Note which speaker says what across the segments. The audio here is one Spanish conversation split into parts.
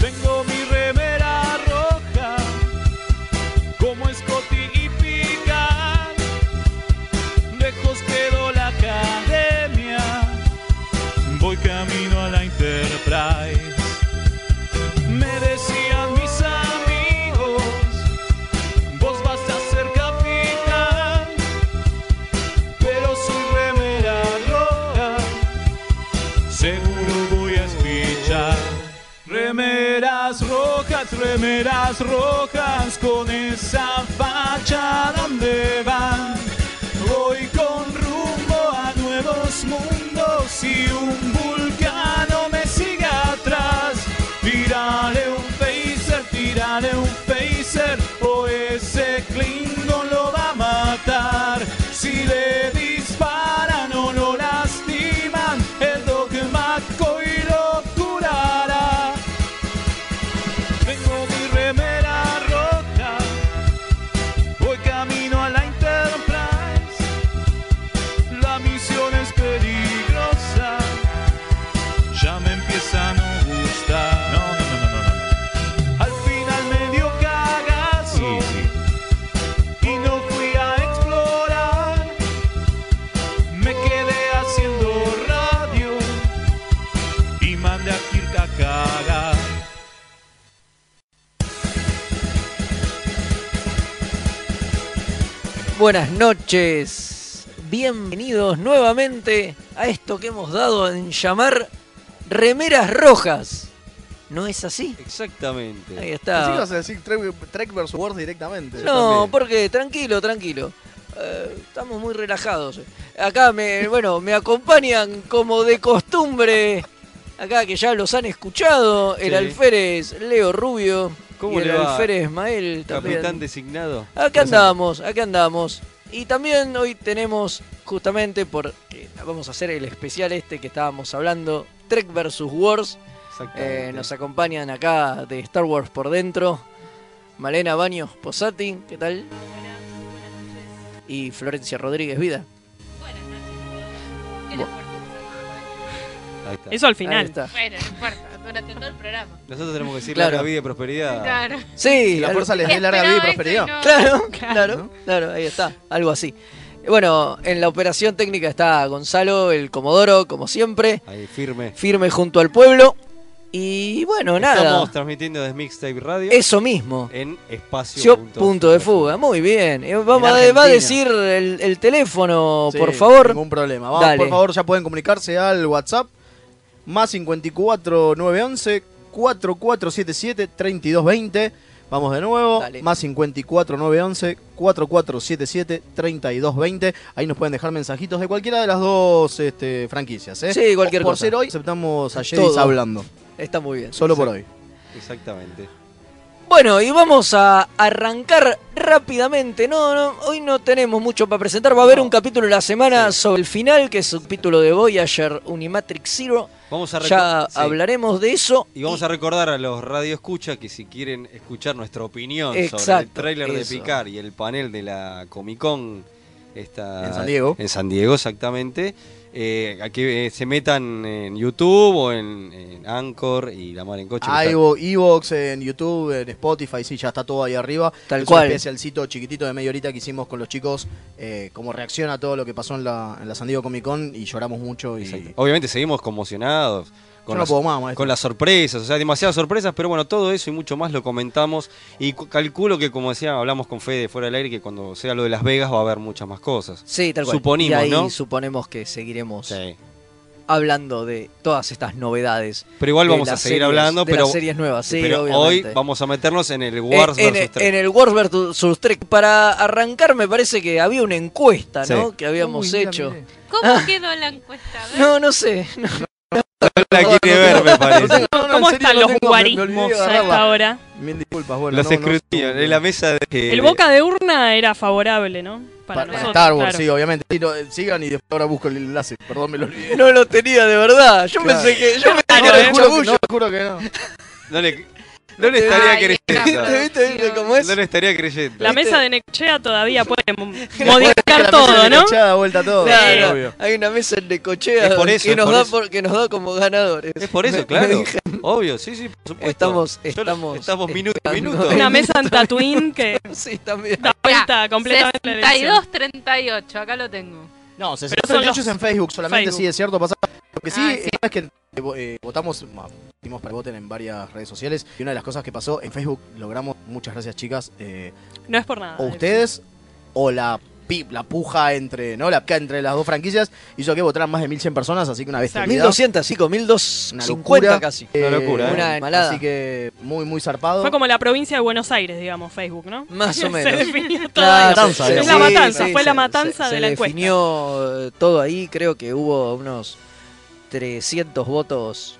Speaker 1: Tengo mi remera roja, como Scotty y Pigal. Lejos quedó la academia, voy camino a la Enterprise. Me decían mis amigos, vos vas a ser capitán, pero soy remera roja, seguro voy a espichar. Remeras rojas, remeras rojas, con esa facha donde van. Voy con rumbo a nuevos mundos y un vulcano me sigue atrás. Tírale un phaser, tírale un phaser, o ese Klingon lo va a matar. Si le disparan o lo lastiman, el dogmático y lo curará. Tengo mi remera rota, voy camino a la Enterprise. La misión es peligrosa, ya me empieza a no gustar. No, no, no, no, no, no. Al final me dio cagazo y no fui a explorar. Me quedé haciendo radio y mandé a Kirk a cagar.
Speaker 2: Buenas noches, bienvenidos nuevamente a esto que hemos dado en llamar Remeras Rojas. ¿No es así?
Speaker 3: Exactamente.
Speaker 4: Así
Speaker 2: Ahí
Speaker 4: que
Speaker 2: está.
Speaker 4: vas a decir Trek, Trek vs. Wars directamente.
Speaker 2: No,
Speaker 3: también.
Speaker 2: porque tranquilo, tranquilo. Eh, estamos muy relajados. Acá me, bueno, me acompañan como de costumbre. Acá que ya los han escuchado, el
Speaker 3: Sí.
Speaker 2: alférez Leo Rubio
Speaker 3: ¿Cómo
Speaker 2: y el
Speaker 3: le va,
Speaker 2: alférez Mael también.
Speaker 3: Capitán designado.
Speaker 2: Acá andamos, acá andamos. Y también hoy tenemos, justamente por. eh, vamos a hacer el especial este que estábamos hablando: Trek vs. Wars. Eh,
Speaker 3: Exactamente.
Speaker 2: nos acompañan acá de Star Wars por dentro. Malena Baños Posati, ¿qué tal? Y Florencia Rodríguez Vida.
Speaker 3: Ahí está.
Speaker 5: Eso al
Speaker 2: Ahí
Speaker 5: final.
Speaker 2: está.
Speaker 6: Bueno, no importa, durante todo el programa.
Speaker 3: Nosotros tenemos que decir
Speaker 2: Claro.
Speaker 3: larga vida y prosperidad.
Speaker 6: Claro.
Speaker 2: Sí,
Speaker 4: Que la
Speaker 2: al-
Speaker 4: fuerza les dé larga vida y prosperidad.
Speaker 2: Claro, claro, claro, ahí está, algo así. Bueno, en la operación técnica está Gonzalo, el Comodoro, como siempre,
Speaker 3: Ahí firme.
Speaker 2: firme junto al pueblo. Y bueno, nada,
Speaker 3: Estamos transmitiendo desde Mixtape Radio
Speaker 2: eso mismo.
Speaker 3: en espacio.
Speaker 2: Sio punto de fuga, muy bien. Eh,
Speaker 4: En
Speaker 2: Vamos a, va
Speaker 4: Argentina.
Speaker 2: a decir el, el teléfono,
Speaker 4: Sí,
Speaker 2: por favor.
Speaker 4: Ningún problema. Vamos,
Speaker 2: Dale.
Speaker 4: por favor, ya pueden comunicarse al WhatsApp. Más 54 911 4477 3220. Vamos de nuevo.
Speaker 2: Dale.
Speaker 4: Más 54 911 4477 3220. Ahí nos pueden dejar mensajitos de cualquiera de las dos este, franquicias. ¿eh?
Speaker 2: Sí, cualquier
Speaker 4: por
Speaker 2: cosa.
Speaker 4: ser hoy, aceptamos a
Speaker 2: Todo.
Speaker 4: Jedis hablando.
Speaker 2: Está muy bien.
Speaker 4: Solo por hoy.
Speaker 3: Exactamente.
Speaker 2: Bueno, y vamos a arrancar rápidamente. No, no, hoy no tenemos mucho para presentar. Va a haber un capítulo la semana sobre el final, que es un capítulo de Voyager Unimatrix Zero.
Speaker 3: Vamos a reco-
Speaker 2: Ya
Speaker 3: sí.
Speaker 2: hablaremos de eso.
Speaker 3: Y vamos a recordar a los Radio Escucha que si quieren escuchar nuestra opinión sobre el
Speaker 2: Exacto,
Speaker 3: tráiler de
Speaker 2: eso.
Speaker 3: Picar y el panel de la Comic Con esta-
Speaker 4: En San Diego.
Speaker 3: En San Diego, exactamente. Eh, a que eh, se metan en YouTube o en, en Anchor y la mar en coche. que está-
Speaker 4: iVoox, Ah, Evox, en YouTube, en Spotify, sí, ya está todo ahí arriba.
Speaker 2: Tal
Speaker 4: es
Speaker 2: cual.
Speaker 4: Un especialcito chiquitito de media horita que hicimos con los chicos, eh, como reacción a todo lo que pasó en la, en la San Diego Comic Con y lloramos mucho. Y
Speaker 3: Exacto. Obviamente seguimos conmocionados.
Speaker 4: Yo
Speaker 3: Con
Speaker 4: no
Speaker 3: las-
Speaker 4: puedo más, maestro.
Speaker 3: con las sorpresas, o sea, demasiadas sorpresas, pero bueno, todo eso y mucho más lo comentamos. Y cu- calculo que, como decía, hablamos con Fede fuera del aire, que cuando sea lo de Las Vegas va a haber muchas más cosas.
Speaker 2: Sí, tal cual.
Speaker 3: Suponimos,
Speaker 2: y ahí
Speaker 3: ¿no?
Speaker 2: suponemos que seguiremos
Speaker 3: Sí.
Speaker 2: hablando de todas estas novedades.
Speaker 3: Pero igual
Speaker 2: de
Speaker 3: vamos a
Speaker 2: las
Speaker 3: seguir
Speaker 2: series-
Speaker 3: hablando,
Speaker 2: de
Speaker 3: pero,
Speaker 2: las series nuevas, sí,
Speaker 3: pero hoy
Speaker 2: obviamente.
Speaker 3: vamos a meternos en el
Speaker 2: Eh,
Speaker 3: Wars
Speaker 2: en,
Speaker 3: vs.
Speaker 2: en el Wars vs. Trek. Para arrancar, me parece que había una encuesta, ¿no?
Speaker 3: Sí.
Speaker 2: Que habíamos hecho.
Speaker 6: ¿Cómo quedó la encuesta? A ver.
Speaker 2: No, no sé. no.
Speaker 3: la quiere ver, me parece.
Speaker 5: ¿Cómo están los guarismos
Speaker 4: guarismos?
Speaker 5: a esta hora?
Speaker 4: Mil disculpas, bueno. no,
Speaker 3: Los
Speaker 4: no,
Speaker 3: escrutinios,
Speaker 4: no.
Speaker 3: en la mesa de.
Speaker 2: Eh,
Speaker 5: El boca de urna era favorable, ¿no?
Speaker 4: Para, para
Speaker 5: nosotros,
Speaker 4: Star Wars,
Speaker 5: claro.
Speaker 4: sí, obviamente. Sí, no, eh, sigan y después ahora busco el enlace. Perdón, me lo olvidé.
Speaker 2: No lo tenía de verdad. Yo
Speaker 4: Claro.
Speaker 2: pensé que. Yo me
Speaker 3: Ah,
Speaker 5: Claro,
Speaker 2: tenía
Speaker 5: ¿eh?
Speaker 2: el
Speaker 4: juro que
Speaker 2: chapullo.
Speaker 4: no, juro que no.
Speaker 3: No le, no le
Speaker 2: Ay,
Speaker 3: estaría
Speaker 6: qué
Speaker 2: ¿Viste,
Speaker 3: creyendo.
Speaker 2: viste, viste cómo es?
Speaker 3: No le estaría creyendo.
Speaker 5: La mesa de Nechea todavía puede mo- modificar todo, ¿no?
Speaker 4: Echada vuelta todo.
Speaker 2: Claro,
Speaker 4: obvio.
Speaker 2: hay una mesa en Necochea
Speaker 3: Es por eso,
Speaker 2: que,
Speaker 3: es
Speaker 2: nos
Speaker 3: por
Speaker 2: da
Speaker 3: eso.
Speaker 2: por- que nos da como ganadores.
Speaker 3: Es por eso,
Speaker 2: Me-
Speaker 3: claro.
Speaker 2: me dije,
Speaker 3: Obvio, sí, sí, por supuesto.
Speaker 2: Estamos-
Speaker 3: Yo lo-
Speaker 2: estamos
Speaker 3: estamos minuto a
Speaker 2: esperando.
Speaker 3: minuto.
Speaker 5: Una mesa en Tatooine que
Speaker 2: sí, también.
Speaker 5: da vuelta completamente la elección.
Speaker 6: 62, 38, acá lo tengo.
Speaker 4: No,
Speaker 5: son
Speaker 4: 68 es
Speaker 5: los-
Speaker 4: en Facebook, solamente
Speaker 5: Facebook.
Speaker 4: sí, es cierto, pasa. Lo que sí,
Speaker 6: Ah,
Speaker 4: eh,
Speaker 6: sí.
Speaker 4: es que eh, vo- eh, votamos, ma, dimos para que voten en varias redes sociales, y una de las cosas que pasó en Facebook, logramos, muchas gracias chicas, eh,
Speaker 5: No es por nada.
Speaker 4: o ustedes, o la pi- la puja entre, ¿no? La pica entre las dos franquicias hizo que votaran más de 1100 personas, así que una
Speaker 5: Exacto.
Speaker 4: bestialidad.
Speaker 2: 1200, chico,
Speaker 4: Una
Speaker 2: 1250
Speaker 4: locura.
Speaker 2: casi.
Speaker 4: Eh,
Speaker 3: Una locura, ¿eh?
Speaker 2: Una malada.
Speaker 4: Así que muy, muy zarpado.
Speaker 5: Fue como la provincia de Buenos Aires, digamos, Facebook, ¿no?
Speaker 2: Más o
Speaker 5: Se
Speaker 2: menos.
Speaker 5: definió todo
Speaker 2: Claro,
Speaker 5: ahí.
Speaker 4: matanza,
Speaker 2: se-
Speaker 4: digamos.
Speaker 5: Es la matanza, fue la
Speaker 2: se-
Speaker 5: matanza
Speaker 2: se-
Speaker 5: de la
Speaker 2: Se
Speaker 5: encuesta.
Speaker 2: definió eh, todo ahí, creo que hubo unos 300 votos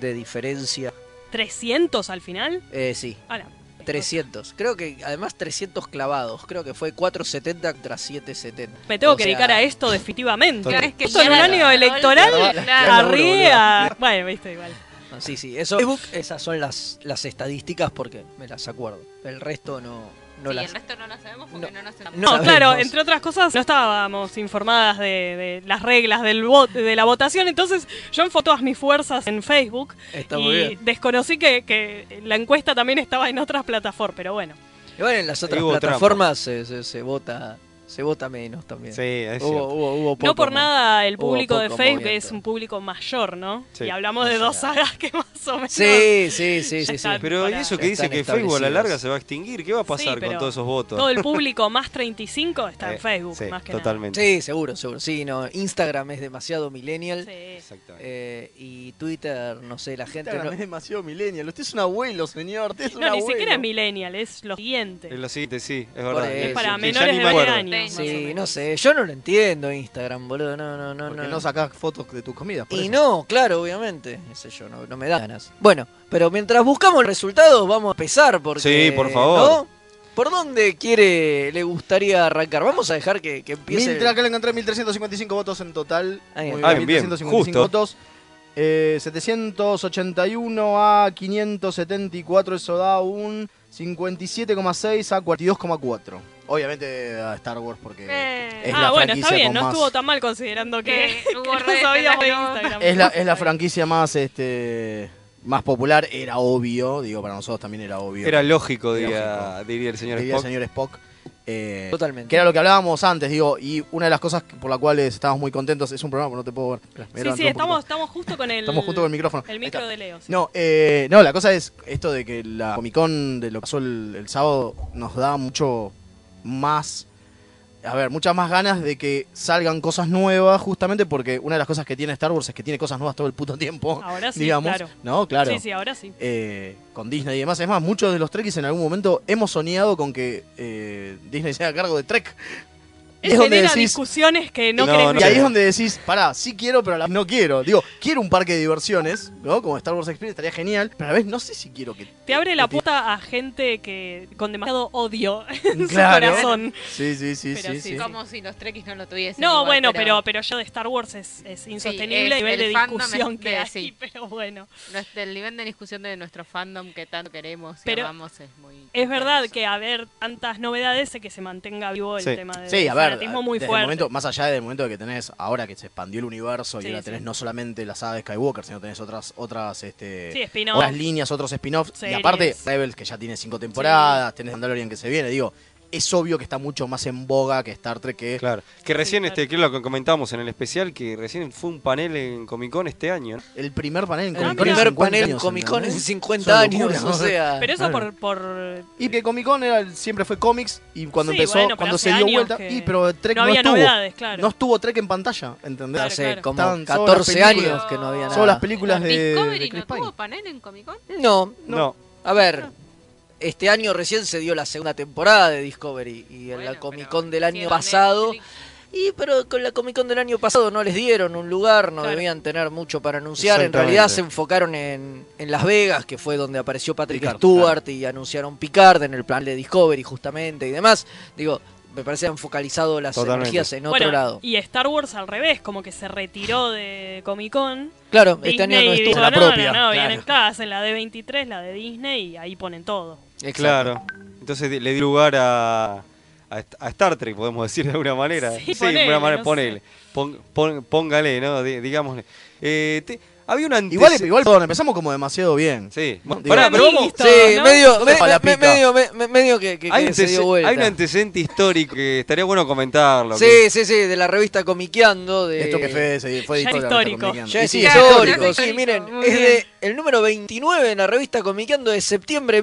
Speaker 2: de diferencia.
Speaker 5: 300 al final.
Speaker 2: Eh, sí,
Speaker 5: A la
Speaker 2: 300. Creo que además 300 clavados. Creo que fue 470 contra 770.
Speaker 5: Me tengo
Speaker 2: O
Speaker 5: que
Speaker 2: sea,
Speaker 5: dedicar a esto definitivamente.
Speaker 3: Claro.
Speaker 6: Es que
Speaker 5: Justo en un
Speaker 6: ya-
Speaker 5: año electoral,
Speaker 6: Claro.
Speaker 5: Arría. Bueno, viste, igual.
Speaker 2: no, Sí, sí. Eso, Facebook, esas son las, las estadísticas porque me las acuerdo. El resto no, no
Speaker 6: Sí,
Speaker 2: las.
Speaker 6: el resto no lo sabemos porque no, nos enteramos.
Speaker 5: No,
Speaker 2: No,
Speaker 5: claro,
Speaker 2: vemos.
Speaker 5: entre otras cosas, no estábamos informadas de, de las reglas del vo- de la votación, entonces yo enfocé todas mis fuerzas en Facebook
Speaker 2: Está muy
Speaker 5: y
Speaker 2: bien.
Speaker 5: desconocí que, que la encuesta también estaba en otras plataformas, pero bueno.
Speaker 2: Igual en las otras
Speaker 3: Hubo trampa.
Speaker 2: plataformas se, se- se vota se vota menos también.
Speaker 3: Sí, es
Speaker 2: hubo,
Speaker 3: cierto.
Speaker 2: hubo, hubo poco
Speaker 5: No por
Speaker 2: mo-
Speaker 5: nada el
Speaker 2: hubo
Speaker 5: público de
Speaker 2: poco
Speaker 5: Facebook
Speaker 2: movimiento.
Speaker 5: es un público mayor, ¿no?
Speaker 3: Sí.
Speaker 5: Y hablamos
Speaker 2: O
Speaker 5: de
Speaker 2: sea,
Speaker 5: dos sagas que más o menos...
Speaker 2: Sí, sí, sí,
Speaker 5: Ya
Speaker 2: sí. sí.
Speaker 5: está.
Speaker 3: Pero ¿y eso que
Speaker 2: Ya
Speaker 3: dice
Speaker 2: están
Speaker 3: que Facebook a la
Speaker 2: establecidos.
Speaker 3: larga se va a extinguir, ¿qué va a pasar
Speaker 5: Sí,
Speaker 3: con
Speaker 5: pero
Speaker 3: todos esos votos?
Speaker 5: Todo el público más 35 está
Speaker 3: Eh,
Speaker 5: en Facebook,
Speaker 3: sí,
Speaker 5: más que
Speaker 3: totalmente.
Speaker 2: Sí, seguro, seguro. Sí, no, Instagram es demasiado millennial.
Speaker 5: nada. Sí.
Speaker 3: Exactamente.
Speaker 2: eh, y Twitter, no sé, la gente...
Speaker 4: Instagram
Speaker 2: no-
Speaker 4: es demasiado millennial. Usted es un abuelo, señor. Usted es un
Speaker 5: No, ni
Speaker 4: abuelo.
Speaker 5: siquiera es millennial, es lo siguiente.
Speaker 3: Es lo siguiente, sí, es verdad.
Speaker 2: eso. Es para
Speaker 3: Que ya
Speaker 5: menores
Speaker 3: ni
Speaker 5: de
Speaker 3: me acuerdo.
Speaker 5: 20 años. más o
Speaker 2: Sí,
Speaker 5: menos.
Speaker 2: no sé, yo no lo entiendo Instagram, boludo, no, no, no.
Speaker 4: Porque no,
Speaker 2: no
Speaker 4: sacás fotos de tus comidas. por
Speaker 2: Y
Speaker 4: eso.
Speaker 2: no, claro, obviamente. No sé yo, no, no me da ganas. Bueno, pero mientras buscamos resultados, vamos a empezar porque.
Speaker 3: Sí, por favor.
Speaker 2: ¿no? ¿Por dónde quiere, le gustaría arrancar? Vamos a dejar que, que empiece.
Speaker 4: Mientras que le encontré 1355 votos en total.
Speaker 2: Ahí
Speaker 4: Muy
Speaker 2: está.
Speaker 3: Ah, bien,
Speaker 4: 1355
Speaker 3: justo.
Speaker 4: votos. Eh, 781 a 574, eso da un 57,6 a 42,4. Obviamente a Star Wars porque
Speaker 6: Eh,
Speaker 4: es la
Speaker 5: ah, bueno,
Speaker 4: franquicia
Speaker 5: está bien,
Speaker 4: con
Speaker 5: no
Speaker 4: más-
Speaker 5: estuvo tan mal considerando que,
Speaker 6: Que hubo
Speaker 5: que no
Speaker 6: redes
Speaker 5: sabíamos de
Speaker 6: Eh, que no-
Speaker 5: Instagram.
Speaker 4: es la, es la franquicia más este más popular, era obvio, digo, para nosotros también era obvio.
Speaker 3: Era lógico,
Speaker 4: Era
Speaker 3: diría, diría el señor
Speaker 4: Diría
Speaker 3: Spock.
Speaker 4: el señor Spock. Eh,
Speaker 2: Totalmente.
Speaker 4: Que era lo que hablábamos antes, digo, y una de las cosas que- por las cuales estábamos muy contentos, es un programa, pero no te puedo ver. Espera, me
Speaker 5: Sí,
Speaker 4: levanto
Speaker 5: sí,
Speaker 4: un
Speaker 5: estamos,
Speaker 4: poquito.
Speaker 5: estamos justo con el,
Speaker 4: Estamos junto con el micrófono.
Speaker 5: el
Speaker 4: Ahí está.
Speaker 5: micro de Leo. sí.
Speaker 4: No, eh, no, la cosa es esto de que la Comic Con de lo que pasó el, el sábado nos da mucho más, a ver, muchas más ganas de que salgan cosas nuevas, justamente porque una de las cosas que tiene Star Wars es que tiene cosas nuevas todo el puto tiempo,
Speaker 5: Ahora sí,
Speaker 4: digamos,
Speaker 5: claro.
Speaker 4: ¿no? Claro
Speaker 5: Sí, sí, ahora sí.
Speaker 4: eh, con Disney y demás. Es más, muchos de los Trekkies en algún momento hemos soñado con que eh, Disney sea a cargo de Trek. Y
Speaker 5: Es
Speaker 4: es donde
Speaker 5: genera
Speaker 4: decís.
Speaker 5: discusiones que no,
Speaker 3: No,
Speaker 5: querés
Speaker 3: no
Speaker 4: Y ahí
Speaker 5: vivir.
Speaker 4: es donde decís, pará, sí quiero, pero a la vez no quiero. Digo, quiero un parque de diversiones, ¿no? Como Star Wars Experience, estaría genial, pero a la vez no sé si quiero que.
Speaker 5: Te abre la puerta a gente que con demasiado odio en
Speaker 4: Claro.
Speaker 5: su corazón.
Speaker 4: Sí, sí, sí,
Speaker 5: Pero
Speaker 4: sí.
Speaker 5: sí,
Speaker 4: sí.
Speaker 6: Como si los trekkies no lo tuviesen.
Speaker 5: No,
Speaker 6: igual,
Speaker 5: bueno, pero, pero yo de Star Wars es, es insostenible
Speaker 6: es
Speaker 5: el nivel
Speaker 6: el
Speaker 5: de
Speaker 6: fandom
Speaker 5: discusión
Speaker 6: es-
Speaker 5: que
Speaker 6: de-
Speaker 5: hay,
Speaker 6: sí.
Speaker 5: pero bueno.
Speaker 6: No es- El nivel de discusión de nuestro fandom que tanto queremos y
Speaker 5: Pero
Speaker 6: amamos es muy.
Speaker 5: Es verdad que haber tantas novedades hace que se mantenga vivo el
Speaker 3: Sí.
Speaker 5: tema del
Speaker 4: Sí, a ver, eh,
Speaker 5: fanatismo muy
Speaker 4: desde el
Speaker 5: fuerte.
Speaker 4: momento, más allá del momento de que tenés ahora que se expandió el universo y
Speaker 5: Sí,
Speaker 4: ahora
Speaker 5: sí.
Speaker 4: tenés no solamente la saga de Skywalker, sino tenés otras, otras, este,
Speaker 5: Sí, spin-off.
Speaker 4: otras líneas, otros spin-offs. Y
Speaker 5: Series.
Speaker 4: aparte, Rebels, que ya tiene cinco temporadas, tenés Mandalorian que se viene, digo, es obvio que está mucho más en boga que Star Trek que
Speaker 3: Claro, que recién,
Speaker 5: claro.
Speaker 3: este, que lo que comentábamos en el especial, que recién fue un panel en Comic Con este año. ¿no?
Speaker 4: el primer panel en
Speaker 2: El
Speaker 4: Comic Con.
Speaker 5: Ah, mira.
Speaker 2: primer panel en Comic Con en 50
Speaker 4: Es una
Speaker 2: años,
Speaker 4: locura.
Speaker 2: o sea.
Speaker 5: Pero eso por, por
Speaker 4: Y que Comic Con era, siempre fue cómics y cuando
Speaker 5: Sí,
Speaker 4: empezó,
Speaker 5: bueno, pero
Speaker 4: cuando
Speaker 5: hace
Speaker 4: se dio
Speaker 5: años
Speaker 4: vuelta,
Speaker 5: que
Speaker 4: y pero Trek
Speaker 5: no
Speaker 4: no,
Speaker 5: había
Speaker 4: estuvo.
Speaker 5: novedades, claro.
Speaker 4: No estuvo Trek en pantalla, ¿entendés?
Speaker 5: Claro,
Speaker 2: hace
Speaker 5: claro.
Speaker 2: como
Speaker 4: Estaban solo
Speaker 2: 14
Speaker 4: las
Speaker 2: años
Speaker 4: películas.
Speaker 2: que no había
Speaker 6: Solo
Speaker 4: Solo
Speaker 2: nada.
Speaker 4: las películas de,
Speaker 6: Discovery
Speaker 4: de Chris
Speaker 6: no
Speaker 4: Pine.
Speaker 6: tuvo panel en Comic Con.
Speaker 2: No,
Speaker 3: No.
Speaker 2: a ver. Este año recién se dio la segunda temporada de Discovery y en la
Speaker 6: Bueno,
Speaker 2: Comic
Speaker 6: pero
Speaker 2: Con del año
Speaker 6: hicieron
Speaker 2: pasado.
Speaker 6: Netflix.
Speaker 2: Y pero con la Comic Con del año pasado no les dieron un lugar, no
Speaker 5: Claro.
Speaker 2: debían tener mucho para anunciar. En
Speaker 4: Exactamente.
Speaker 2: realidad se enfocaron en, en Las Vegas, que fue donde apareció Patrick
Speaker 4: Picard,
Speaker 2: Stewart y anunciaron Picard en el plan de Discovery justamente y demás. Digo, me parece que han focalizado las
Speaker 3: Totalmente.
Speaker 2: energías en otro
Speaker 5: Bueno,
Speaker 2: lado.
Speaker 5: Y Star Wars al revés, como que se retiró de Comic Con.
Speaker 2: Claro, este año
Speaker 5: Disney
Speaker 2: no estuvo.
Speaker 5: dijo,
Speaker 4: La
Speaker 5: no,
Speaker 4: propia,
Speaker 5: no, no,
Speaker 4: claro.
Speaker 5: vienen acá, hacen la de 23, la de Disney y ahí ponen todo.
Speaker 2: Exacto.
Speaker 3: Claro. Entonces di- le dio lugar a, a, est- a Star Trek, podemos decir de alguna manera. de
Speaker 5: Sí,
Speaker 3: alguna
Speaker 5: ponele,
Speaker 3: manera,
Speaker 5: no
Speaker 3: ponele. Pon- pon- póngale, ¿no? Di- digámosle. Eh, te- había una
Speaker 4: Igual, igual perdón, empezamos como demasiado bien.
Speaker 3: Sí.
Speaker 4: Bueno,
Speaker 3: Pará,
Speaker 5: digo-
Speaker 3: pero vamos-
Speaker 5: Todo,
Speaker 2: Sí,
Speaker 5: ¿no?
Speaker 2: Eh, medio,
Speaker 4: Se
Speaker 2: me-
Speaker 4: fue a la
Speaker 2: me-
Speaker 4: pica.
Speaker 2: medio, me- me- medio que, que-
Speaker 3: Hay,
Speaker 2: que
Speaker 3: un
Speaker 2: se
Speaker 3: antece-
Speaker 2: dio vuelta.
Speaker 3: hay un antecedente histórico que estaría bueno comentarlo. que-
Speaker 2: Sí, sí, sí, de la revista Comiqueando. De...
Speaker 4: Esto que fue, se- fue
Speaker 5: Ya
Speaker 4: de historia,
Speaker 5: histórico.
Speaker 4: lo estamos
Speaker 2: Ya
Speaker 4: mirando.
Speaker 2: es
Speaker 4: Y sí,
Speaker 2: histórico,
Speaker 6: histórico.
Speaker 2: sí, miren.
Speaker 6: Muy
Speaker 2: Es de
Speaker 6: bien.
Speaker 2: el número 29 en la revista Comiqueando de septiembre de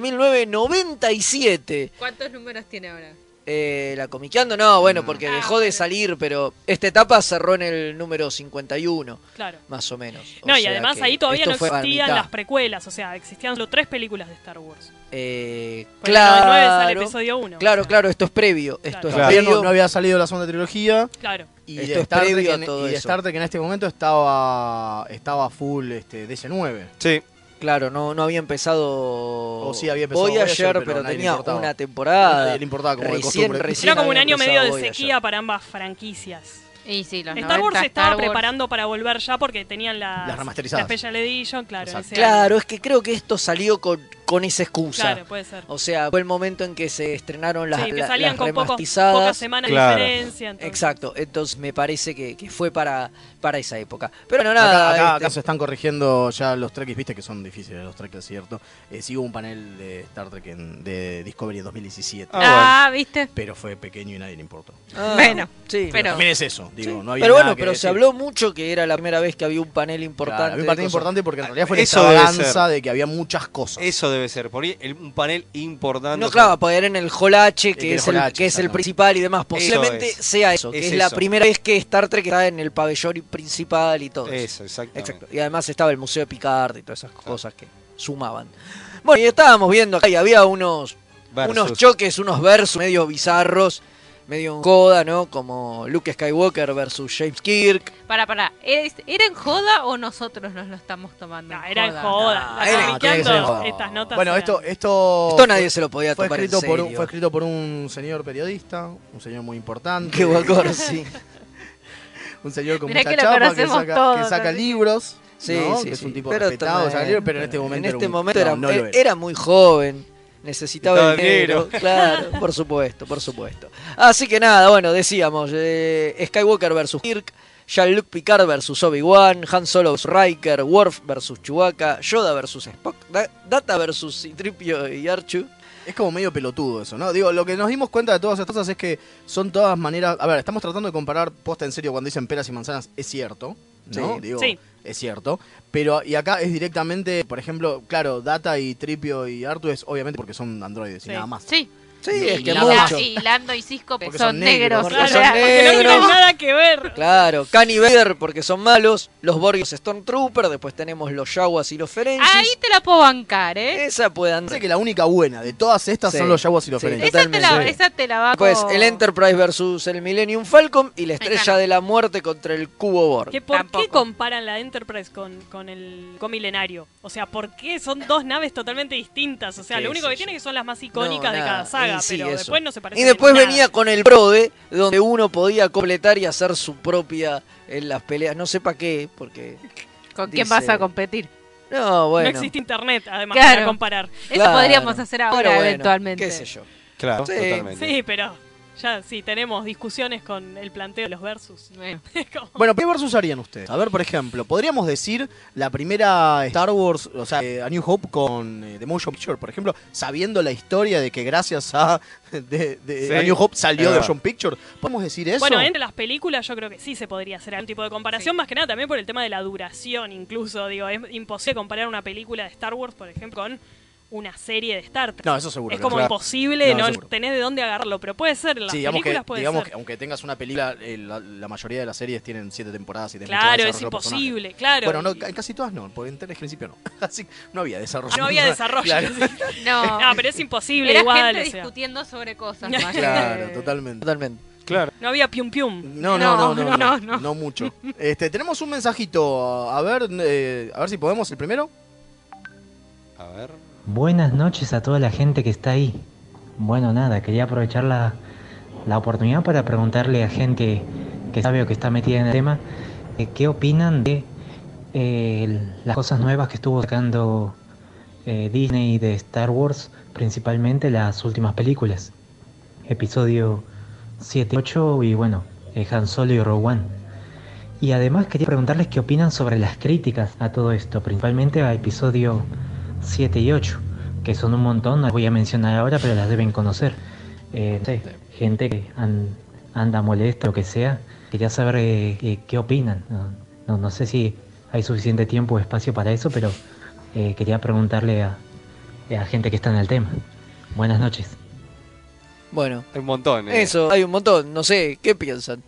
Speaker 2: 1997.
Speaker 6: ¿Cuántos números tiene ahora?
Speaker 2: Eh, la Comiqueando no, bueno,
Speaker 4: Mm.
Speaker 2: porque
Speaker 6: Ah,
Speaker 2: dejó de
Speaker 6: bueno.
Speaker 2: salir, pero esta etapa cerró en el número 51,
Speaker 5: Claro.
Speaker 2: más o menos. O
Speaker 5: No, y
Speaker 2: sea
Speaker 5: además
Speaker 2: que
Speaker 5: ahí todavía
Speaker 2: esto
Speaker 5: no
Speaker 2: fue a
Speaker 5: existían
Speaker 2: mitad.
Speaker 5: las precuelas, o sea, existían solo tres películas de Star Wars.
Speaker 2: Eh,
Speaker 5: Porque en el 99 sale
Speaker 2: claro,
Speaker 5: episodio 1.
Speaker 2: claro, claro, esto es previo. Esto es
Speaker 5: Claro.
Speaker 4: Todavía
Speaker 2: previo.
Speaker 4: no, no había salido la segunda trilogía.
Speaker 5: Claro.
Speaker 4: Y
Speaker 2: Esto
Speaker 4: de
Speaker 2: es
Speaker 4: Star Trek
Speaker 2: previo a
Speaker 4: en-
Speaker 2: todo
Speaker 4: y de
Speaker 2: eso.
Speaker 4: Star Trek en este momento estaba, estaba full este, DC9.
Speaker 3: Sí.
Speaker 2: Claro, no, no había empezado. O
Speaker 4: sí, había empezado
Speaker 2: Voyager,
Speaker 4: Voyager,
Speaker 2: pero,
Speaker 4: pero a nadie le
Speaker 2: tenía
Speaker 4: importaba.
Speaker 2: una temporada.
Speaker 4: Nadie le importaba, como de
Speaker 2: recién,
Speaker 4: costumbre.
Speaker 2: recién
Speaker 5: Era como un
Speaker 2: había
Speaker 5: año medio de
Speaker 2: empezado Voyager.
Speaker 5: sequía para ambas franquicias.
Speaker 6: Y sí, los
Speaker 5: Star Wars
Speaker 6: 90,
Speaker 5: se estaba
Speaker 6: Star Wars.
Speaker 5: preparando para volver ya porque tenían las,
Speaker 4: Las remasterizadas.
Speaker 5: la Special Edition, claro.
Speaker 4: Exacto.
Speaker 5: ese año.
Speaker 2: Claro, es que creo que esto salió con, con esa excusa.
Speaker 5: Claro, puede ser.
Speaker 2: O sea, fue el momento en que se estrenaron las,
Speaker 5: sí, que
Speaker 2: la-
Speaker 5: salían
Speaker 2: las
Speaker 5: con pocos,
Speaker 2: remasterizadas.
Speaker 5: pocas semanas
Speaker 3: Claro.
Speaker 5: de diferencia. entonces.
Speaker 2: Exacto, entonces me parece que, que fue para, para esa época. Pero no,
Speaker 4: Acá,
Speaker 2: nada.
Speaker 4: acá- acá
Speaker 2: este,
Speaker 4: se están corrigiendo ya los treks, viste que son difíciles los treks, ¿cierto? Eh, sí hubo un panel de Star Trek en- de Discovery en 2017,
Speaker 3: Ah, bueno.
Speaker 6: Ah, ¿viste?
Speaker 4: pero fue pequeño y nadie le importó.
Speaker 2: ah,
Speaker 6: Bueno,
Speaker 2: sí.
Speaker 6: pero-
Speaker 4: También es eso, digo, no había
Speaker 2: Pero
Speaker 4: nada
Speaker 2: bueno,
Speaker 4: que
Speaker 2: pero
Speaker 4: decir.
Speaker 2: se habló mucho que era la primera vez que había un panel
Speaker 4: Claro,
Speaker 2: importante.
Speaker 4: había un
Speaker 2: de
Speaker 4: panel
Speaker 2: cosas.
Speaker 4: importante porque en realidad fue la
Speaker 3: Eso debe
Speaker 4: extravaganza
Speaker 3: ser.
Speaker 4: de que había muchas cosas.
Speaker 3: Eso debe ser. Por ahí el- un panel importante.
Speaker 2: No, claro, porque era en el Hall H,
Speaker 4: que
Speaker 2: que,
Speaker 4: el
Speaker 2: es, el,
Speaker 4: Hall H,
Speaker 2: que es el
Speaker 4: exactamente.
Speaker 2: principal y demás. Posiblemente
Speaker 3: es.
Speaker 2: sea eso, que es,
Speaker 3: Es
Speaker 2: la
Speaker 3: eso.
Speaker 2: primera vez que Star Trek está en el pabellón principal y todo eso.
Speaker 3: Eso, exactamente.
Speaker 2: Exacto. Y además estaba el Museo de Picard y todas esas cosas que sumaban. Bueno, y estábamos viendo acá y había unos,
Speaker 3: Versus.
Speaker 2: unos choques, unos versos medio bizarros, medio en coda, ¿no? Como Luke Skywalker versus James Kirk.
Speaker 6: Para, para. ¿Es- ¿Era en joda o nosotros nos lo estamos tomando?
Speaker 5: Nah, era en joda.
Speaker 2: Nah,
Speaker 5: La
Speaker 2: era-
Speaker 5: Comic
Speaker 4: No, tiene que ser
Speaker 5: Con,
Speaker 4: joda.
Speaker 5: estas notas.
Speaker 4: Bueno,
Speaker 5: eran-
Speaker 4: esto, esto.
Speaker 2: Esto nadie se lo podía
Speaker 4: fue
Speaker 2: tomar en
Speaker 4: escrito, por un,
Speaker 2: serio.
Speaker 4: fue escrito por un señor periodista, un señor muy importante.
Speaker 2: Qué guacor, sí.
Speaker 4: Un señor con
Speaker 6: Mirá
Speaker 4: mucha
Speaker 6: que lo
Speaker 4: chapa que
Speaker 6: conocemos
Speaker 4: saca,
Speaker 6: todos,
Speaker 4: que saca
Speaker 6: así.
Speaker 4: libros.
Speaker 2: Sí,
Speaker 4: ¿no?
Speaker 2: sí,
Speaker 4: que es un
Speaker 2: sí.
Speaker 4: tipo
Speaker 2: Pero
Speaker 4: respetado,
Speaker 2: también,
Speaker 4: saca libros, pero en este momento.
Speaker 2: En
Speaker 4: era
Speaker 2: este
Speaker 4: un-
Speaker 2: momento
Speaker 4: no,
Speaker 2: era,
Speaker 4: no lo
Speaker 2: era- era muy joven. Necesitaba
Speaker 3: Necesitaba
Speaker 2: dinero.
Speaker 3: dinero.
Speaker 2: Claro, por supuesto, por supuesto. Así que nada, bueno, decíamos: eh, Skywalker versus Kirk, Jean-Luc Picard versus Obi-Wan, Han Solo versus Riker, Worf versus Chewbacca, Yoda versus Spock, Da- Data versus Citripio y Archu.
Speaker 4: Es como medio pelotudo eso, ¿no? Digo, lo que nos dimos cuenta de todas estas cosas es que son todas maneras. A ver, estamos tratando de comparar posta en serio cuando dicen peras y manzanas, es cierto, ¿no?
Speaker 2: Sí.
Speaker 4: Digo,
Speaker 5: Sí.
Speaker 4: es cierto. Pero, y acá es directamente, por ejemplo, claro, Data y Tripio y Artu es obviamente porque son androides
Speaker 5: Sí.
Speaker 4: y nada más.
Speaker 6: Sí.
Speaker 2: Sí,
Speaker 4: Y
Speaker 2: es que
Speaker 4: nada más.
Speaker 2: mucho.
Speaker 6: Y Lando y Cisco
Speaker 4: Porque
Speaker 6: son,
Speaker 4: son
Speaker 6: negros.
Speaker 4: negros,
Speaker 2: porque
Speaker 5: Claro,
Speaker 6: o sea,
Speaker 2: son
Speaker 5: porque no tienen
Speaker 2: negros.
Speaker 5: nada que ver.
Speaker 2: Claro, Khan y Vader porque son malos, los Borgios Stormtrooper, después tenemos los Yaguas y los Ferengis.
Speaker 6: Ahí te la puedo bancar, ¿eh?
Speaker 2: Esa puede andar.
Speaker 4: Parece que la única buena de todas estas
Speaker 2: Sí.
Speaker 4: son los Jaguars y los
Speaker 2: Sí,
Speaker 4: Ferengi.
Speaker 6: Esa te, la,
Speaker 2: totalmente.
Speaker 6: esa te la banco.
Speaker 2: Pues el Enterprise versus el Millennium Falcon y la estrella
Speaker 6: no.
Speaker 2: de la muerte contra el cubo Borg.
Speaker 5: ¿Que ¿Por qué
Speaker 6: Tampoco.
Speaker 5: comparan la Enterprise con, con el comilenario? O sea, ¿por qué son dos naves totalmente distintas? O sea,
Speaker 2: Sí,
Speaker 5: lo único
Speaker 2: sí,
Speaker 5: que
Speaker 2: sí.
Speaker 5: tienen es que son las más icónicas
Speaker 2: No,
Speaker 5: de
Speaker 2: nada.
Speaker 5: cada saga,
Speaker 2: Y sí,
Speaker 5: pero
Speaker 2: eso.
Speaker 5: después no se parecen.
Speaker 2: Y después
Speaker 5: en nada.
Speaker 2: venía con el Prode, donde uno podía completar y hacer su propia en las peleas. No sé para qué, porque.
Speaker 6: ¿Con quién
Speaker 2: dice-
Speaker 6: vas a competir?
Speaker 2: No, bueno.
Speaker 5: No existe internet, además,
Speaker 6: Claro.
Speaker 5: para comparar.
Speaker 2: Claro.
Speaker 6: Eso podríamos hacer ahora
Speaker 2: Pero bueno,
Speaker 6: eventualmente.
Speaker 2: Qué sé yo.
Speaker 3: Claro,
Speaker 2: Sí.
Speaker 3: totalmente.
Speaker 5: Sí, pero ya sí, tenemos discusiones con el planteo de los versus.
Speaker 6: Bueno.
Speaker 5: Es como-
Speaker 4: Bueno, ¿qué versus harían ustedes? A ver, por ejemplo, podríamos decir la primera Star Wars, o sea, eh, A New Hope con eh, The Motion Picture, por ejemplo, sabiendo la historia de que gracias a, de, de-
Speaker 3: Sí,
Speaker 4: a New Hope
Speaker 3: es
Speaker 4: salió The
Speaker 3: verdad.
Speaker 4: Motion Picture. ¿Podemos decir eso?
Speaker 5: Bueno, entre las películas yo creo que sí se podría hacer algún tipo de comparación,
Speaker 6: Sí.
Speaker 5: más que nada también por el tema de la duración, incluso, digo, es imposible comparar una película de Star Wars, por ejemplo, con una serie de Star Trek.
Speaker 4: no, eso seguro.
Speaker 5: es
Speaker 4: que
Speaker 5: como
Speaker 4: no.
Speaker 5: imposible,
Speaker 4: No,
Speaker 5: no,
Speaker 4: seguro.
Speaker 5: tenés de dónde agarrarlo, pero puede ser, en las
Speaker 4: Sí, digamos, que,
Speaker 5: películas puede
Speaker 4: digamos que
Speaker 5: ser.
Speaker 4: aunque tengas una película, eh, la, la mayoría de las series tienen siete temporadas y tenés mucho
Speaker 5: Claro, es
Speaker 4: desarrollo de personaje.
Speaker 5: imposible, claro.
Speaker 4: Bueno, no,
Speaker 5: y-
Speaker 4: ca- en casi todas no, porque en Teles principio no. Así que no había desarrollo.
Speaker 5: no había desarrollo.
Speaker 4: Claro.
Speaker 5: sí.
Speaker 6: No,
Speaker 5: No, pero es imposible
Speaker 6: era
Speaker 5: igual,
Speaker 6: gente
Speaker 5: o sea,
Speaker 6: discutiendo sobre cosas. más que-
Speaker 4: Claro, totalmente.
Speaker 2: Totalmente.
Speaker 3: Claro.
Speaker 5: no había pium pium.
Speaker 4: No, no,
Speaker 6: No,
Speaker 4: no, no, no,
Speaker 6: no,
Speaker 4: no,
Speaker 6: no.
Speaker 4: mucho. Este, tenemos un mensajito, a ver, eh, a ver si podemos el primero.
Speaker 3: A ver.
Speaker 7: Buenas noches a toda la gente que está ahí. Bueno, nada, quería aprovechar la, la oportunidad para preguntarle a gente que sabe o que está metida en el tema eh, qué opinan de eh, las cosas nuevas que estuvo sacando eh, Disney de Star Wars, principalmente las últimas películas. Episodio 7, 8 y bueno, eh, Han Solo y Rogue One. Y además quería preguntarles qué opinan sobre las críticas a todo esto, principalmente a episodio 7 y 8, que son un montón, no las voy a mencionar ahora, pero las deben conocer. Eh, no sé, gente que an- anda molesta, lo que sea, quería saber eh, eh, qué opinan. No, no- no sé si hay suficiente tiempo o espacio para eso, pero eh, quería preguntarle a, a gente que está en el tema. Buenas noches.
Speaker 2: Bueno,
Speaker 3: Hay un montón. eh.
Speaker 2: eso, hay un montón, no sé, ¿qué piensan?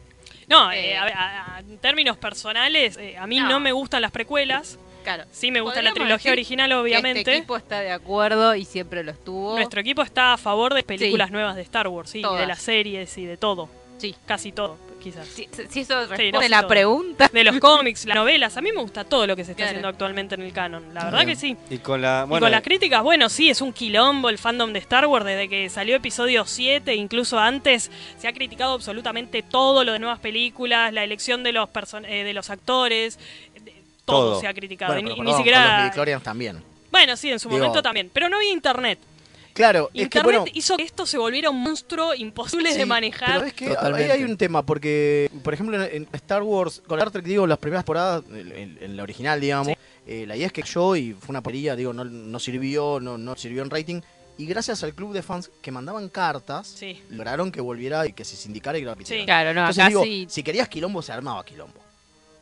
Speaker 5: No,
Speaker 6: Eh,
Speaker 5: eh, a ver, a- a- en términos personales, eh, a mí no.
Speaker 6: No.
Speaker 5: me gustan las precuelas.
Speaker 6: Claro.
Speaker 5: Sí me gusta la
Speaker 6: Podríamos
Speaker 5: trilogía
Speaker 6: decir
Speaker 5: original,
Speaker 6: que
Speaker 5: obviamente.
Speaker 6: Este equipo está de acuerdo y siempre lo estuvo.
Speaker 5: Nuestro equipo está a favor de películas nuevas de Star Wars, sí, de
Speaker 6: Todas.
Speaker 5: las series y de todo.
Speaker 6: Sí.
Speaker 5: Casi todo, quizás.
Speaker 6: Si, si eso responde
Speaker 5: no sé
Speaker 6: la
Speaker 5: todo.
Speaker 6: pregunta.
Speaker 5: De los cómics, las novelas. A mí me gusta todo lo que se está
Speaker 6: Claro.
Speaker 5: haciendo actualmente en el canon. La verdad que sí.
Speaker 3: Y con la.
Speaker 5: Y
Speaker 3: Bueno,
Speaker 5: con las críticas, bueno, sí, es un quilombo el fandom de Star Wars desde que salió episodio 7, incluso antes, se ha criticado absolutamente todo lo de nuevas películas, la elección de los, person- eh, de los actores, de- todo,
Speaker 3: Todo.
Speaker 5: se ha criticado.
Speaker 4: Bueno,
Speaker 5: y
Speaker 4: pero
Speaker 5: ni- y
Speaker 4: perdón,
Speaker 5: ni
Speaker 4: con los
Speaker 5: siquiera...
Speaker 4: midichlorians también.
Speaker 5: Bueno, sí, en su
Speaker 4: Digo-
Speaker 5: momento también, pero no había internet.
Speaker 4: Claro, es que
Speaker 5: Internet
Speaker 4: bueno...
Speaker 5: hizo que esto se volviera un monstruo imposible
Speaker 4: sí,
Speaker 5: de
Speaker 4: Pero
Speaker 5: manejar.
Speaker 4: es que
Speaker 2: Totalmente.
Speaker 4: ahí hay un tema, porque, por ejemplo, en, en Star Wars, con Star Trek, digo, las primeras temporadas, en, en- en la original, digamos, eh, la idea es que yo, y fue una porquería, digo, no, no sirvió, no, no sirvió en rating, y gracias al club de fans que mandaban cartas,
Speaker 5: Sí.
Speaker 4: lograron que volviera y que se sindicara y que lo repitieran.
Speaker 5: Sí.
Speaker 6: Claro, no,
Speaker 4: Entonces
Speaker 6: acá
Speaker 4: digo,
Speaker 6: sí.
Speaker 4: si querías quilombo, se armaba quilombo.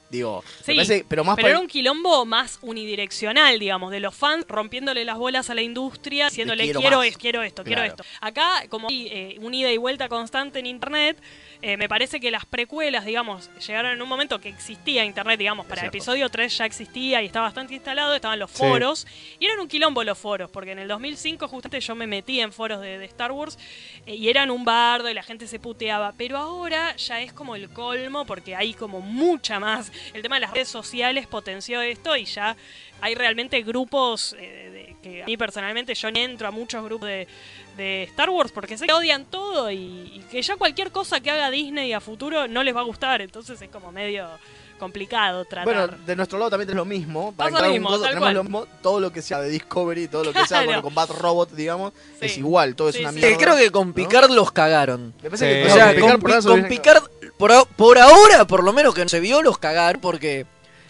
Speaker 4: Digo, me
Speaker 5: Sí,
Speaker 4: parece- pero más
Speaker 5: Pero
Speaker 4: para-
Speaker 5: era un quilombo más unidireccional, digamos, de los fans rompiéndole las bolas a la industria, diciéndole
Speaker 4: quiero
Speaker 5: quiero,
Speaker 4: más".
Speaker 5: esto, quiero esto, quiero
Speaker 4: Claro.
Speaker 5: esto. Acá, como hay eh, un ida y vuelta constante en Internet, eh, me parece que las precuelas, digamos, llegaron en un momento que existía Internet, digamos, para
Speaker 4: cierto.
Speaker 5: episodio 3 ya existía y estaba bastante instalado, estaban los
Speaker 3: Sí.
Speaker 5: foros, y eran un quilombo los foros, porque en el 2005 justamente yo me metí en foros de, de Star Wars eh, y eran un bardo y la gente se puteaba, pero ahora ya es como el colmo porque hay como mucha más. El tema de las redes sociales potenció esto y ya hay realmente grupos eh, de- que a mí personalmente yo no entro a muchos grupos de, de Star Wars porque sé que odian todo y, y que ya cualquier cosa que haga Disney a futuro no les va a gustar, entonces es como medio complicado tratar.
Speaker 4: Bueno, de nuestro lado también es lo mismo.
Speaker 5: Pasa
Speaker 4: Para encontrar
Speaker 5: lo
Speaker 4: un
Speaker 5: mismo,
Speaker 4: coso,
Speaker 5: tal
Speaker 4: tenemos
Speaker 5: cual.
Speaker 4: lo mismo. Todo lo que sea de Discovery, todo lo que sea
Speaker 5: Claro.
Speaker 4: bueno, con Bat Robot, digamos,
Speaker 5: Sí.
Speaker 4: es igual, todo es
Speaker 5: Sí,
Speaker 4: una
Speaker 5: sí.
Speaker 4: mierda.
Speaker 2: Eh, creo que con Picard los cagaron.
Speaker 4: Me
Speaker 3: Sí.
Speaker 4: parece que
Speaker 2: O
Speaker 3: No,
Speaker 2: sea,
Speaker 3: con
Speaker 2: con,
Speaker 4: por eso
Speaker 2: con
Speaker 4: hubiera-
Speaker 2: Picard, por, a- por ahora, por lo menos que no se vio, los cagaron porque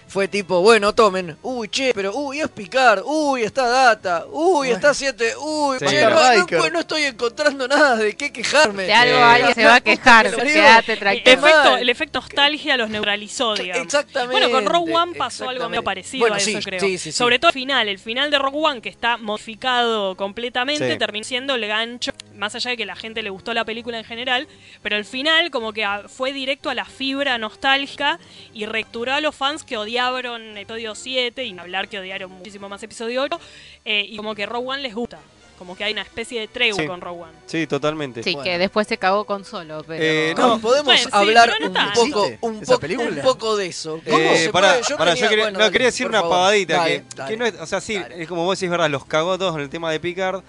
Speaker 2: fue tipo, bueno, tomen, uy, che, pero uy, es Picard, uy, está Data, uy, está 7, uy,
Speaker 3: Sí.
Speaker 2: che, no, no,
Speaker 4: Riker.
Speaker 2: pues, no estoy encontrando nada de qué quejarme.
Speaker 6: De algo alguien se va a quejar.
Speaker 2: Sí.
Speaker 6: Quédate
Speaker 5: Eh,
Speaker 6: tranquilo.
Speaker 5: efecto- el efecto nostalgia los neuralizó, digamos.
Speaker 2: Exactamente.
Speaker 5: Bueno, con Rogue One pasó algo medio
Speaker 2: exactamente.
Speaker 5: parecido
Speaker 2: Bueno,
Speaker 5: a eso,
Speaker 2: sí,
Speaker 5: creo.
Speaker 2: sí, sí, sí.
Speaker 5: Sobre todo el final. El final de Rogue One, que está modificado completamente,
Speaker 3: Sí.
Speaker 5: terminó siendo el gancho. Más allá de que la gente le gustó la película en general, pero el final, como que ah, fue directo a la fibra nostálgica y recturó a los fans que odiaron episodio 7, y ni hablar que odiaron muchísimo más episodio 8, eh, y como que Rogue One les gusta. Como que hay una especie de tregua
Speaker 3: Sí.
Speaker 5: con Rogue One.
Speaker 3: Sí, totalmente.
Speaker 6: Sí,
Speaker 2: Bueno.
Speaker 6: que después se cagó con solo, pero.
Speaker 3: Eh,
Speaker 2: No,
Speaker 3: No.
Speaker 2: podemos
Speaker 5: Bueno, sí,
Speaker 2: hablar
Speaker 5: pero no
Speaker 2: un,
Speaker 5: tanto.
Speaker 2: poco,
Speaker 4: ¿Existe
Speaker 2: un,
Speaker 4: esa
Speaker 2: poco, un
Speaker 4: película?
Speaker 2: poco de eso. ¿Cómo
Speaker 3: Eh,
Speaker 2: se
Speaker 3: pará,
Speaker 2: puede? Yo
Speaker 3: pará,
Speaker 2: tenía-
Speaker 3: yo quería,
Speaker 2: bueno,
Speaker 3: no,
Speaker 2: dale,
Speaker 3: quería decir
Speaker 2: por
Speaker 3: una
Speaker 2: favor.
Speaker 3: pavadita.
Speaker 2: Dale,
Speaker 3: que,
Speaker 2: dale.
Speaker 3: que no es, o sea, sí,
Speaker 2: Dale.
Speaker 3: es como vos decís, verdad, los cagó a todos en el tema de Picard.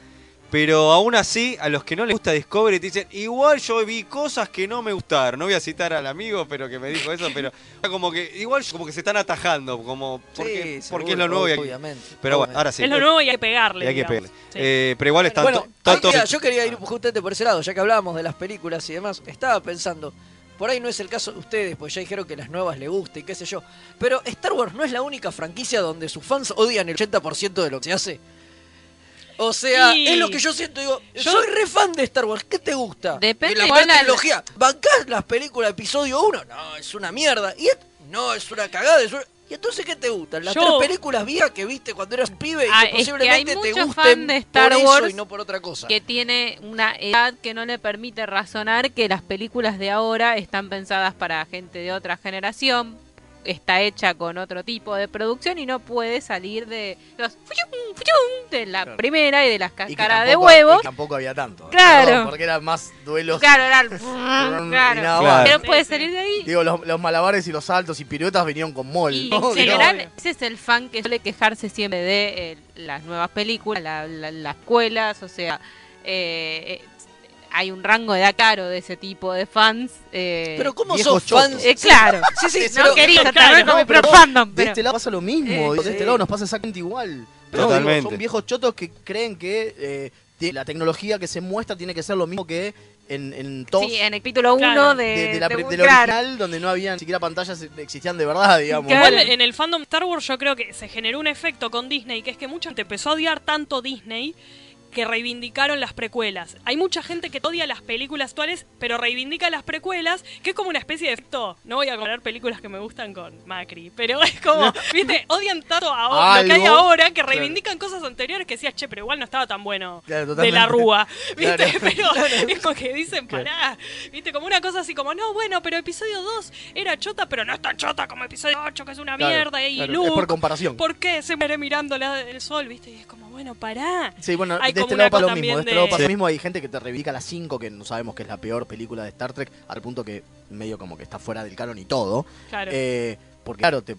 Speaker 3: Pero aún así, a los que no les gusta Discovery te dicen, igual yo vi cosas que no me gustaron. No voy a citar al amigo, pero que me dijo eso, pero como que igual como que se están atajando, como porque,
Speaker 2: Sí,
Speaker 3: porque
Speaker 2: seguro,
Speaker 3: es lo nuevo. y-
Speaker 2: obviamente.
Speaker 3: pero bueno,
Speaker 2: obviamente.
Speaker 3: ahora sí.
Speaker 5: es lo nuevo y hay que pegarle.
Speaker 3: Y hay que
Speaker 5: digamos.
Speaker 3: pegarle.
Speaker 5: Sí.
Speaker 3: Eh, pero igual están
Speaker 2: Bueno,
Speaker 3: to- todos-
Speaker 2: ahí, mira, yo quería ir justamente por ese lado, ya que hablábamos de las películas y demás, estaba pensando, por ahí no es el caso de ustedes, pues ya dijeron que las nuevas le gusta y qué sé yo, pero Star Wars no es la única franquicia donde sus fans odian el 80% de lo que se hace. O sea,
Speaker 5: Y-
Speaker 2: es lo que yo siento, digo,
Speaker 5: Yo-
Speaker 2: soy re fan de Star Wars, ¿qué te gusta?
Speaker 6: Depende
Speaker 2: de la
Speaker 6: cuál
Speaker 2: primera
Speaker 6: la-
Speaker 2: trilogía. ¿Bancás las películas de episodio 1? No, es una mierda. Y et- no, es una cagada. es una- ¿Y entonces qué te gustan? Las
Speaker 5: Yo-
Speaker 2: tres películas viejas que viste cuando eras un pibe y
Speaker 6: Ah,
Speaker 2: que
Speaker 6: es que hay
Speaker 2: posiblemente te
Speaker 6: mucho
Speaker 2: gusten
Speaker 6: fan de Star
Speaker 2: por eso
Speaker 6: Wars
Speaker 2: y no por otra cosa.
Speaker 6: que tiene una edad que no le permite razonar que las películas de ahora están pensadas para gente de otra generación, está hecha con otro tipo de producción y no puede salir de los fuyum, fuyum de la
Speaker 4: Claro.
Speaker 6: primera y de las
Speaker 4: y que
Speaker 6: cáscaras de
Speaker 4: tampoco-
Speaker 6: huevo.
Speaker 4: y tampoco había tanto.
Speaker 6: Claro.
Speaker 4: Perdón, porque eran más duelos.
Speaker 6: Claro, era el-
Speaker 5: Mm,
Speaker 4: y
Speaker 6: claro.
Speaker 4: nada
Speaker 3: Claro.
Speaker 4: más.
Speaker 6: Pero puede
Speaker 5: Sí, sí.
Speaker 6: salir de ahí.
Speaker 4: Digo, los, los malabares y los saltos y piruetas vinieron con mol.
Speaker 6: Y
Speaker 4: ¿no?
Speaker 6: en
Speaker 4: Digo,
Speaker 6: general,
Speaker 5: obvio.
Speaker 6: ese es el fan que suele quejarse siempre de eh, las nuevas películas, la- la- las escuelas, o sea, eh, eh, hay un rango de edad caro de ese tipo de fans. eh,
Speaker 2: Pero ¿cómo
Speaker 4: viejos
Speaker 2: sos fan?
Speaker 4: chotos.
Speaker 6: eh, claro.
Speaker 2: Sí, sí,
Speaker 6: no
Speaker 2: pero-
Speaker 6: quería
Speaker 5: claro,
Speaker 6: tratar
Speaker 4: no,
Speaker 6: con mi
Speaker 4: pero
Speaker 6: pro
Speaker 4: vos,
Speaker 6: fandom,
Speaker 4: De
Speaker 6: pero
Speaker 4: este lado pasa lo mismo,
Speaker 6: Eh,
Speaker 4: y de este
Speaker 2: sí.
Speaker 4: lado nos pasa exactamente igual. No,
Speaker 3: Totalmente.
Speaker 4: digo, son viejos chotos que creen que eh, ti- la tecnología que se muestra tiene que ser lo mismo que en, en TOS
Speaker 6: sí, en el capítulo 1
Speaker 5: Claro.
Speaker 6: de,
Speaker 4: de, de la,
Speaker 6: de
Speaker 4: pri-
Speaker 6: un-
Speaker 4: del
Speaker 6: claro.
Speaker 4: original, donde no había ni siquiera pantallas, eh, existían de verdad, digamos.
Speaker 6: Claro.
Speaker 5: Igual en el fandom Star Wars yo creo que se generó un efecto con Disney, que es que mucha gente empezó a odiar tanto Disney que reivindicaron las precuelas. Hay mucha gente que odia las películas actuales, pero reivindica las precuelas, que es como una especie de efecto. No voy a comparar películas que me gustan con Macri, pero es como, viste, odian tanto a lo que hay
Speaker 4: Algo.
Speaker 5: ahora que reivindican cosas anteriores que decías, che, pero igual no estaba tan bueno
Speaker 4: Claro,
Speaker 5: de
Speaker 4: totalmente.
Speaker 5: la Rúa. ¿Viste?
Speaker 4: Claro.
Speaker 5: Pero es como que dicen, pará. ¿Viste? Como una cosa así como, no, bueno, pero episodio 2 era chota, pero no es tan chota como episodio 8, que es una
Speaker 4: Claro,
Speaker 5: mierda. Y
Speaker 4: claro,
Speaker 5: Luke,
Speaker 4: es por
Speaker 5: por...
Speaker 4: comparación.
Speaker 5: qué se muere mirando la- el sol? ¿Viste? Y es como, bueno, pará.
Speaker 4: Sí, bueno,
Speaker 5: Hay
Speaker 4: de
Speaker 5: como
Speaker 4: este
Speaker 5: una
Speaker 4: lado pasa
Speaker 5: cosa
Speaker 4: lo mismo. De este
Speaker 5: también
Speaker 4: lado pasa
Speaker 5: de-
Speaker 4: lo mismo. Hay gente que te reivindica la 5, que no sabemos que es la peor película de Star Trek, al punto que medio como que está fuera del canon y todo.
Speaker 5: Claro.
Speaker 4: Eh, porque, claro, te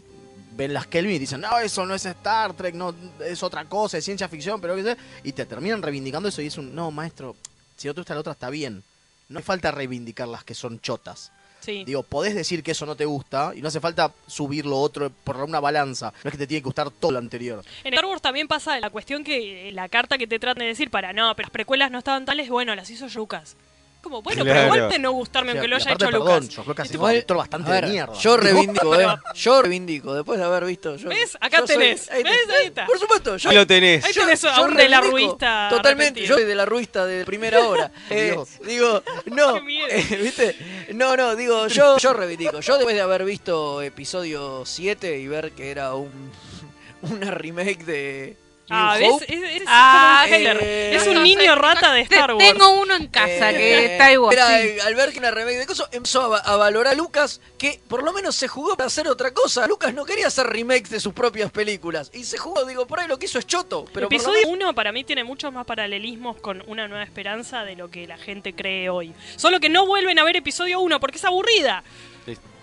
Speaker 4: ven las Kelvin y dicen, no, eso no es Star Trek, no es otra cosa, es ciencia ficción, pero qué sé. Y te terminan reivindicando eso y es un, no, maestro, si no te gusta la otra, está bien. No hace falta reivindicar las que son chotas.
Speaker 5: sí.
Speaker 4: Digo, podés decir que eso no te gusta y no hace falta subir lo otro por una balanza. No es que te tiene que gustar todo lo anterior.
Speaker 5: En Star Wars también pasa la cuestión que eh, la carta que te tratan de decir para no, pero las precuelas no estaban tales, bueno, las hizo Lucas. Como, bueno,
Speaker 3: Claro.
Speaker 5: pero igual te no
Speaker 4: O
Speaker 5: gustarme
Speaker 4: sea,
Speaker 5: aunque lo
Speaker 4: y
Speaker 5: haya
Speaker 4: aparte,
Speaker 5: hecho
Speaker 4: perdón,
Speaker 5: Lucas.
Speaker 4: Yo creo que hace
Speaker 2: Igual-
Speaker 4: un actor bastante
Speaker 2: A ver,
Speaker 4: de mierda.
Speaker 2: Yo reivindico, eh. Yo reivindico, después de haber visto. Yo,
Speaker 5: ¿Ves? Acá
Speaker 2: yo soy-
Speaker 5: tenés.
Speaker 2: ahí
Speaker 5: ¿Ves?
Speaker 2: tenés.
Speaker 4: eh,
Speaker 5: Ahí está.
Speaker 2: Por supuesto, yo.
Speaker 3: Ahí lo tenés.
Speaker 5: Ahí
Speaker 2: yo-
Speaker 5: tenés a
Speaker 2: yo
Speaker 5: un de la
Speaker 2: reivindico.
Speaker 5: ruista
Speaker 2: Totalmente,
Speaker 5: arrepentido.
Speaker 2: yo soy de la ruista de primera hora. Eh,
Speaker 4: Dios.
Speaker 2: digo, no,
Speaker 5: Qué miedo.
Speaker 2: eh, ¿viste? No, no, digo, yo, yo reivindico. Yo después de haber visto episodio 7 y ver que era un una remake de New
Speaker 5: Ah, ¿ves?
Speaker 2: Hope,
Speaker 5: Es, es- es
Speaker 6: Ah,
Speaker 5: como un Hitler.
Speaker 2: eh,
Speaker 5: es un
Speaker 6: No sé,
Speaker 5: niño rata de
Speaker 6: te-
Speaker 5: Star Wars.
Speaker 6: Tengo uno en casa que
Speaker 2: eh,
Speaker 6: está igual.
Speaker 2: era,
Speaker 6: sí.
Speaker 2: eh, al ver que una remake de cosas, empezó a, va- a valorar a Lucas, que por lo menos se jugó para hacer otra cosa. Lucas no quería hacer remakes de sus propias películas. Y se jugó, digo, por ahí lo que hizo es choto. Pero por lo
Speaker 5: Episodio 1 para mí tiene muchos más paralelismos con Una Nueva Esperanza de lo que la gente cree hoy. Solo que no vuelven a ver episodio 1 porque es aburrida.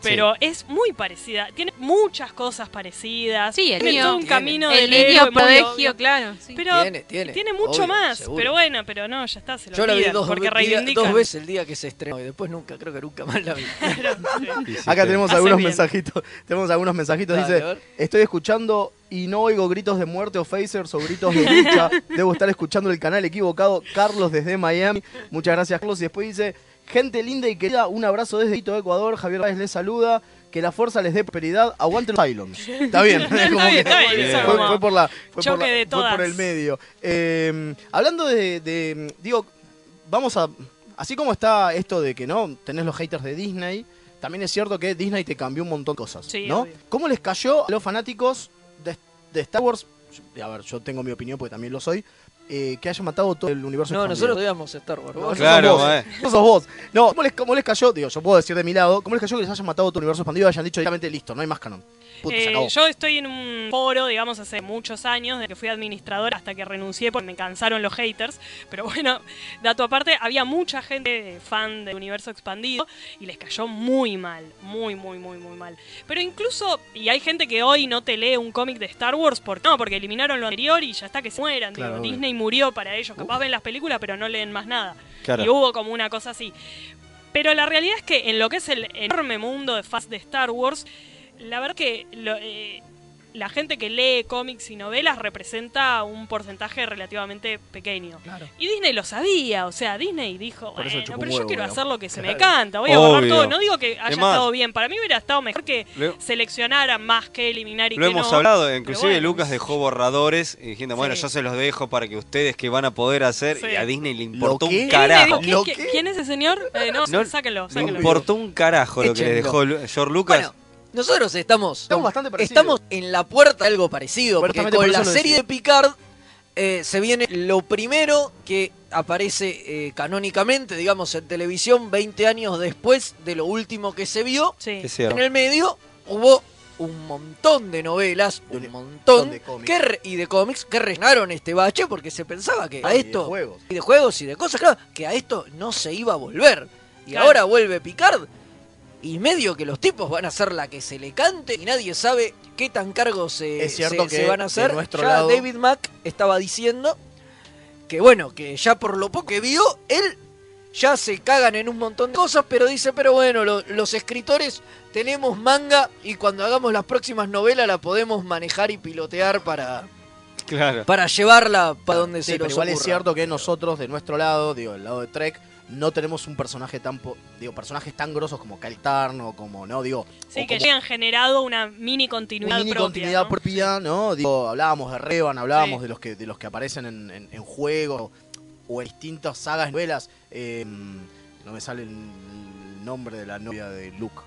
Speaker 5: Pero es muy parecida. Tiene muchas cosas parecidas.
Speaker 6: Sí, el
Speaker 5: tiene
Speaker 6: niño-
Speaker 5: todo un
Speaker 2: tiene.
Speaker 5: camino
Speaker 6: el
Speaker 5: del
Speaker 6: niño
Speaker 5: héroe muy
Speaker 6: prodigio,
Speaker 5: obvio.
Speaker 6: claro. sí.
Speaker 5: Pero
Speaker 2: Tiene,
Speaker 5: tiene,
Speaker 2: tiene,
Speaker 5: mucho
Speaker 2: obvio,
Speaker 5: más.
Speaker 2: seguro.
Speaker 5: Pero bueno, pero no, ya está, se lo
Speaker 2: Yo la vi
Speaker 5: olvidan,
Speaker 2: dos,
Speaker 5: porque
Speaker 2: día-
Speaker 5: reivindican.
Speaker 2: dos veces el día que se estrenó y después nunca, creo que nunca más la vi.
Speaker 5: Sí.
Speaker 4: Acá tenemos
Speaker 5: Hace
Speaker 4: algunos
Speaker 5: bien.
Speaker 4: mensajitos. Tenemos algunos mensajitos.
Speaker 2: Dale, a
Speaker 4: Dice,
Speaker 2: ver.
Speaker 4: estoy escuchando y no oigo gritos de muerte o phasers o gritos de lucha. Debo estar escuchando el canal equivocado. Carlos desde Miami. Muchas gracias, Carlos. Y después dice, gente linda y querida, un abrazo desde Quito, Ecuador. Javier Báez les saluda. Que la fuerza les dé prosperidad. Aguante los Islands. Está bien.
Speaker 5: Está
Speaker 4: Como
Speaker 5: bien, está bien,
Speaker 4: que
Speaker 3: eso
Speaker 4: Fue,
Speaker 5: como
Speaker 4: fue por la, fue por,
Speaker 5: choque
Speaker 4: la- fue
Speaker 5: de todas.
Speaker 4: por el medio. Eh, hablando de- de, digo, vamos a Así como está esto de que no tenés los haters de Disney, también es cierto que Disney te cambió un montón de cosas,
Speaker 5: Sí,
Speaker 4: ¿no?
Speaker 5: obvio.
Speaker 4: ¿Cómo les cayó a los fanáticos de, de Star Wars? Yo- A ver, yo tengo mi opinión porque también lo soy. eh, que haya matado todo el universo.
Speaker 2: No,
Speaker 4: expandido.
Speaker 2: nosotros odiamos Star Wars.
Speaker 4: No,
Speaker 2: Vos-
Speaker 3: Claro,
Speaker 4: sos vos.
Speaker 3: eh.
Speaker 4: No sos vos. No, ¿cómo les, cómo les cayó? Digo, yo puedo decir de mi lado. ¿Cómo les cayó que les hayan matado todo el universo expandido y hayan dicho directamente listo, no hay más canon? Puto,
Speaker 5: Eh,
Speaker 4: se acabó.
Speaker 5: yo estoy en un foro, digamos, hace muchos años, desde que fui administrador hasta que renuncié porque me cansaron los haters. Pero bueno, dato aparte, había mucha gente fan del universo expandido y les cayó muy mal, muy, muy, muy, muy mal. Pero incluso, y hay gente que hoy no te lee un cómic de Star Wars, ¿por qué no? Porque eliminaron lo anterior y ya está que se mueran. digo,
Speaker 4: Claro, obvio.
Speaker 5: Disney murió para ellos, capaz ven las películas pero no leen más nada. Y
Speaker 3: Claro.
Speaker 5: hubo como una cosa así. Pero la realidad es que en lo que es el enorme mundo de fans de Star Wars, la verdad que lo- eh, la gente que lee cómics y novelas representa un porcentaje relativamente pequeño. Y Disney lo sabía, o sea, Disney dijo,
Speaker 4: Por eso
Speaker 5: bueno,
Speaker 4: chupó un
Speaker 5: pero yo
Speaker 4: huevo,
Speaker 5: quiero
Speaker 4: digamos".
Speaker 5: hacer lo que se me
Speaker 4: Claro.
Speaker 5: canta, voy a borrar
Speaker 3: Obvio.
Speaker 5: todo. No digo que haya
Speaker 3: más-
Speaker 5: estado bien, para mí hubiera estado mejor que
Speaker 3: Lo-
Speaker 5: seleccionaran más que eliminar y
Speaker 3: Lo
Speaker 5: que
Speaker 3: hemos
Speaker 5: no.
Speaker 3: hablado, inclusive
Speaker 5: bueno.
Speaker 3: Lucas dejó borradores y diciendo, bueno,
Speaker 5: Sí.
Speaker 3: yo se los dejo para que ustedes que van a poder hacer,
Speaker 5: Sí.
Speaker 3: y a Disney le
Speaker 4: qué?
Speaker 3: importó un
Speaker 5: Y Disney
Speaker 3: carajo.
Speaker 5: dijo,
Speaker 4: ¿Lo
Speaker 5: "¿Qui-
Speaker 4: qué?
Speaker 5: ¿Quién es ese señor? Eh, no,
Speaker 3: No-
Speaker 5: sáquenlo,
Speaker 3: Le
Speaker 5: sáquenlo.
Speaker 3: importó un carajo lo que le dejó Lu- George Lucas.
Speaker 2: Bueno, nosotros estamos.
Speaker 4: Estamos bastante parecidos.
Speaker 2: estamos en la puerta de algo parecido.
Speaker 4: Bueno,
Speaker 2: Porque
Speaker 4: justamente
Speaker 2: con
Speaker 4: por
Speaker 2: la
Speaker 4: eso lo
Speaker 2: serie de
Speaker 4: decía.
Speaker 2: Picard eh, se viene lo primero que aparece eh, canónicamente, digamos, en televisión, 20 años después de lo último que se vio.
Speaker 5: Sí.
Speaker 3: Es cierto.
Speaker 2: En el medio hubo un montón de novelas,
Speaker 4: Y un
Speaker 2: un montón
Speaker 4: montón de cómics.
Speaker 2: que re- y de cómics que rellenaron este bache porque se pensaba que a
Speaker 4: Ah, Y
Speaker 2: esto
Speaker 4: videojuegos.
Speaker 2: y de juegos y de cosas, claro, que a esto no se iba a volver. Y
Speaker 5: Claro.
Speaker 2: ahora vuelve Picard y medio que los tipos van a hacer la que se le cante y nadie sabe qué tan cargos se,
Speaker 4: Es cierto
Speaker 2: se-
Speaker 4: que
Speaker 2: se van a
Speaker 4: de
Speaker 2: hacer.
Speaker 4: nuestro
Speaker 2: ya
Speaker 4: lado-
Speaker 2: David Mack estaba diciendo que bueno, que ya por lo poco que vio, él ya se cagan en un montón de cosas, pero dice, pero bueno, lo- los escritores tenemos manga y cuando hagamos las próximas novelas la podemos manejar y pilotear para,
Speaker 3: Claro.
Speaker 2: para llevarla para donde
Speaker 4: Sí,
Speaker 2: se
Speaker 4: pero
Speaker 2: nos
Speaker 4: igual es
Speaker 2: ocurra.
Speaker 4: cierto que nosotros, de nuestro lado, digo, el lado de Trek, no tenemos un personaje tan. po- digo, personajes tan grosos como Caltarno, como. No, digo.
Speaker 5: Sí,
Speaker 4: o
Speaker 5: que
Speaker 4: como
Speaker 5: hayan generado una mini
Speaker 4: una
Speaker 5: continuidad
Speaker 4: mini
Speaker 5: propia,
Speaker 4: continuidad
Speaker 5: ¿no?
Speaker 4: propia, ¿no? Digo, hablábamos de Revan, hablábamos
Speaker 5: Sí.
Speaker 4: de los que de los que aparecen en, en, en juegos o en distintas sagas, novelas. Eh, no me sale el nombre de la novia de Luke.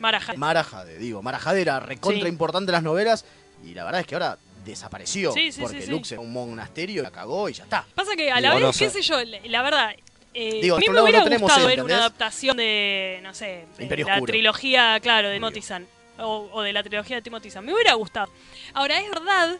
Speaker 5: Mara Jade.
Speaker 4: Mara Jade, digo, Mara Jade era recontra
Speaker 5: Ah. Sí.
Speaker 4: importante en las novelas y la verdad es que ahora desapareció
Speaker 5: Sí, sí,
Speaker 4: porque
Speaker 5: sí, sí.
Speaker 4: Luke se fue a un monasterio, la cagó y ya está.
Speaker 5: Pasa que a la
Speaker 3: Digo,
Speaker 5: vez,
Speaker 3: no
Speaker 5: qué
Speaker 3: sé.
Speaker 5: sé yo, la- la verdad, eh,
Speaker 4: Digo,
Speaker 5: a mí
Speaker 4: otro
Speaker 5: me
Speaker 4: lado
Speaker 5: hubiera
Speaker 4: no tenemos
Speaker 5: gustado
Speaker 4: eso,
Speaker 5: ver una
Speaker 4: ¿entendés?
Speaker 5: adaptación de, no sé, de
Speaker 4: Imperio
Speaker 5: la
Speaker 4: Oscuro.
Speaker 5: trilogía, claro, de Timothy Zahn, o, o de la trilogía de Timothy Zahn. Me hubiera gustado. Ahora, es verdad,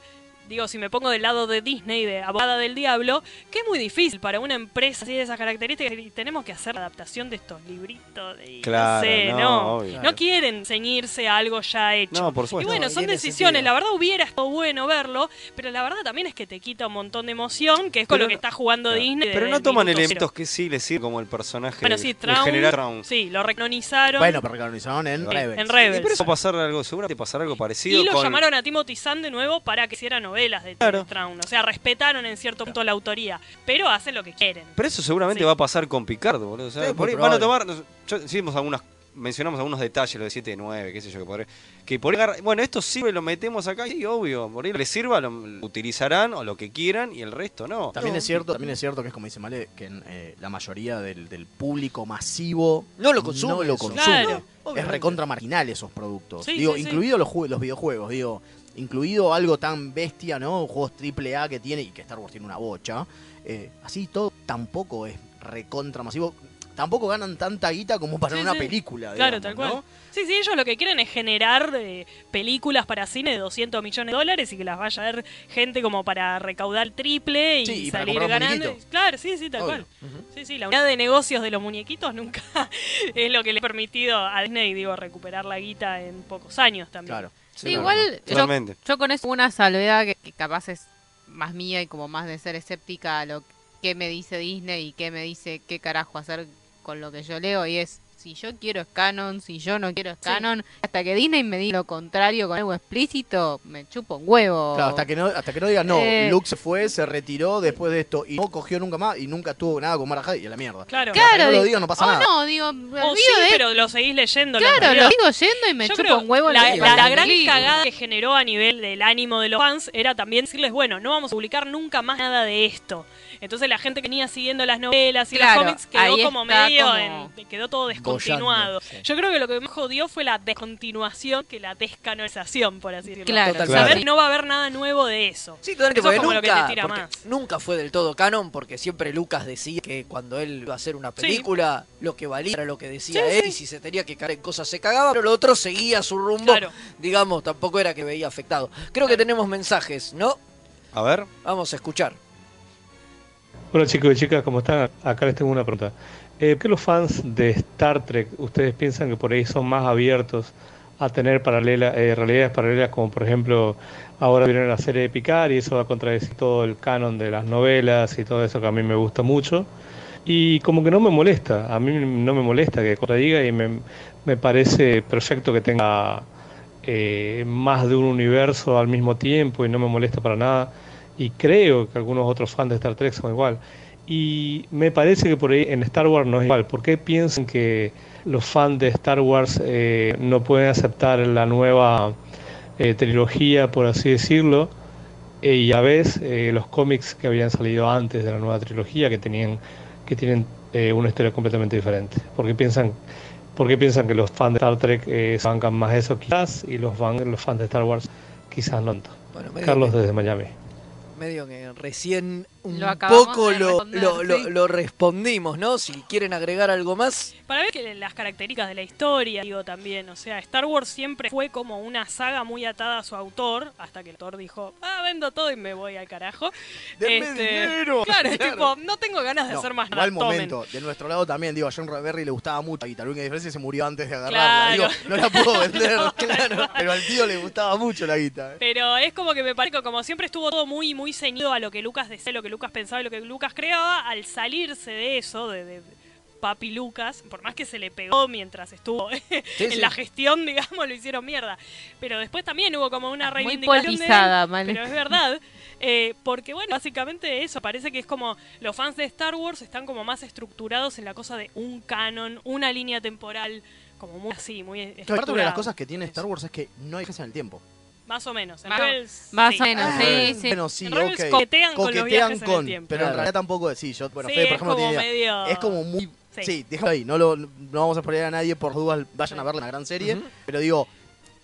Speaker 5: digo, si me pongo del lado de Disney, de abogada del diablo, que es muy difícil para una empresa así de esas características y tenemos que hacer la adaptación de estos libritos. De,
Speaker 3: Claro,
Speaker 5: no sé,
Speaker 3: no,
Speaker 5: no.
Speaker 3: obvio.
Speaker 5: No quieren ceñirse a algo ya hecho.
Speaker 3: No, por
Speaker 5: Y
Speaker 3: supuesto.
Speaker 5: bueno,
Speaker 4: y
Speaker 5: son
Speaker 4: tiene
Speaker 5: decisiones.
Speaker 4: sentido.
Speaker 5: La verdad hubiera estado bueno verlo, pero la verdad también es que te quita un montón de emoción, que es con
Speaker 3: Pero
Speaker 5: lo que
Speaker 3: no-
Speaker 5: está jugando Disney.
Speaker 3: Pero
Speaker 5: desde
Speaker 3: no
Speaker 5: el
Speaker 3: toman
Speaker 5: minuto
Speaker 3: elementos
Speaker 5: cero.
Speaker 3: que sí les sirven como el personaje
Speaker 5: Bueno, sí,
Speaker 3: el
Speaker 5: Traum,
Speaker 3: general Traum.
Speaker 5: Sí, lo recanonizaron
Speaker 4: Bueno, pero canonizaron en
Speaker 5: en-
Speaker 4: Rebels.
Speaker 5: en
Speaker 3: Y
Speaker 5: Rebels.
Speaker 3: por eso va a pasar algo, seguramente pasará algo parecido.
Speaker 5: Y lo
Speaker 3: con-
Speaker 5: llamaron a Timothy Zahn de nuevo para que hiciera novelas de
Speaker 3: Claro.
Speaker 5: Traum. O sea, respetaron en cierto punto la autoría, pero hacen lo que quieren.
Speaker 3: Pero eso seguramente
Speaker 5: Sí.
Speaker 3: va a pasar con Picardo, boludo. o sea,
Speaker 4: Sí, muy
Speaker 3: por ahí van a
Speaker 4: probable.
Speaker 3: tomar. nos- yo- hicimos algunas. Mencionamos algunos detalles, lo de 7 de 9, qué sé yo, que por ahí- Que por ahí agarra- bueno, esto sirve, lo metemos acá, y sí, obvio. Por ahí les sirva, lo utilizarán o lo que quieran, y el resto no.
Speaker 4: También es cierto, también es cierto que es como dice Male, que en, eh, la mayoría del, del público masivo
Speaker 2: No lo consume
Speaker 4: no lo
Speaker 2: eso.
Speaker 4: consume.
Speaker 5: Claro,
Speaker 4: es
Speaker 2: obviamente.
Speaker 4: recontra marginal esos productos.
Speaker 5: Sí,
Speaker 4: digo,
Speaker 5: sí, sí.
Speaker 4: incluido los jue- los videojuegos, digo, incluido algo tan bestia, ¿no? Juegos triple A que tiene y que Star Wars tiene una bocha. eh, así todo tampoco es recontra masivo. Tampoco ganan tanta guita como para
Speaker 5: Sí,
Speaker 4: una
Speaker 5: sí.
Speaker 4: película.
Speaker 5: Claro,
Speaker 4: digamos,
Speaker 5: tal
Speaker 4: ¿no?
Speaker 5: cual. Sí, sí, ellos lo que quieren es generar eh, películas para cine de 200 millones de dólares y que las vaya a ver gente como para recaudar triple y,
Speaker 4: Sí, y para
Speaker 5: salir
Speaker 4: comprar
Speaker 5: ganando.
Speaker 4: muñequitos.
Speaker 5: Claro, sí, sí, tal
Speaker 4: Obvio.
Speaker 5: cual. Sí, sí, la unidad de negocios de los muñequitos nunca es lo que le ha permitido a Disney, digo, recuperar la guita en pocos años también.
Speaker 4: Claro.
Speaker 6: Sí, igual yo,
Speaker 3: Totalmente.
Speaker 6: yo con eso una salvedad que, que capaz es más mía y como más de ser escéptica a lo que me dice Disney y que me dice qué carajo hacer con lo que yo leo y es si yo quiero es canon, si yo no quiero es canon, hasta que Disney me diga lo contrario con algo explícito, me chupo un huevo.
Speaker 4: Claro, hasta que no, hasta que no digan, no,
Speaker 6: Eh.
Speaker 4: Luke se fue, se retiró después de esto y no cogió nunca más y nunca tuvo nada con Mara Jade y a la mierda.
Speaker 5: Claro.
Speaker 6: Claro,
Speaker 4: Hasta que no lo
Speaker 6: di-
Speaker 4: digan, no pasa
Speaker 6: Oh,
Speaker 4: nada.
Speaker 6: no, digo, me
Speaker 5: O
Speaker 6: olvido
Speaker 5: sí,
Speaker 6: de-
Speaker 5: pero lo seguís leyendo. lo
Speaker 6: claro,
Speaker 5: anterior.
Speaker 6: lo digo yendo y me
Speaker 5: Yo
Speaker 6: chupo
Speaker 5: creo
Speaker 6: un huevo lo
Speaker 5: la,
Speaker 6: que
Speaker 5: la- la
Speaker 6: pasa en
Speaker 5: gran
Speaker 6: el libro.
Speaker 5: cagada que generó a nivel del ánimo de los fans era también decirles, bueno, no vamos a publicar nunca más nada de esto. Entonces la gente que venía siguiendo las novelas y
Speaker 6: Claro,
Speaker 5: los cómics quedó
Speaker 6: ahí
Speaker 5: como
Speaker 6: está
Speaker 5: medio,
Speaker 6: como-
Speaker 5: en- quedó todo descontinuado.
Speaker 2: Bollando, sí.
Speaker 5: Yo creo que lo que me jodió fue la descontinuación que la descanonización, por así decirlo.
Speaker 6: Claro,
Speaker 2: Total,
Speaker 5: Saber
Speaker 3: Claro.
Speaker 5: que no va a haber nada nuevo de eso.
Speaker 2: Sí, totalmente,
Speaker 5: Eso es
Speaker 2: porque
Speaker 5: como lo que
Speaker 2: nunca,
Speaker 5: te tira
Speaker 2: porque
Speaker 5: más.
Speaker 2: nunca fue del todo canon, porque siempre Lucas decía que cuando él iba a hacer una película, lo que valía era lo que decía
Speaker 5: Sí,
Speaker 2: él,
Speaker 5: sí.
Speaker 2: y si se tenía que caer en cosas se cagaba, pero lo otro seguía su rumbo,
Speaker 5: Claro.
Speaker 2: digamos, tampoco era que veía afectado. Creo que tenemos mensajes, ¿no?
Speaker 3: A ver.
Speaker 2: Vamos a escuchar.
Speaker 8: Hola chicos y chicas, ¿cómo están? Acá les tengo una pregunta. Eh, ¿Por qué los fans de Star Trek, ustedes piensan que por ahí son más abiertos a tener paralela, eh, realidades paralelas como por ejemplo ahora vieron la serie de Picard y eso va a contradecir todo el canon de las novelas y todo eso que a mí me gusta mucho? Y como que no me molesta, a mí no me molesta que contradiga y me, me parece perfecto que tenga eh, más de un universo al mismo tiempo y no me molesta para nada y creo que algunos otros fans de Star Trek son igual. Y me parece que por ahí en Star Wars no es igual. ¿Por qué piensan que los fans de Star Wars eh, no pueden aceptar la nueva eh, trilogía, por así decirlo? Eh, y a veces eh, los cómics que habían salido antes de la nueva trilogía que tenían que tienen eh, una historia completamente diferente. ¿Por qué piensan, por qué piensan que los fans de Star Trek eh, se bancan más eso quizás y los, van, los fans de Star Wars quizás no tanto?
Speaker 2: Bueno, medio,
Speaker 8: Carlos desde Miami.
Speaker 2: que, medio que recién un
Speaker 6: Lo acabamos
Speaker 2: poco
Speaker 6: de
Speaker 2: lo,
Speaker 6: responder,
Speaker 2: lo- lo-
Speaker 6: sí.
Speaker 2: lo respondimos, ¿no? Si quieren agregar algo más,
Speaker 5: Para ver que las características de la historia, digo también, o sea, Star Wars siempre fue como una saga muy atada a su autor, hasta que el autor dijo, ah, vendo todo y me voy al carajo. Este,
Speaker 4: Denme dinero.
Speaker 5: Claro, es
Speaker 4: Claro.
Speaker 5: tipo, no tengo ganas de
Speaker 4: No,
Speaker 5: hacer más nada.
Speaker 4: igual
Speaker 5: tomen".
Speaker 4: momento, de nuestro lado también, digo, a John Roddenberry le gustaba mucho la guitarra, que diferencia se murió antes de agarrarla.
Speaker 5: Claro.
Speaker 4: Digo, no la pudo vender, claro. Pero al tío le gustaba mucho la guita. eh.
Speaker 5: Pero es como que me parece que como siempre estuvo todo muy, muy ceñido a lo que Lucas decía, lo que Lucas pensaba y lo que Lucas creaba, al salirse de eso, de, de- Papi Lucas, por más que se le pegó mientras estuvo
Speaker 2: Sí,
Speaker 5: en
Speaker 2: sí.
Speaker 5: la gestión, digamos, lo hicieron mierda. Pero después también hubo como una
Speaker 6: Estás muy
Speaker 5: reivindicación. de él,
Speaker 6: politizada, Male.
Speaker 5: Pero es verdad. eh, porque, bueno, básicamente eso. Parece que es como los fans de Star Wars están como más estructurados en la cosa de un canon, una línea temporal. Como muy así, muy.
Speaker 4: Aparte, una de las
Speaker 5: estructurado.
Speaker 4: cosas que tiene Star Wars es que no hay vigencia en el tiempo.
Speaker 5: Más o menos. En
Speaker 6: Más-
Speaker 5: Rebels,
Speaker 6: más
Speaker 5: sí. Ah.
Speaker 6: o menos, sí, sí.
Speaker 4: Bueno, sí,
Speaker 5: En Rebels
Speaker 4: ok.
Speaker 5: coquetean con los viajes en el tiempo.
Speaker 4: pero en
Speaker 2: Claro.
Speaker 4: realidad tampoco es. Sí, yo, bueno,
Speaker 5: Sí,
Speaker 4: Fede, por
Speaker 5: es
Speaker 4: ejemplo,
Speaker 5: como
Speaker 4: tiene idea.
Speaker 5: medio.
Speaker 4: Es como muy.
Speaker 5: Sí.
Speaker 4: Sí, déjalo ahí. No, lo, no vamos a spoiler a nadie, por dudas vayan a ver la gran serie.
Speaker 2: Ujú.
Speaker 4: Pero digo,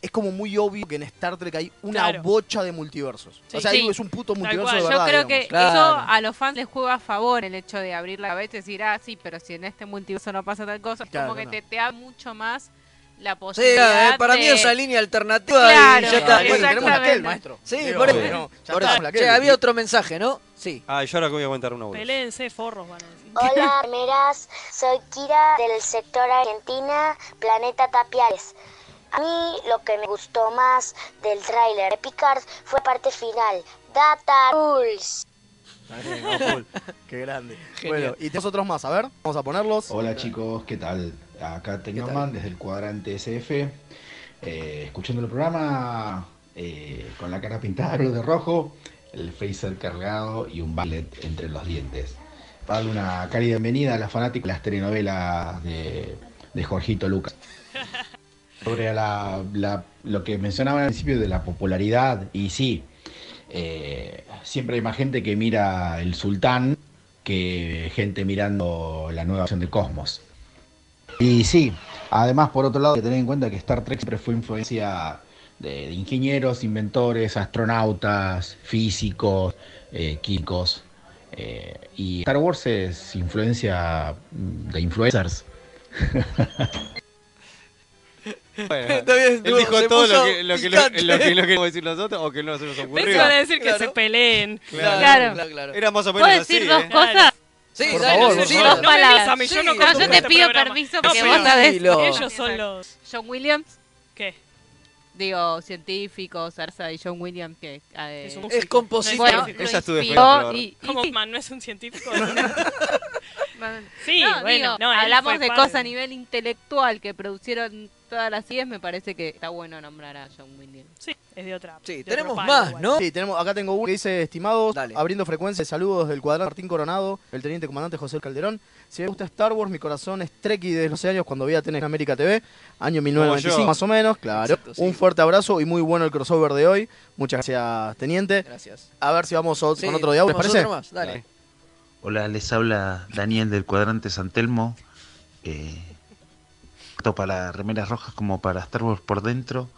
Speaker 4: es como muy obvio que en Star Trek hay una
Speaker 5: Claro.
Speaker 4: bocha de multiversos.
Speaker 5: Sí.
Speaker 4: o sea,
Speaker 5: Sí.
Speaker 4: digo, es un puto multiverso
Speaker 5: cual.
Speaker 4: de
Speaker 6: Yo
Speaker 5: Yo
Speaker 4: verdad.
Speaker 6: creo que
Speaker 4: digamos.
Speaker 2: Claro.
Speaker 6: eso a los fans les juega a favor el hecho de abrir la cabeza y decir, ah, sí, pero si en este multiverso no pasa tal cosa, es
Speaker 4: Claro,
Speaker 6: como que
Speaker 4: no.
Speaker 6: te, te da mucho más la
Speaker 2: Sí,
Speaker 6: posibilidad.
Speaker 2: eh, para mí
Speaker 6: de-
Speaker 2: esa línea alternativa
Speaker 6: Claro,
Speaker 2: y ya está.
Speaker 4: Bueno, tenemos la
Speaker 6: Exactamente.
Speaker 4: Kel, maestro.
Speaker 2: Sí,
Speaker 4: Digo,
Speaker 2: por eso.
Speaker 4: bueno, ya
Speaker 2: Por
Speaker 4: está,
Speaker 2: eso.
Speaker 4: la
Speaker 2: Che,
Speaker 4: Kel.
Speaker 2: había otro mensaje, ¿no? Sí.
Speaker 3: Ah, yo ahora que voy a contar una boludez.
Speaker 5: Peléense, forros, van a decir.
Speaker 9: Hola, armeras. Soy Kira del sector Argentina, Planeta Tapiales. A mí lo que me gustó más del tráiler de Picard fue la parte final. Data Rules.
Speaker 4: Qué grande.
Speaker 2: Genial.
Speaker 4: Bueno, y tenemos otros más. A ver, vamos a ponerlos.
Speaker 10: Hola chicos, ¿qué tal? Acá Tecnoman desde el cuadrante SF, eh, escuchando el programa eh, con la cara pintada de color de rojo, el phaser cargado y un ballet entre los dientes. Para darle una cálida bienvenida a las fanáticas de las telenovelas de, de Jorgito Lucas. Sobre la- la- lo que mencionaban al principio de la popularidad, y sí, eh, siempre hay más gente que mira el sultán que gente mirando la nueva versión de Cosmos. Y sí, además por otro lado hay que tener en cuenta que Star Trek siempre fue influencia de, de ingenieros, inventores, astronautas, físicos, eh, químicos. eh, y Star Wars es influencia mm, de influencers.
Speaker 3: Bueno,
Speaker 2: Está bien,
Speaker 3: él
Speaker 2: estuvo- se
Speaker 3: dijo todo
Speaker 2: puso
Speaker 3: lo que, lo, que, lo,
Speaker 2: picante.
Speaker 3: lo que, lo que íbamos a decir nosotros o que no se nos
Speaker 5: ¿Ves
Speaker 3: ocurrió.
Speaker 5: que van a decir
Speaker 2: Claro.
Speaker 5: que se peleen?
Speaker 6: Claro.
Speaker 2: claro, claro.
Speaker 3: Era más o
Speaker 6: ¿Puedo
Speaker 3: menos
Speaker 6: decir
Speaker 3: así,
Speaker 6: dos
Speaker 3: ¿eh?
Speaker 6: cosas?
Speaker 2: Sí,
Speaker 4: Por
Speaker 2: dale,
Speaker 4: favor,
Speaker 2: sí,
Speaker 4: por
Speaker 2: sí,
Speaker 4: favor.
Speaker 2: no,
Speaker 5: No me
Speaker 6: palabras.
Speaker 5: avísame, yo no
Speaker 2: Sí,
Speaker 5: conduzco
Speaker 6: No, yo te
Speaker 5: este
Speaker 6: pido
Speaker 5: programa.
Speaker 6: permiso
Speaker 5: No,
Speaker 6: porque
Speaker 5: pero
Speaker 6: vos sabés.
Speaker 2: tranquilo.
Speaker 5: Ellos son los...
Speaker 6: John Williams,
Speaker 5: ¿Qué?
Speaker 6: digo, científicos, Arsa y John Williams, que... eh,
Speaker 5: Es un
Speaker 2: Es compositor.
Speaker 6: bueno,
Speaker 5: Esa
Speaker 6: lo
Speaker 3: es tu defensa,
Speaker 6: inspiró
Speaker 3: Flor.
Speaker 6: y- y-
Speaker 5: ¿Cómo
Speaker 6: y-
Speaker 5: man no es un científico?
Speaker 6: Sí,
Speaker 5: Sí, bueno, no, él
Speaker 6: hablamos
Speaker 5: fue
Speaker 6: de
Speaker 5: padre.
Speaker 6: cosas a nivel intelectual que producieron todas las series, me parece que está bueno nombrar a John Williams.
Speaker 5: Sí, es de otra.
Speaker 2: Sí,
Speaker 5: de otro
Speaker 2: tenemos
Speaker 5: palo
Speaker 2: más,
Speaker 5: igual.
Speaker 2: ¿no?
Speaker 4: Sí, tenemos, acá tengo uno que dice, estimados,
Speaker 2: Dale.
Speaker 4: abriendo frecuencia, saludos del cuadrante Martín Coronado, el teniente comandante José Calderón. Si me gusta Star Wars, mi corazón es Trekkie desde los años cuando veía Tenés en América TV, año 1995
Speaker 3: yo.
Speaker 4: más o menos, claro.
Speaker 2: Exacto, sí.
Speaker 4: Un fuerte abrazo y muy bueno el crossover de hoy. Muchas gracias, teniente.
Speaker 2: Gracias.
Speaker 4: A ver si vamos a-
Speaker 2: Sí,
Speaker 4: con otro diablo, ¿les
Speaker 2: tenemos
Speaker 4: parece?
Speaker 2: otro más, dale.
Speaker 11: Hola, les habla Daniel del cuadrante San Telmo. eh, tanto para remeras rojas como para Star Wars por dentro.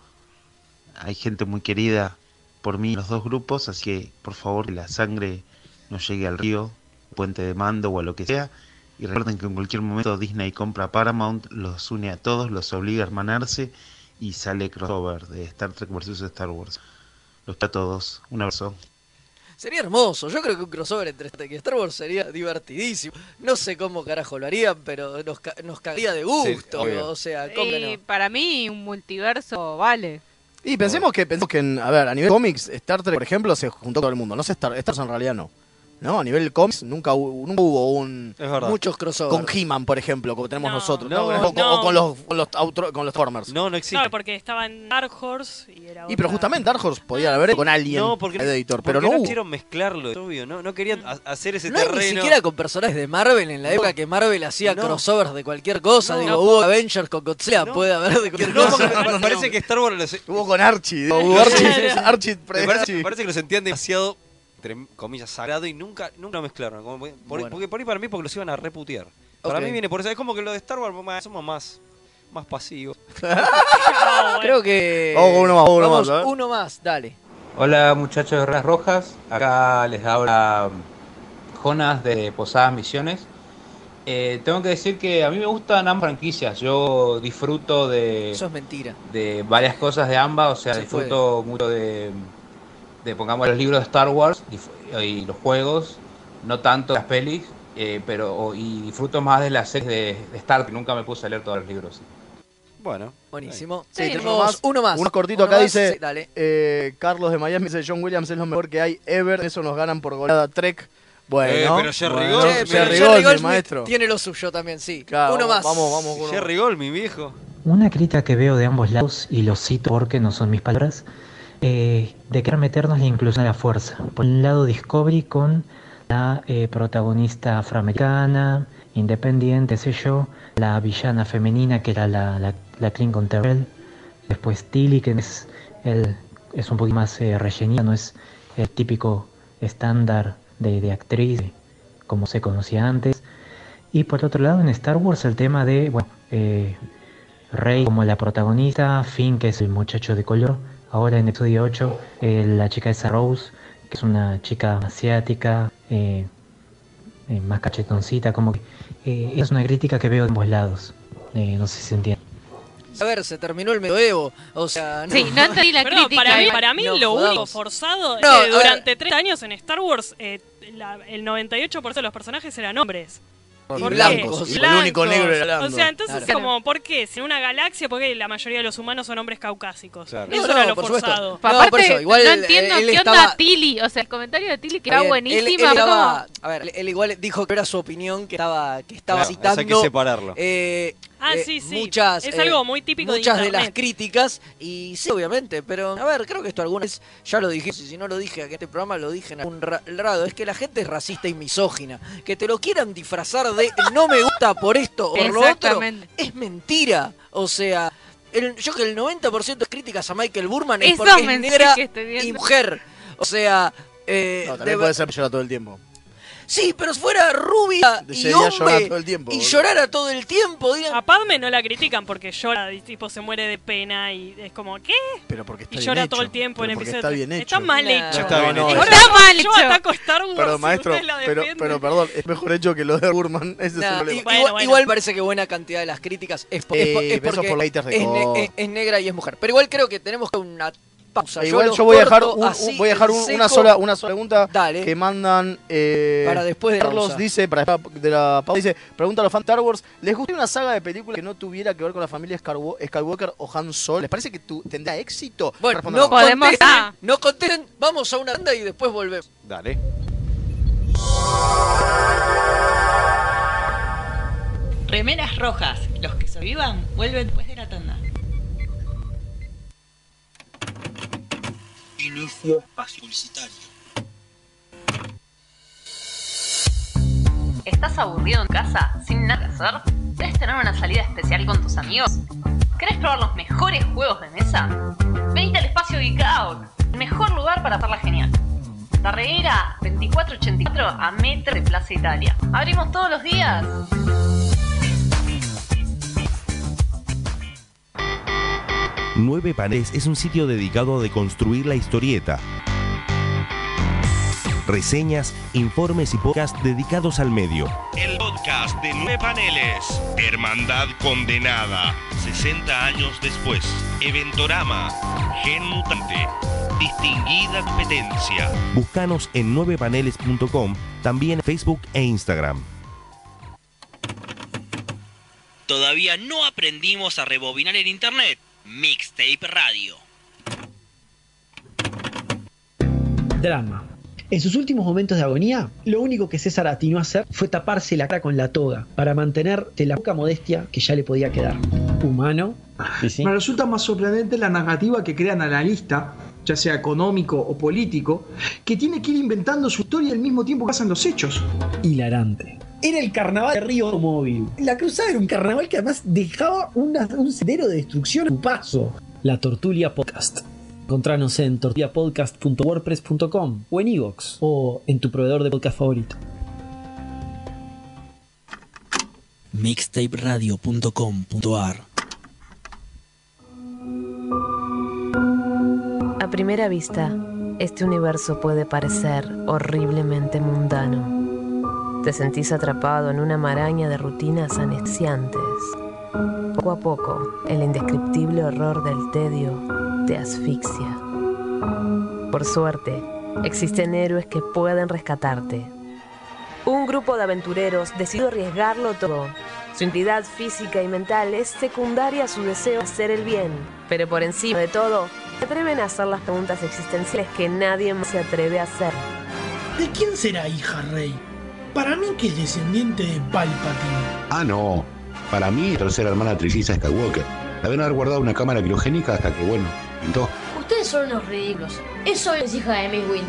Speaker 11: Hay gente muy querida por mí en los dos grupos, así que por favor que la sangre no llegue al río, puente de mando o a lo que sea. Y recuerden que en cualquier momento Disney compra Paramount, los une a todos, los obliga a hermanarse y sale crossover de Star Trek versus Star Wars. Los quiero a todos, un abrazo.
Speaker 2: Sería hermoso. Yo creo que un crossover entre Star Trek y Star Wars sería divertidísimo. No sé cómo carajo lo harían, pero nos, ca- nos cagaría de gusto.
Speaker 3: obvio.
Speaker 2: o sea, ¿cómo que
Speaker 6: Y
Speaker 2: no?
Speaker 6: para mí un multiverso vale.
Speaker 4: Y pensemos que, pensemos que en- a ver, a nivel cómics, Star Trek, por ejemplo, se juntó todo el mundo. No sé, Star, Star Wars en realidad no. ¿No? A nivel cómics nunca hubo, nunca hubo un...
Speaker 3: Es verdad.
Speaker 2: Muchos crossovers.
Speaker 4: Con He-Man, por ejemplo, como tenemos
Speaker 5: No,
Speaker 4: nosotros. ¿no?
Speaker 3: no,
Speaker 4: o, con-
Speaker 5: no.
Speaker 4: o con los, con los, outro- con los Transformers.
Speaker 3: No, no existe.
Speaker 5: Claro, porque estaban Dark Horse y era
Speaker 4: Y pero
Speaker 5: otra-
Speaker 4: justamente Dark Horse podía haber con Alien
Speaker 3: no, porque,
Speaker 4: editor,
Speaker 3: porque
Speaker 4: pero no, hubo.
Speaker 3: quisieron mezclarlo, es obvio, no, no querían ha- hacer ese
Speaker 2: No hay
Speaker 3: terreno.
Speaker 2: ni siquiera con personajes de Marvel en la época que Marvel hacía
Speaker 3: No.
Speaker 2: crossovers de cualquier cosa.
Speaker 3: No.
Speaker 2: Digo, hubo Avengers con Godzilla,
Speaker 3: No.
Speaker 2: puede haber de cualquier
Speaker 3: No,
Speaker 2: cosa.
Speaker 3: porque me parece que Star Wars los-
Speaker 4: Hubo con Archie, digo, hubo Archie, Archie,
Speaker 3: me
Speaker 4: pre-
Speaker 3: parece,
Speaker 4: Archie.
Speaker 3: me parece que lo sentían demasiado entre comillas sagrado y nunca nunca lo mezclaron como por- por-
Speaker 2: Bueno.
Speaker 3: porque por ahí para mí porque los iban a reputear para
Speaker 2: Ok.
Speaker 3: mí viene por eso es como que lo de Star Wars más- somos más más pasivos
Speaker 5: Ah, bueno.
Speaker 2: Creo que.
Speaker 4: Vamos con uno más, uno
Speaker 2: Vamos,
Speaker 4: más, ¿eh? a ver.
Speaker 2: uno más, dale.
Speaker 7: Hola muchachos de Renas Rojas, acá les habla Jonas de Posadas Misiones. Eh, tengo que decir que a mí me gustan ambas franquicias, yo disfruto de,
Speaker 2: Eso es mentira.
Speaker 7: de varias cosas de ambas, o sea,
Speaker 2: Se
Speaker 7: disfruto mucho de, de, pongamos, los libros de Star Wars dif- y los juegos, no tanto las pelis, eh, pero o- y disfruto más de las series de, de Star Trek, nunca me puse a leer todos los libros.
Speaker 3: bueno
Speaker 2: Buenísimo.
Speaker 4: Sí,
Speaker 2: tenemos
Speaker 4: tenemos más.
Speaker 2: uno más.
Speaker 4: Uno cortito acá dice-
Speaker 2: sí, dale.
Speaker 4: Eh, Carlos de Miami dice John Williams es lo mejor que hay ever, eso nos ganan por goleada Trek Bueno,
Speaker 3: Eh, pero Jerry
Speaker 4: bueno,
Speaker 3: Goldsmith.
Speaker 2: Che,
Speaker 4: Jerry
Speaker 2: pero
Speaker 3: Jerry
Speaker 4: Goldsmith,
Speaker 2: Goldsmith
Speaker 4: maestro.
Speaker 2: Tiene lo suyo también, sí.
Speaker 4: Claro,
Speaker 2: Uno más.
Speaker 4: vamos- Vamos, vamos, con uno
Speaker 3: Jerry Gol, mi viejo.
Speaker 7: Una crítica que veo de ambos lados, y lo cito porque no son mis palabras, eh, de querer meternos la inclusión a la fuerza. Por un lado, Discovery con la eh, protagonista afroamericana, independiente, sé yo, la villana femenina que era la, la, la Klingon Terrell, después Tilly, que es, el, es un poquito más eh, rellenita, no es el típico estándar de, de actriz eh, como se conocía antes. Y por otro lado, en Star Wars, el tema de, bueno, eh, Rey como la protagonista, Finn que es el muchacho de color, ahora en episodio 8 eh, la chica esa Rose, que es una chica asiática, eh, eh, más cachetoncita, como que eh, es una crítica que veo de ambos lados, Eh, no sé si se entiende.
Speaker 2: A ver, se terminó el medioevo. O sea, no.
Speaker 6: Sí, no entendí la
Speaker 5: Perdón,
Speaker 6: crítica.
Speaker 5: para mí,
Speaker 6: igual.
Speaker 5: para mí
Speaker 2: No
Speaker 5: lo
Speaker 2: jodamos.
Speaker 5: único forzado
Speaker 2: No,
Speaker 5: es que
Speaker 2: a
Speaker 5: durante tres años en Star Wars eh, la- el 98% de los personajes eran hombres.
Speaker 2: Y
Speaker 5: ¿Por qué?
Speaker 2: blancos.
Speaker 4: Y el único negro era
Speaker 5: O
Speaker 4: Lando.
Speaker 5: sea, entonces
Speaker 2: Claro.
Speaker 5: como, ¿por qué? Si en una galaxia, ¿por qué la mayoría de los humanos son hombres caucásicos?
Speaker 3: Claro.
Speaker 5: Eso
Speaker 2: No, no,
Speaker 5: era lo
Speaker 2: por
Speaker 5: forzado.
Speaker 2: supuesto. No,
Speaker 6: Aparte,
Speaker 2: por eso, igual,
Speaker 6: no
Speaker 2: eh,
Speaker 6: entiendo
Speaker 2: él
Speaker 6: qué
Speaker 2: estaba-
Speaker 6: onda Tilly. O sea, el comentario de Tilly que
Speaker 2: Está
Speaker 6: era
Speaker 2: bien, él- él
Speaker 6: buenísima. fue como-
Speaker 2: estaba- a ver, él igual dijo que era su opinión, que estaba, que estaba
Speaker 3: Claro, eso
Speaker 2: citando.
Speaker 3: hay que separarlo.
Speaker 2: eh,
Speaker 5: Ah,
Speaker 2: eh,
Speaker 5: sí, sí.
Speaker 2: Muchas,
Speaker 5: Es
Speaker 2: eh,
Speaker 5: algo muy típico de
Speaker 2: Muchas de,
Speaker 5: Internet.
Speaker 2: las críticas, y sí, obviamente, pero a ver, creo que esto alguna vez ya lo dije, si no lo dije en este programa, lo dije en algún ra- lado, es que la gente es racista y misógina. Que te lo quieran disfrazar de no me gusta por esto o por lo otro,
Speaker 6: Exactamente.
Speaker 2: es mentira. O sea, el- yo que el 90% de críticas a Michael Burman es
Speaker 6: Eso
Speaker 2: porque es
Speaker 6: pensé
Speaker 2: negra
Speaker 6: que estoy viendo.
Speaker 2: y mujer. O sea, eh,
Speaker 4: No,
Speaker 2: de
Speaker 4: también puede ser llora todo el tiempo.
Speaker 2: Sí, pero si fuera rubia
Speaker 4: De ese
Speaker 2: y
Speaker 4: día lloraba
Speaker 2: hombre
Speaker 4: todo el tiempo,
Speaker 2: y
Speaker 4: boludo.
Speaker 2: llorara todo el tiempo, digan,
Speaker 5: A Padme no la critican porque llora y tipo se muere de pena y es como, ¿qué?
Speaker 4: Pero porque está
Speaker 5: Y
Speaker 4: bien
Speaker 5: llora
Speaker 4: hecho.
Speaker 5: todo el tiempo
Speaker 4: Pero
Speaker 5: en el
Speaker 4: porque
Speaker 5: episodio.
Speaker 4: Está
Speaker 5: tres.
Speaker 4: bien hecho.
Speaker 5: Está mal
Speaker 2: No,
Speaker 5: hecho.
Speaker 3: está bien
Speaker 4: No,
Speaker 3: hecho.
Speaker 4: no,
Speaker 5: Ahora,
Speaker 6: Está mal
Speaker 5: Yo
Speaker 6: hecho.
Speaker 5: ataco a Star Wars.
Speaker 4: Perdón,
Speaker 5: y
Speaker 4: maestro,
Speaker 5: ustedes la
Speaker 4: pero,
Speaker 5: defienden.
Speaker 4: pero perdón, es mejor hecho que lo de Burman, ese es el
Speaker 2: Nah, i-
Speaker 4: problema.
Speaker 5: Bueno,
Speaker 2: igual,
Speaker 5: bueno.
Speaker 2: igual parece que buena cantidad de las críticas es, po- es po-
Speaker 4: Eh,
Speaker 2: es
Speaker 4: besos
Speaker 2: porque
Speaker 4: por haters de
Speaker 2: es, ne-
Speaker 4: codo.
Speaker 2: es- es negra y es mujer. Pero igual creo que tenemos que una pausa.
Speaker 4: Eh, igual
Speaker 2: los
Speaker 4: yo voy a dejar,
Speaker 2: corto
Speaker 4: un- un-
Speaker 2: así
Speaker 4: voy a dejar
Speaker 2: en
Speaker 4: un- una,
Speaker 2: seco.
Speaker 4: sola, una sola pregunta
Speaker 2: Dale.
Speaker 4: que mandan eh,
Speaker 2: Para después de la
Speaker 4: Carlos
Speaker 2: pausa.
Speaker 4: dice, para después de la pausa, dice, pregunta a los fans de Star Wars, ¿les gustaría una saga de película que no tuviera que ver con la familia Scarwo- Skywalker o Han Solo? ¿Les parece que tu- tendrá éxito?
Speaker 2: Bueno,
Speaker 4: Respondan
Speaker 2: no
Speaker 4: ahora.
Speaker 6: Podemos-
Speaker 2: contesten,
Speaker 6: Ah.
Speaker 2: no contesten, vamos a una tanda y después volvemos.
Speaker 5: Ah.
Speaker 3: Dale.
Speaker 12: Remeras rojas, los que sobrevivan vuelven después de la tanda.
Speaker 11: Inicio espacio publicitario.
Speaker 13: ¿Estás aburrido en casa sin nada que hacer? ¿Querés tener una salida especial con tus amigos? ¿Querés probar los mejores juegos de mesa? Venite al espacio Geek Out, el mejor lugar para pasarla genial. Darreguera 2484 a metro de Plaza Italia. Abrimos todos los días.
Speaker 1: Nueve Panes es un sitio dedicado a deconstruir la historieta. Reseñas, informes y podcast dedicados al medio. El podcast de Nueve Paneles. Hermandad Condenada. 60 años después. Eventorama. Gen Mutante. Distinguida competencia. Búscanos en 9paneles.com, también en Facebook e Instagram.
Speaker 12: Todavía no aprendimos a rebobinar en internet. Mixtape Radio.
Speaker 7: Drama. En sus últimos momentos de agonía, lo único que César atinó a hacer fue taparse la cara con la toga para mantener de la poca modestia que ya le podía quedar. Humano.
Speaker 12: Me resulta más sorprendente la narrativa que crean analista, ya sea económico o político, que tiene que ir inventando su historia al mismo tiempo que pasan los hechos.
Speaker 7: hilarante. Era el carnaval de Río Móvil. La cruzada era un carnaval que además dejaba una- un sendero de destrucción a su paso. La Tortulia Podcast. Encontranos en tortuliapodcast.wordpress.com o en iVoox o en tu proveedor de podcast favorito.
Speaker 12: Mixtaperadio.com.ar
Speaker 13: A primera vista, este universo puede parecer horriblemente mundano. Te sentís atrapado en una maraña de rutinas anexantes. Poco a poco, el indescriptible horror del tedio te asfixia. Por suerte, existen héroes que pueden rescatarte. Un grupo de aventureros decidió arriesgarlo todo. Su integridad física y mental es secundaria a su deseo de hacer el bien. Pero por encima de todo, se atreven a hacer las preguntas existenciales que nadie más se atreve a hacer.
Speaker 14: ¿De quién será hija Rey? Para mí que es descendiente de Palpatine.
Speaker 15: Ah, no. Para mí, la tercera hermana trilliza Skywalker. La deben haber guardado una cámara criogénica hasta que, bueno, pintó.
Speaker 16: Ustedes son unos ridículos. Eso es hija de Miss Win.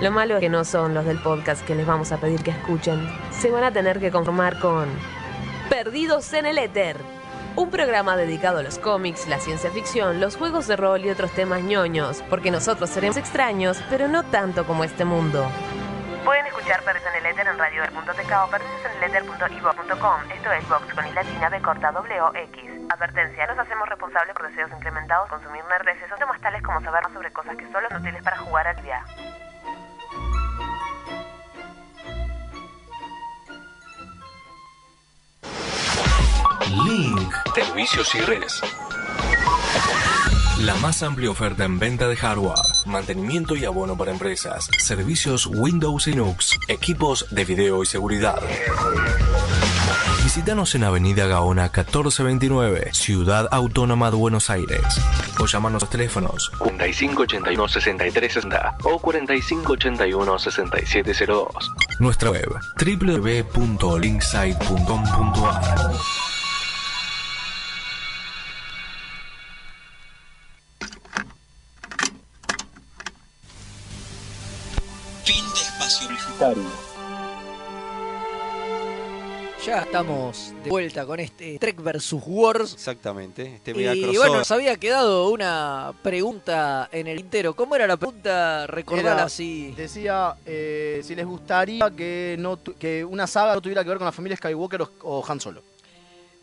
Speaker 13: Lo malo es que no son los del podcast que les vamos a pedir que escuchen. Se van a tener que conformar con Perdidos en el Éter. Un programa dedicado a los cómics, la ciencia ficción, los juegos de rol y otros temas ñoños, porque nosotros seremos extraños, pero no tanto como este mundo.
Speaker 17: Pueden escuchar Perdidos en el Éter en radioer.tk o perdidoseneleter.ivo.com. Esto es Vox con isla china B corta WX. Advertencia, nos hacemos responsables por deseos incrementados, consumir nerdeces o temas tales como saber más sobre cosas que solo son útiles para jugar al día.
Speaker 18: Link. Servicios y redes. La más amplia oferta en venta de hardware, mantenimiento y abono para empresas, servicios Windows y Linux, equipos de video y seguridad. Visítanos en Avenida Gaona 1429, Ciudad Autónoma de Buenos Aires. O llamanos a los teléfonos
Speaker 19: 4581-6360 o 4581-6702.
Speaker 18: Nuestra web www.linksite.com.ar
Speaker 2: Fin de espacio Ya estamos de vuelta con este Trek versus Wars.
Speaker 3: Exactamente. Este mega
Speaker 2: Y
Speaker 3: crossover.
Speaker 2: bueno, nos había quedado una pregunta en el intero. ¿Cómo era la pregunta? Recordala
Speaker 4: Era-
Speaker 2: así.
Speaker 4: Decía eh, si les gustaría que, no tu- que una saga no tuviera que ver con la familia Skywalker o, o Han Solo.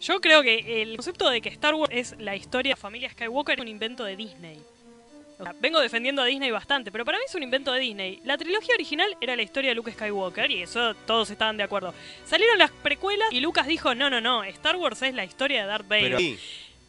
Speaker 5: Yo creo que el concepto de que Star Wars es la historia de la familia Skywalker es un invento de Disney. O sea, vengo defendiendo a Disney bastante, pero para mí es un invento de Disney. La trilogía original era la historia de Luke Skywalker y eso todos estaban de acuerdo. Salieron las precuelas y Lucas dijo, no, no, no, Star Wars es la historia de Darth Vader.
Speaker 3: Pero ahí,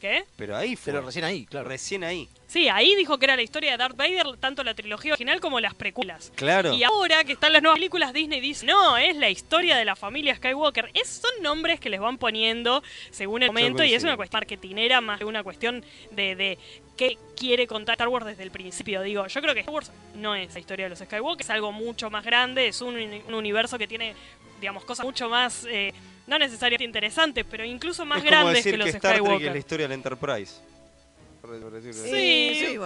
Speaker 5: ¿Qué?
Speaker 3: pero ahí fue. Pero
Speaker 4: recién ahí, claro.
Speaker 3: Recién ahí.
Speaker 5: Sí, ahí dijo que era la historia de Darth Vader, tanto la trilogía original como las precuelas.
Speaker 3: Claro.
Speaker 5: Y ahora que están las nuevas películas, Disney dice, no, es la historia de la familia Skywalker. Esos son nombres que les van poniendo según el
Speaker 20: Yo
Speaker 5: momento y es
Speaker 20: coincido.
Speaker 5: una cuestión marketinera más que una cuestión de, de qué quiere contar Star Wars desde el principio. Digo, yo creo que Star Wars no es la historia de los Skywalker, es algo mucho más grande, es un, uni- un universo que tiene, digamos, cosas mucho más... eh, no necesariamente interesantes, pero incluso más
Speaker 3: es como
Speaker 5: grandes
Speaker 3: decir
Speaker 5: que los
Speaker 3: Star Trek es
Speaker 5: Skywalker.
Speaker 3: la historia del Enterprise. Por- por decirlo así.
Speaker 5: Sí,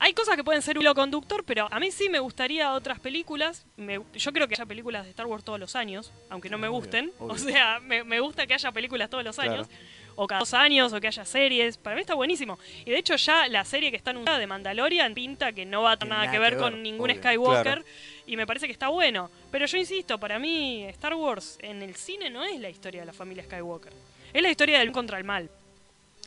Speaker 5: Hay cosas que pueden ser un hilo conductor, pero a mí sí me gustaría otras películas. Me- yo creo que haya películas de Star Wars todos los años, aunque no me
Speaker 20: Obvio,
Speaker 5: gusten.
Speaker 20: obvio.
Speaker 5: O sea, me, me gusta que haya películas todos los
Speaker 20: Claro.
Speaker 5: años, o cada dos años, o que haya series. Para mí está buenísimo. Y de hecho ya la serie que está anunciada de Mandalorian pinta que no va a tener nada que ver, con ningún
Speaker 20: obvio.
Speaker 5: Skywalker.
Speaker 20: Claro.
Speaker 5: Y me parece que está bueno. Pero yo insisto, para mí Star Wars en el cine no es la historia de la familia Skywalker. Es la historia del contra el mal.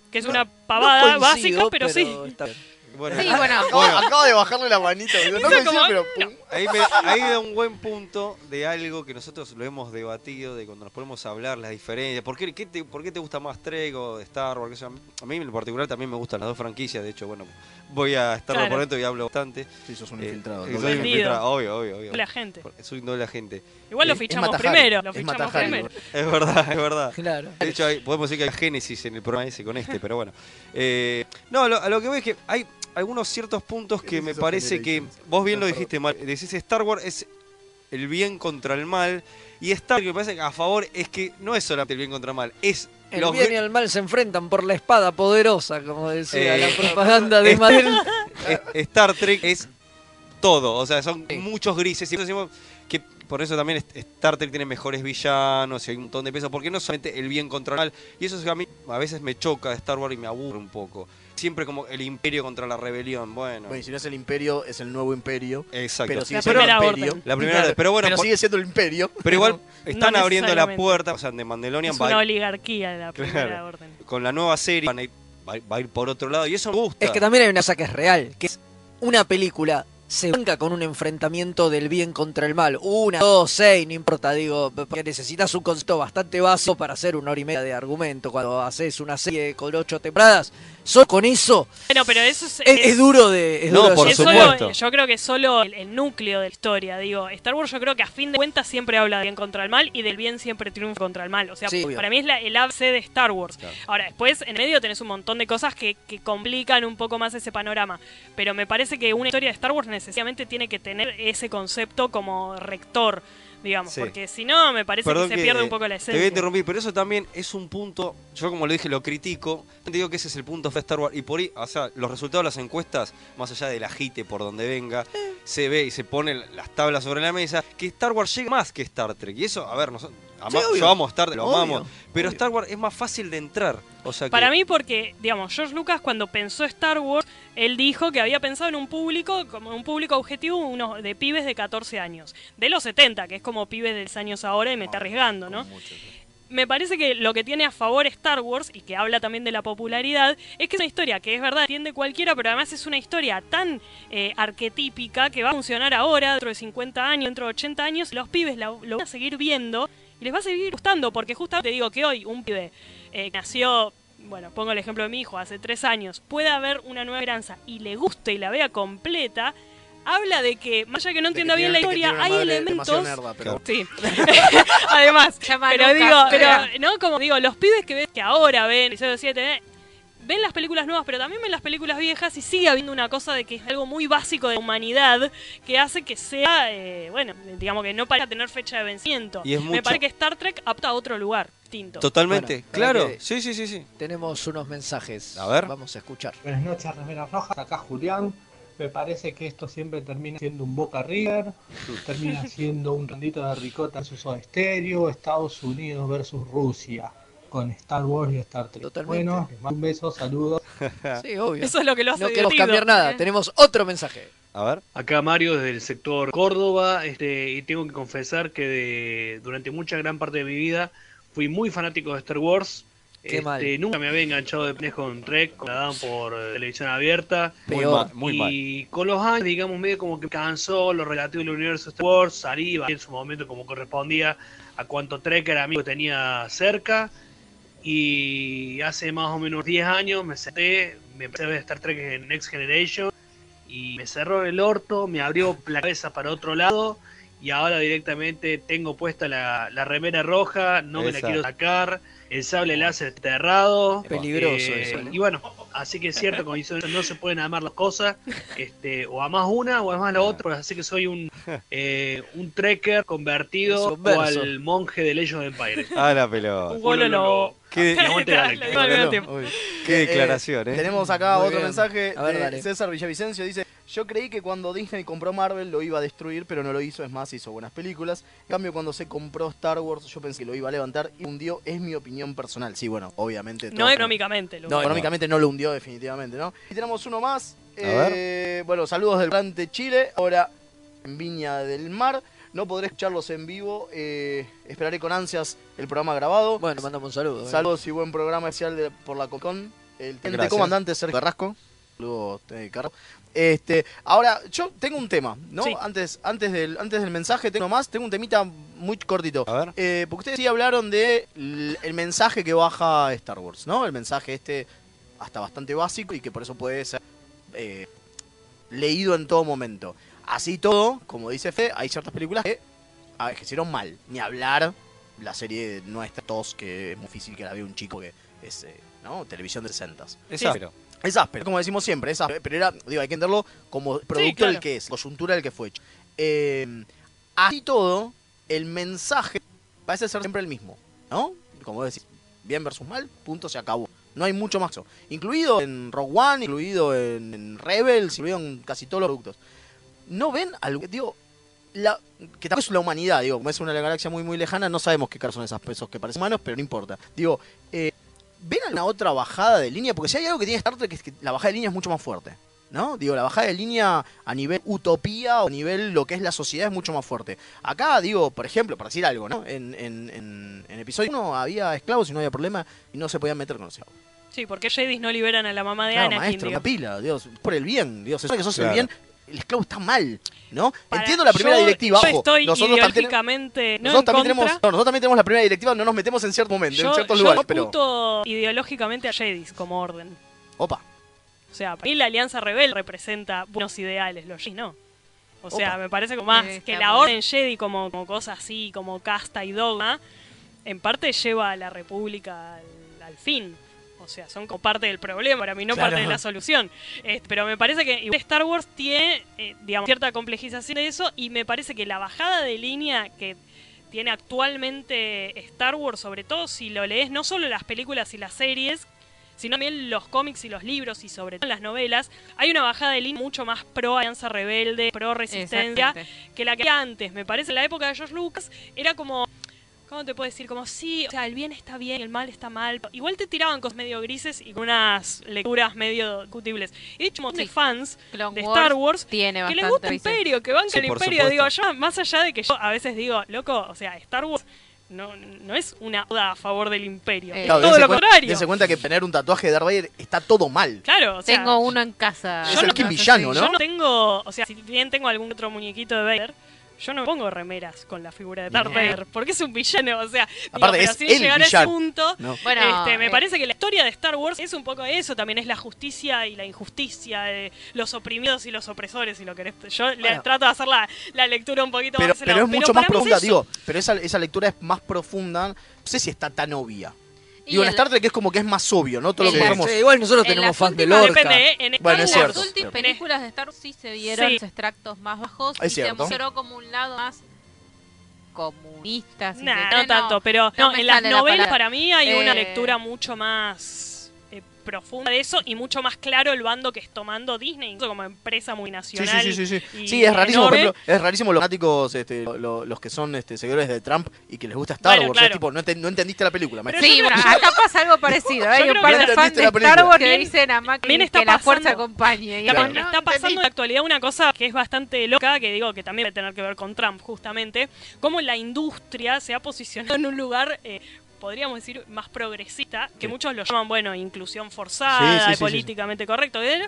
Speaker 5: Que es una pavada
Speaker 2: No
Speaker 5: básica,
Speaker 2: coincido,
Speaker 5: pero sí.
Speaker 2: está bien.
Speaker 3: Bueno,
Speaker 5: Sí, bueno.
Speaker 4: Acaba, acaba de bajarle la manita. boludo. No
Speaker 5: Hizo
Speaker 4: me
Speaker 5: como,
Speaker 4: pero.
Speaker 3: Ahí, me, ahí da un buen punto de algo que nosotros lo hemos debatido, de cuando nos ponemos a hablar las diferencias. ¿Por qué, qué te, por qué te gusta más Trek o Star Wars? Qué sé yo. a mí en particular también me gustan las dos franquicias. De hecho, bueno, voy a Star Wars
Speaker 5: Claro.
Speaker 3: por dentro y hablo bastante.
Speaker 4: Sí, sos un
Speaker 3: infiltrado.
Speaker 4: doble
Speaker 3: soy un
Speaker 5: agente.
Speaker 3: infiltrado, obvio, obvio. obvio.
Speaker 5: Doble agente.
Speaker 3: Soy un doble agente.
Speaker 5: Igual lo
Speaker 3: Es- es
Speaker 5: fichamos
Speaker 3: Matajari.
Speaker 5: primero. Lo
Speaker 3: Es
Speaker 5: fichamos
Speaker 3: Matajari,
Speaker 5: primero.
Speaker 3: Es verdad, es verdad.
Speaker 2: Claro.
Speaker 3: De hecho, hay- podemos decir que hay génesis en el programa ese con este, pero bueno. Eh, no, lo- a lo que voy es que hay algunos ciertos puntos que me parece que vos bien lo dijiste mal. Decís Star Wars es el bien contra el mal y Star Wars me parece que a favor es que no es solamente el bien contra el mal, es
Speaker 2: El
Speaker 3: los
Speaker 2: bien y el mal se enfrentan por la espada poderosa, como decía
Speaker 3: Eh, este
Speaker 2: la propaganda de
Speaker 3: es-
Speaker 2: Madrid.
Speaker 3: es- Star Trek es todo, o sea, son muchos grises. Y nosotros decimos que por eso también est- Star Trek tiene mejores villanos y hay un montón de pesos, porque no solamente el bien contra el mal. Y eso es que a mí a veces me choca de Star Wars y me aburre un poco. Siempre como el imperio contra la rebelión, bueno.
Speaker 4: Bueno, y si no es el imperio, es el nuevo imperio.
Speaker 3: Exacto.
Speaker 4: Pero sigue
Speaker 3: La
Speaker 4: siendo el
Speaker 3: primera
Speaker 4: imperio.
Speaker 3: orden. La primera orden, pero bueno,
Speaker 4: Pero
Speaker 3: por-
Speaker 4: sigue siendo el imperio.
Speaker 3: Pero igual
Speaker 4: No
Speaker 3: están abriendo la
Speaker 4: necesariamente.
Speaker 3: puerta, o sea, de Mandalorian
Speaker 5: Es
Speaker 3: va a
Speaker 5: una
Speaker 3: ir-
Speaker 5: oligarquía la primera
Speaker 3: Claro.
Speaker 5: orden.
Speaker 3: con la nueva serie van a ir- va a ir, va a ir por otro lado y eso me gusta.
Speaker 2: Es que también hay una cosa que es real, que es una película se banca con un enfrentamiento del bien contra el mal. Una, dos, seis, no importa, digo, porque necesitas un concepto bastante básico para hacer una hora y media de argumento. Cuando haces una serie con ocho temporadas, Solo con eso
Speaker 5: Bueno, pero eso es,
Speaker 2: es, es duro de. es duro de
Speaker 5: es
Speaker 2: sostener.
Speaker 5: solo- yo creo que es solo el, el núcleo de la historia. Digo, Star Wars yo creo que a fin de cuentas siempre habla del bien contra el mal y del bien siempre triunfa contra el mal. O sea,
Speaker 2: Sí, obvio.
Speaker 5: para mí es la- el ABC de Star Wars. Ahora, después en medio tenés un montón de cosas que, que complican un poco más ese panorama. Pero me parece que una historia de Star Wars necesariamente tiene que tener ese concepto como rector, digamos.
Speaker 3: Sí.
Speaker 5: Porque si no, me parece
Speaker 3: Perdón
Speaker 5: que se pierde
Speaker 3: eh,
Speaker 5: un poco la
Speaker 3: Te voy a
Speaker 5: esencia.
Speaker 3: interrumpir, pero eso también es un punto. Yo, como lo dije, lo critico. Te digo que ese es el punto de Star Wars. Y por ahí, o sea, los resultados de las encuestas, más allá del ajite por donde venga, se ve y se ponen las tablas sobre la mesa. Que Star Wars llega más que Star Trek. Y eso, a ver, nosotros. ama-
Speaker 5: obvio.
Speaker 3: yo amo Star Trek, lo
Speaker 5: Obvio,
Speaker 3: amamos. Pero Star Wars es más fácil de entrar. O sea que-
Speaker 5: Para mí porque, digamos, George Lucas cuando pensó Star Wars, él dijo que había pensado en un público, como un público objetivo unos de pibes de 14 años, de los 70, que es como pibes de los años ahora y me está arriesgando, ¿no? Me parece que lo que tiene a favor Star Wars, y que habla también de la popularidad, es que es una historia que es verdad, entiende cualquiera, pero además es una historia tan eh, arquetípica que va a funcionar ahora, dentro de 50 años, dentro de 80 años, los pibes la- lo van a seguir viendo y les va a seguir gustando, porque justamente te digo que hoy un pibe eh, que nació, bueno, pongo el ejemplo de mi hijo, hace tres años, pueda ver una nueva esperanza y le guste y la vea completa, habla de que, más allá que no entienda bien la historia, hay elementos... Sí. Además, pero
Speaker 6: nunca,
Speaker 5: digo, pero,
Speaker 6: pero-
Speaker 5: no como digo, los pibes que ves que ahora ven episodio 7, eh, ven las películas nuevas, pero también ven las películas viejas y sigue habiendo una cosa de que es algo muy básico de la humanidad que hace que sea, eh, bueno, digamos que no para tener fecha de vencimiento.
Speaker 3: Y es
Speaker 5: Me
Speaker 3: mucho.
Speaker 5: parece que Star Trek apta a otro lugar, distinto.
Speaker 3: Totalmente,
Speaker 2: Bueno,
Speaker 3: claro.
Speaker 2: que-
Speaker 3: Sí, sí, sí, sí.
Speaker 2: Tenemos unos mensajes.
Speaker 3: A ver.
Speaker 2: Vamos a escuchar.
Speaker 19: Buenas noches, Remera Roja, acá Julián. Me parece que esto siempre termina siendo un Boca River, termina siendo un rondito de ricota versus Soda Stereo, Estados Unidos versus Rusia, con Star Wars y Star Trek. Bueno, les mando un beso, saludos.
Speaker 2: Sí, obvio.
Speaker 5: Eso es lo que lo hace
Speaker 2: No queremos
Speaker 5: divertido. Eh.
Speaker 2: cambiar nada. Tenemos otro mensaje.
Speaker 3: A ver.
Speaker 20: Acá Mario desde el sector Córdoba, este, y tengo que confesar que de- durante mucha gran parte de mi vida fui muy fanático de Star Wars.
Speaker 2: Qué
Speaker 20: Este,
Speaker 2: mal.
Speaker 20: Nunca me había enganchado de pendejo con Trek, con la daban por eh, televisión abierta.
Speaker 2: Muy Peor. mal, muy mal.
Speaker 20: Y con los años, digamos, medio como que cansó lo relativo del universo de Star Wars, salí bajé en su momento como correspondía a cuanto Trek era amigo que tenía cerca. Y hace más o menos 10 años me senté, me empecé a ver Star Trek en Next Generation y me cerró el orto, me abrió la cabeza para otro lado y ahora directamente tengo puesta la, la remera roja, no me la
Speaker 3: Esa.
Speaker 20: quiero sacar, el sable láser enterrado.
Speaker 2: Peligroso eso, ¿eh?
Speaker 20: Y bueno, así que es cierto, como dice, no se pueden amar las cosas, este, o amas una o
Speaker 2: Ah.
Speaker 20: amas la otra, así que soy un, eh, un trekker
Speaker 3: Un
Speaker 20: convertido
Speaker 3: subverso.
Speaker 20: al monje de Legends of Empire.
Speaker 3: Ah, la pelota.
Speaker 20: Un gol o no.
Speaker 3: Qué,
Speaker 20: Y aguante la Galáctica.
Speaker 4: Lo digo al mismo
Speaker 3: Uy. este Qué
Speaker 4: Eh,
Speaker 3: declaración, eh.
Speaker 4: Tenemos acá
Speaker 2: Muy
Speaker 4: otro
Speaker 2: bien.
Speaker 4: mensaje
Speaker 2: A ver,
Speaker 4: de
Speaker 2: dale.
Speaker 4: César Villavicencio. Dice, yo creí que cuando Disney compró Marvel lo iba a destruir, pero no lo hizo. Es más, hizo buenas películas. En cambio, cuando se compró Star Wars, yo pensé que lo iba a levantar y hundió. Es mi opinión personal. Sí, bueno, obviamente.
Speaker 5: No
Speaker 4: todos-
Speaker 5: económicamente, lo
Speaker 4: No,
Speaker 5: hundió.
Speaker 4: económicamente no lo hundió definitivamente, ¿no? Y tenemos uno más.
Speaker 3: A ver.
Speaker 4: Eh, bueno, saludos del plan de Chile. Ahora en Viña del Mar. No podré escucharlos en vivo. eh, esperaré con ansias el programa grabado.
Speaker 2: Bueno, mandamos un saludo. eh.
Speaker 4: Saludos y buen programa especial de- por la Cocón. El teniente
Speaker 2: Gracias.
Speaker 4: comandante Sergio Carrasco. Saludos, eh, Carrasco. Este, ahora, yo tengo un tema, ¿no?
Speaker 2: Sí.
Speaker 4: Antes, antes, del, antes del mensaje, tengo más, tengo un temita muy cortito. A ver. porque ustedes sí hablaron de l- el mensaje que baja Star Wars, ¿no? El mensaje este hasta bastante básico y que por eso puede ser eh, leído en todo momento. Así todo, como dice Fe, hay ciertas películas que envejecieron mal. Ni hablar la serie nuestra, todos, que es muy difícil que la vea un chico que es, eh, ¿no? Televisión de 60.
Speaker 3: Es áspero.
Speaker 4: Es áspero, como decimos siempre, es áspero. Pero era, digo, hay que entenderlo como producto
Speaker 3: claro.
Speaker 4: el que es, coyuntura el que fue hecho. Eh, así todo, el mensaje parece ser siempre el mismo, ¿no? Como decís, bien versus mal, punto, se acabó. No hay mucho más. Incluido en Rogue One, incluido en, en Rebels, incluido en casi todos los productos. ¿No ven algo? Digo, la, que tampoco es la humanidad, digo, como es una galaxia muy muy lejana, no sabemos qué caras son esas pesos que parecen humanos, pero no importa. Digo, eh, ¿ven alguna otra bajada de línea? Porque si hay algo que tiene Star Trek es que la bajada de línea es mucho más fuerte, ¿no? Digo, la bajada de línea a nivel utopía o a nivel lo que es la sociedad es mucho más fuerte. Acá, digo, por ejemplo, para decir algo, ¿no? En, en, en, en episodio 1 había esclavos y no había problema y no se podían meter con los esclavos.
Speaker 5: Sí, porque Jedis no liberan a la mamá de
Speaker 4: Claro,
Speaker 5: Anakin.
Speaker 4: maestro,
Speaker 5: digo.
Speaker 4: capila, Dios, por el bien, Dios, se sabe que sos
Speaker 3: Claro.
Speaker 4: el bien, el esclavo está mal, ¿no?
Speaker 5: Para-
Speaker 4: Entiendo la primera
Speaker 5: yo-
Speaker 4: directiva,
Speaker 5: Yo
Speaker 4: ojo,
Speaker 5: estoy
Speaker 4: nosotros también tenemos-
Speaker 5: ideológicamente Eh, no
Speaker 4: nosotros,
Speaker 5: en
Speaker 4: también
Speaker 5: contra.
Speaker 4: tenemos, no, nosotros también tenemos la primera directiva, no nos metemos en cierto momento,
Speaker 5: yo,
Speaker 4: en ciertos
Speaker 5: yo
Speaker 4: lugares, pero.
Speaker 5: apunto ideológicamente a Jedis como orden.
Speaker 4: Opa.
Speaker 5: O sea, para mí la Alianza Rebel representa buenos ideales, los Jedi no. O sea,
Speaker 6: Opa.
Speaker 5: me parece como más
Speaker 6: Eh,
Speaker 5: que
Speaker 6: está
Speaker 5: la
Speaker 6: bueno.
Speaker 5: Orden Jedi como, como cosa así, como casta y dogma, en parte lleva a la República al, al fin. O sea, son como parte del problema, para mí no
Speaker 17: Claro.
Speaker 5: parte de la solución. Eh, pero me parece que igual Star Wars tiene, eh, digamos, cierta complejización de eso y me parece que la bajada de línea que tiene actualmente Star Wars, sobre todo si lo lees no solo las películas y las series, sino también los cómics y los libros y sobre todo las novelas, hay una bajada de línea mucho más pro Alianza Rebelde, pro Resistencia,
Speaker 6: Exactamente.
Speaker 5: que la que había antes. Me parece, en la época de George Lucas era como... ¿Cómo te puedo decir? Como, sí, o sea, el bien está bien, el mal está mal. Igual te tiraban cosas medio grises y con unas lecturas medio discutibles. Y de hecho, hay fans
Speaker 6: Clone
Speaker 5: de
Speaker 6: Wars
Speaker 5: Star Wars
Speaker 6: tiene
Speaker 5: que le
Speaker 6: bastante
Speaker 5: gusta el
Speaker 6: grises.
Speaker 5: imperio, que banca
Speaker 6: Sí,
Speaker 5: el
Speaker 6: por
Speaker 5: imperio. Digo,
Speaker 6: supuesto.
Speaker 5: yo, más allá de que yo a veces digo, loco, o sea, Star Wars no, no es una oda a favor del imperio.
Speaker 6: Eh,
Speaker 5: es
Speaker 4: Claro,
Speaker 5: todo
Speaker 4: dense
Speaker 5: lo
Speaker 4: cuen-
Speaker 5: contrario.
Speaker 4: dense cuenta que tener un tatuaje de Darth Vader está todo mal.
Speaker 5: Claro, o sea,
Speaker 6: Tengo uno en casa.
Speaker 4: Es el Kim villano,
Speaker 5: yo
Speaker 4: ¿no?
Speaker 5: no tengo, o sea, si bien tengo algún otro muñequito de Vader, yo no me pongo remeras con la figura de Darth
Speaker 6: No.
Speaker 5: Vader, porque es un villano, o sea, digo,
Speaker 4: Aparte,
Speaker 5: pero
Speaker 4: es
Speaker 5: sin
Speaker 4: el
Speaker 5: llegar a ese
Speaker 4: villano.
Speaker 5: punto,
Speaker 4: No.
Speaker 6: Bueno,
Speaker 5: este, me
Speaker 6: eh.
Speaker 5: parece que la historia de Star Wars es un poco eso, también es la justicia y la injusticia, eh, los oprimidos y los opresores, si lo querés. Yo le
Speaker 4: Bueno.
Speaker 5: trato de hacer la, la lectura un poquito
Speaker 4: Pero,
Speaker 5: más.
Speaker 4: pero es mucho más
Speaker 5: para mí
Speaker 4: profunda,
Speaker 5: eso.
Speaker 4: digo. Pero esa, esa lectura es más profunda. No sé si está tan obvia.
Speaker 6: Y
Speaker 4: Digo, en
Speaker 6: el-
Speaker 4: Star Trek es como que es más obvio, ¿no? Todo lo que somos-
Speaker 2: igual nosotros
Speaker 6: en
Speaker 2: tenemos
Speaker 6: las
Speaker 2: fans de
Speaker 6: últimas-
Speaker 2: Lorca.
Speaker 5: depende, ¿eh? En
Speaker 4: bueno, es
Speaker 6: En las
Speaker 4: cierto.
Speaker 6: últimas películas de Star Wars sí se vieron
Speaker 5: Sí.
Speaker 6: los extractos más bajos
Speaker 4: Es
Speaker 6: y
Speaker 4: cierto.
Speaker 6: se mostró como un lado más comunista. si
Speaker 5: Nah,
Speaker 6: se
Speaker 5: no
Speaker 6: quiere.
Speaker 5: tanto, pero
Speaker 6: no
Speaker 5: no,
Speaker 6: me
Speaker 5: en las
Speaker 6: sale la
Speaker 5: novelas
Speaker 6: palabra.
Speaker 5: para mí hay una
Speaker 6: Eh,
Speaker 5: lectura mucho más eh, profunda de eso y mucho más claro el bando que es tomando Disney incluso como empresa
Speaker 4: Sí,
Speaker 5: multinacional.
Speaker 4: sí, sí, sí, sí.
Speaker 5: y
Speaker 4: Sí, es rarísimo, por
Speaker 5: enorme.
Speaker 4: ejemplo, es rarísimo los fanáticos, este, lo- lo- los que son este, seguidores de Trump y que les gusta Star
Speaker 5: Bueno,
Speaker 4: Wars.
Speaker 5: claro.
Speaker 4: Es tipo, no, ente- no entendiste la película. maestro.
Speaker 6: Sí, bueno, acá pasa algo parecido. ¿eh? Hay
Speaker 5: creo
Speaker 6: un par
Speaker 5: que
Speaker 6: de fans
Speaker 4: entendiste
Speaker 6: de
Speaker 4: la
Speaker 6: Star Wars que
Speaker 5: película.
Speaker 6: dicen a Macri
Speaker 5: También
Speaker 6: que
Speaker 5: está
Speaker 6: la fuerza
Speaker 5: pasando.
Speaker 6: acompañe. Y
Speaker 5: Está-
Speaker 6: bueno,
Speaker 5: Está pasando en la actualidad una cosa que es bastante loca, que digo que también va a tener que ver con Trump, justamente, cómo la industria se ha posicionado en un lugar, eh, podríamos decir, más progresista, que muchos lo llaman, bueno, inclusión forzada,
Speaker 17: Sí, sí, sí, sí,
Speaker 5: políticamente correcto, ¿eh?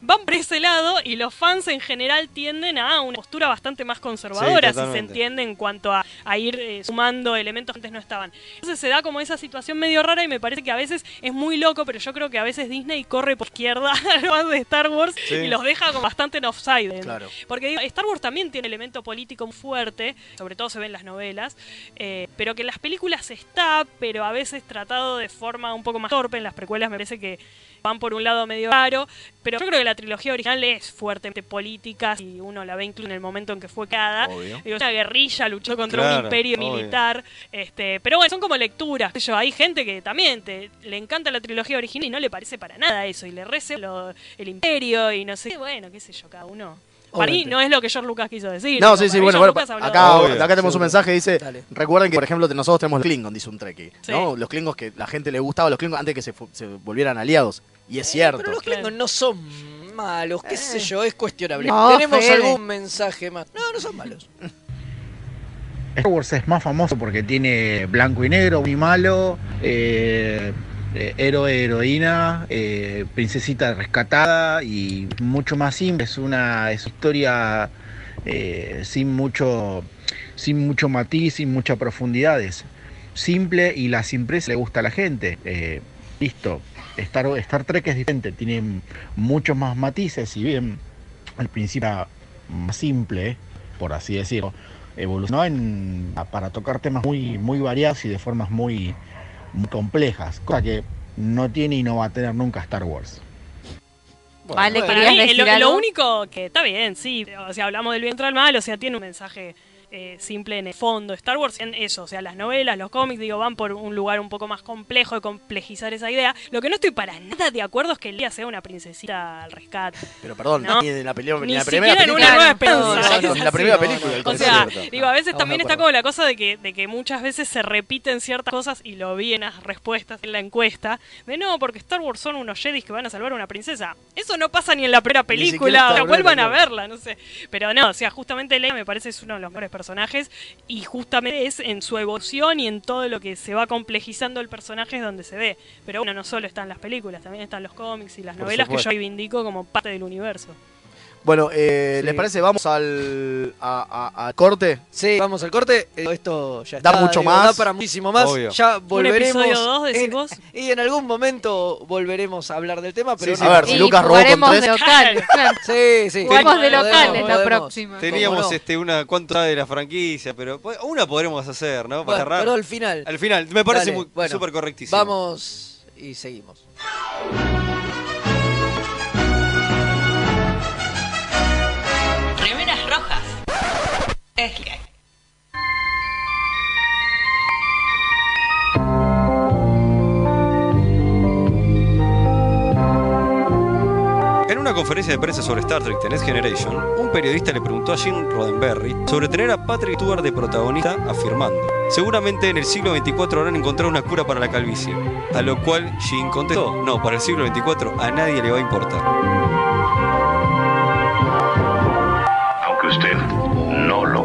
Speaker 5: van por ese lado y los fans en general tienden a una postura bastante más conservadora, si se
Speaker 17: totalmente.
Speaker 5: entiende, en cuanto a, a ir eh, sumando elementos que antes no estaban. Entonces se da como esa situación medio rara y me parece que a veces es muy loco, pero yo creo que a veces Disney corre por izquierda a los fans de Star Wars
Speaker 17: Sí.
Speaker 5: y los deja como bastante en offside. ¿no?
Speaker 17: Claro.
Speaker 5: Porque digo, Star Wars también tiene elemento político muy fuerte, sobre todo se ve en las novelas, eh, pero que en las películas está, pero a veces tratado de forma un poco más torpe. En las precuelas me parece que van por un lado medio raro, pero yo creo que la trilogía original es fuertemente política y uno la ve incluso en el momento en que fue creada.
Speaker 17: Obvio.
Speaker 5: Digo, es una guerrilla luchó contra un
Speaker 17: Claro,
Speaker 5: imperio
Speaker 17: obvio.
Speaker 5: militar. Este, pero bueno, son como lecturas. qué sé Yo, hay gente que también te- le encanta la trilogía original y no le parece para nada eso y le rece lo- el imperio y no sé. qué. Bueno, qué sé yo, cada uno. Para mí
Speaker 4: Obviamente.
Speaker 5: no es lo que George Lucas quiso decir.
Speaker 4: No,
Speaker 5: Digo,
Speaker 4: sí, sí,
Speaker 5: para mí
Speaker 4: bueno,
Speaker 5: George
Speaker 4: bueno,
Speaker 5: Lucas habló-
Speaker 4: acá,
Speaker 3: Obvio,
Speaker 4: acá tenemos
Speaker 3: seguro.
Speaker 4: un mensaje que dice, recuerden que, por ejemplo, nosotros tenemos los Klingons, dice un Trekkie, ¿no?
Speaker 2: Sí.
Speaker 4: Los Klingons que la gente le gustaba, los Klingons antes que se, fu- se volvieran aliados. Y es cierto.
Speaker 2: Pero los Klingons no son malos, qué
Speaker 5: Eh.
Speaker 2: sé yo, es cuestionable.
Speaker 4: No,
Speaker 2: Tenemos
Speaker 4: Fede.
Speaker 2: algún mensaje más. No, no son malos.
Speaker 21: Star Wars es más famoso porque tiene blanco y negro, muy malo, eh, eh, héroe, heroína, eh, princesita rescatada y mucho más simple. Es una es una historia eh, sin, mucho, sin mucho matiz, sin muchas profundidades. Simple y la simpleza le gusta a la gente. Eh, listo. Star, Star Trek es diferente, tiene muchos más matices, si bien al principio era más simple, por así decirlo, evolucionó en, a- para tocar temas muy, muy variados y de formas muy, muy complejas, cosa que no tiene y no va a tener nunca Star Wars.
Speaker 6: Vale,
Speaker 5: Para
Speaker 6: ¿querías
Speaker 5: mí, eh,
Speaker 6: decir
Speaker 5: lo, lo
Speaker 6: algo?
Speaker 5: único que está bien, sí, o sea, hablamos del bien contra el mal, o sea, tiene un mensaje eh, simple en el fondo. Star Wars en eso, o sea, las novelas, los cómics, digo, van por un lugar un poco más complejo de complejizar esa idea. Lo que no estoy para nada de acuerdo es que Leia sea una princesita al rescate.
Speaker 4: Pero perdón,
Speaker 5: No.
Speaker 4: ni en la, peli-
Speaker 5: Ni
Speaker 4: ni en la
Speaker 5: siquiera
Speaker 4: primera
Speaker 5: en
Speaker 4: película.
Speaker 5: una nueva
Speaker 4: No,
Speaker 5: esperanza.
Speaker 4: exacto, ni en la primera
Speaker 2: No, no,
Speaker 4: película.
Speaker 5: O
Speaker 4: el
Speaker 5: sea,
Speaker 4: concepto.
Speaker 5: digo, a veces
Speaker 4: Estamos
Speaker 5: también
Speaker 4: de
Speaker 5: está
Speaker 4: acuerdo.
Speaker 5: como la cosa de que, de que muchas veces se repiten ciertas cosas y lo vi en las respuestas en la encuesta. De no, porque Star Wars son unos Jedi que van a salvar a una princesa. Eso no pasa ni en la primera
Speaker 17: siquiera
Speaker 5: película.
Speaker 17: está
Speaker 5: O sea,
Speaker 17: bueno,
Speaker 5: vuelvan a
Speaker 17: claro.
Speaker 5: verla, no sé. Pero no, o sea, justamente Leia me parece es uno de los mejores personajes y justamente es en su evolución y en todo lo que se va complejizando el personaje es donde se ve. Pero bueno, no solo están las películas, también están los cómics y las
Speaker 4: Por
Speaker 5: novelas que yo
Speaker 4: supuesto.
Speaker 5: reivindico como parte del universo.
Speaker 4: Bueno, eh, ¿les parece? Vamos al a- a- al corte.
Speaker 2: Sí, vamos al corte. Eh, Esto ya
Speaker 4: Da
Speaker 2: está.
Speaker 4: mucho
Speaker 2: digo,
Speaker 4: más.
Speaker 2: Da para muchísimo más.
Speaker 4: Obvio.
Speaker 2: Ya
Speaker 4: Un
Speaker 2: volveremos.
Speaker 5: episodio dos, decís
Speaker 2: en- Y en algún momento volveremos a hablar del tema. Pero
Speaker 4: Sí,
Speaker 2: no-
Speaker 4: sí. A ver, si Y Lucas robó con jugaremos tres- de
Speaker 6: local, claro.
Speaker 2: Sí, sí.
Speaker 6: Jugaremos de
Speaker 2: Podemos,
Speaker 6: local en la
Speaker 2: podemos.
Speaker 6: próxima.
Speaker 3: Teníamos
Speaker 2: ¿Cómo no?
Speaker 3: este una cuánto sabe de la franquicia, pero po- una podremos hacer, ¿no?
Speaker 2: Bueno,
Speaker 3: Para cerrar.
Speaker 2: pero al final.
Speaker 3: Al final, me parece
Speaker 2: Dale,
Speaker 3: muy
Speaker 2: bueno,
Speaker 3: súper correctísimo.
Speaker 2: Vamos y seguimos.
Speaker 8: Remeras rojas. Es la
Speaker 3: En una conferencia de prensa sobre Star Trek The Next Generation, un periodista le preguntó a Jim Roddenberry sobre tener a Patrick Stewart de protagonista, afirmando: Seguramente en el siglo 24 habrán encontrado una cura para la calvicie. A lo cual Jim contestó: No, para el siglo 24 a nadie le va a importar.
Speaker 15: Aunque usted no lo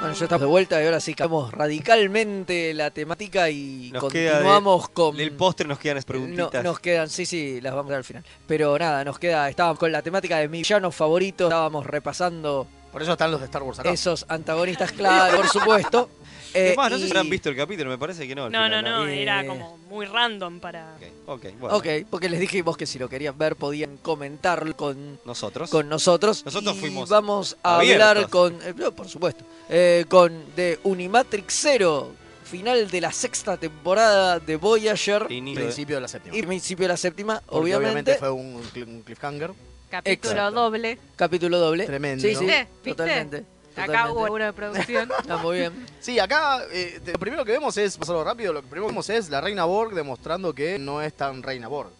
Speaker 2: Bueno, ya estamos de vuelta y ahora sí cambiamos radicalmente la temática y
Speaker 3: Nos queda de-
Speaker 2: continuamos con.
Speaker 3: Del póster nos quedan las
Speaker 2: No,
Speaker 3: preguntitas.
Speaker 2: nos quedan, sí, sí, las vamos a ver al final. Pero nada, nos queda, estábamos con la temática de mi villano favorito, estábamos repasando
Speaker 4: Por eso están los de Star Wars acá.
Speaker 2: esos antagonistas, claro, por supuesto. Eh,
Speaker 3: Es más, no sé
Speaker 2: y-
Speaker 3: si habrán visto el capítulo, me parece que no. al
Speaker 5: No, no,
Speaker 3: final,
Speaker 5: no,
Speaker 2: Eh,
Speaker 5: era como muy random para...
Speaker 3: Ok, bueno.
Speaker 2: Ok, porque les dijimos que si lo querían ver podían comentarlo con
Speaker 3: Nosotros.
Speaker 2: Con nosotros.
Speaker 3: Nosotros
Speaker 2: Y
Speaker 3: fuimos
Speaker 2: Vamos a hablar
Speaker 3: abiertos.
Speaker 2: con. eh, no, por supuesto. eh, con de Unimatrix Zero. Final de la sexta temporada de Voyager.
Speaker 4: Inicio de- Principio de la séptima.
Speaker 2: Y principio de la séptima,
Speaker 4: Porque
Speaker 2: obviamente.
Speaker 4: obviamente fue un, un cli- un cliffhanger.
Speaker 6: Capítulo
Speaker 2: Exacto.
Speaker 6: doble.
Speaker 2: Capítulo doble.
Speaker 4: Tremendo.
Speaker 2: Sí, sí.
Speaker 6: ¿Viste? ¿Viste?
Speaker 2: Totalmente.
Speaker 6: Acá hubo
Speaker 2: totalmente.
Speaker 6: una producción.
Speaker 2: Está Ah, muy bien.
Speaker 4: Sí, acá eh, de- lo primero que vemos es, pasarlo rápido, lo primero que vemos es la reina Borg demostrando que no es tan reina Borg.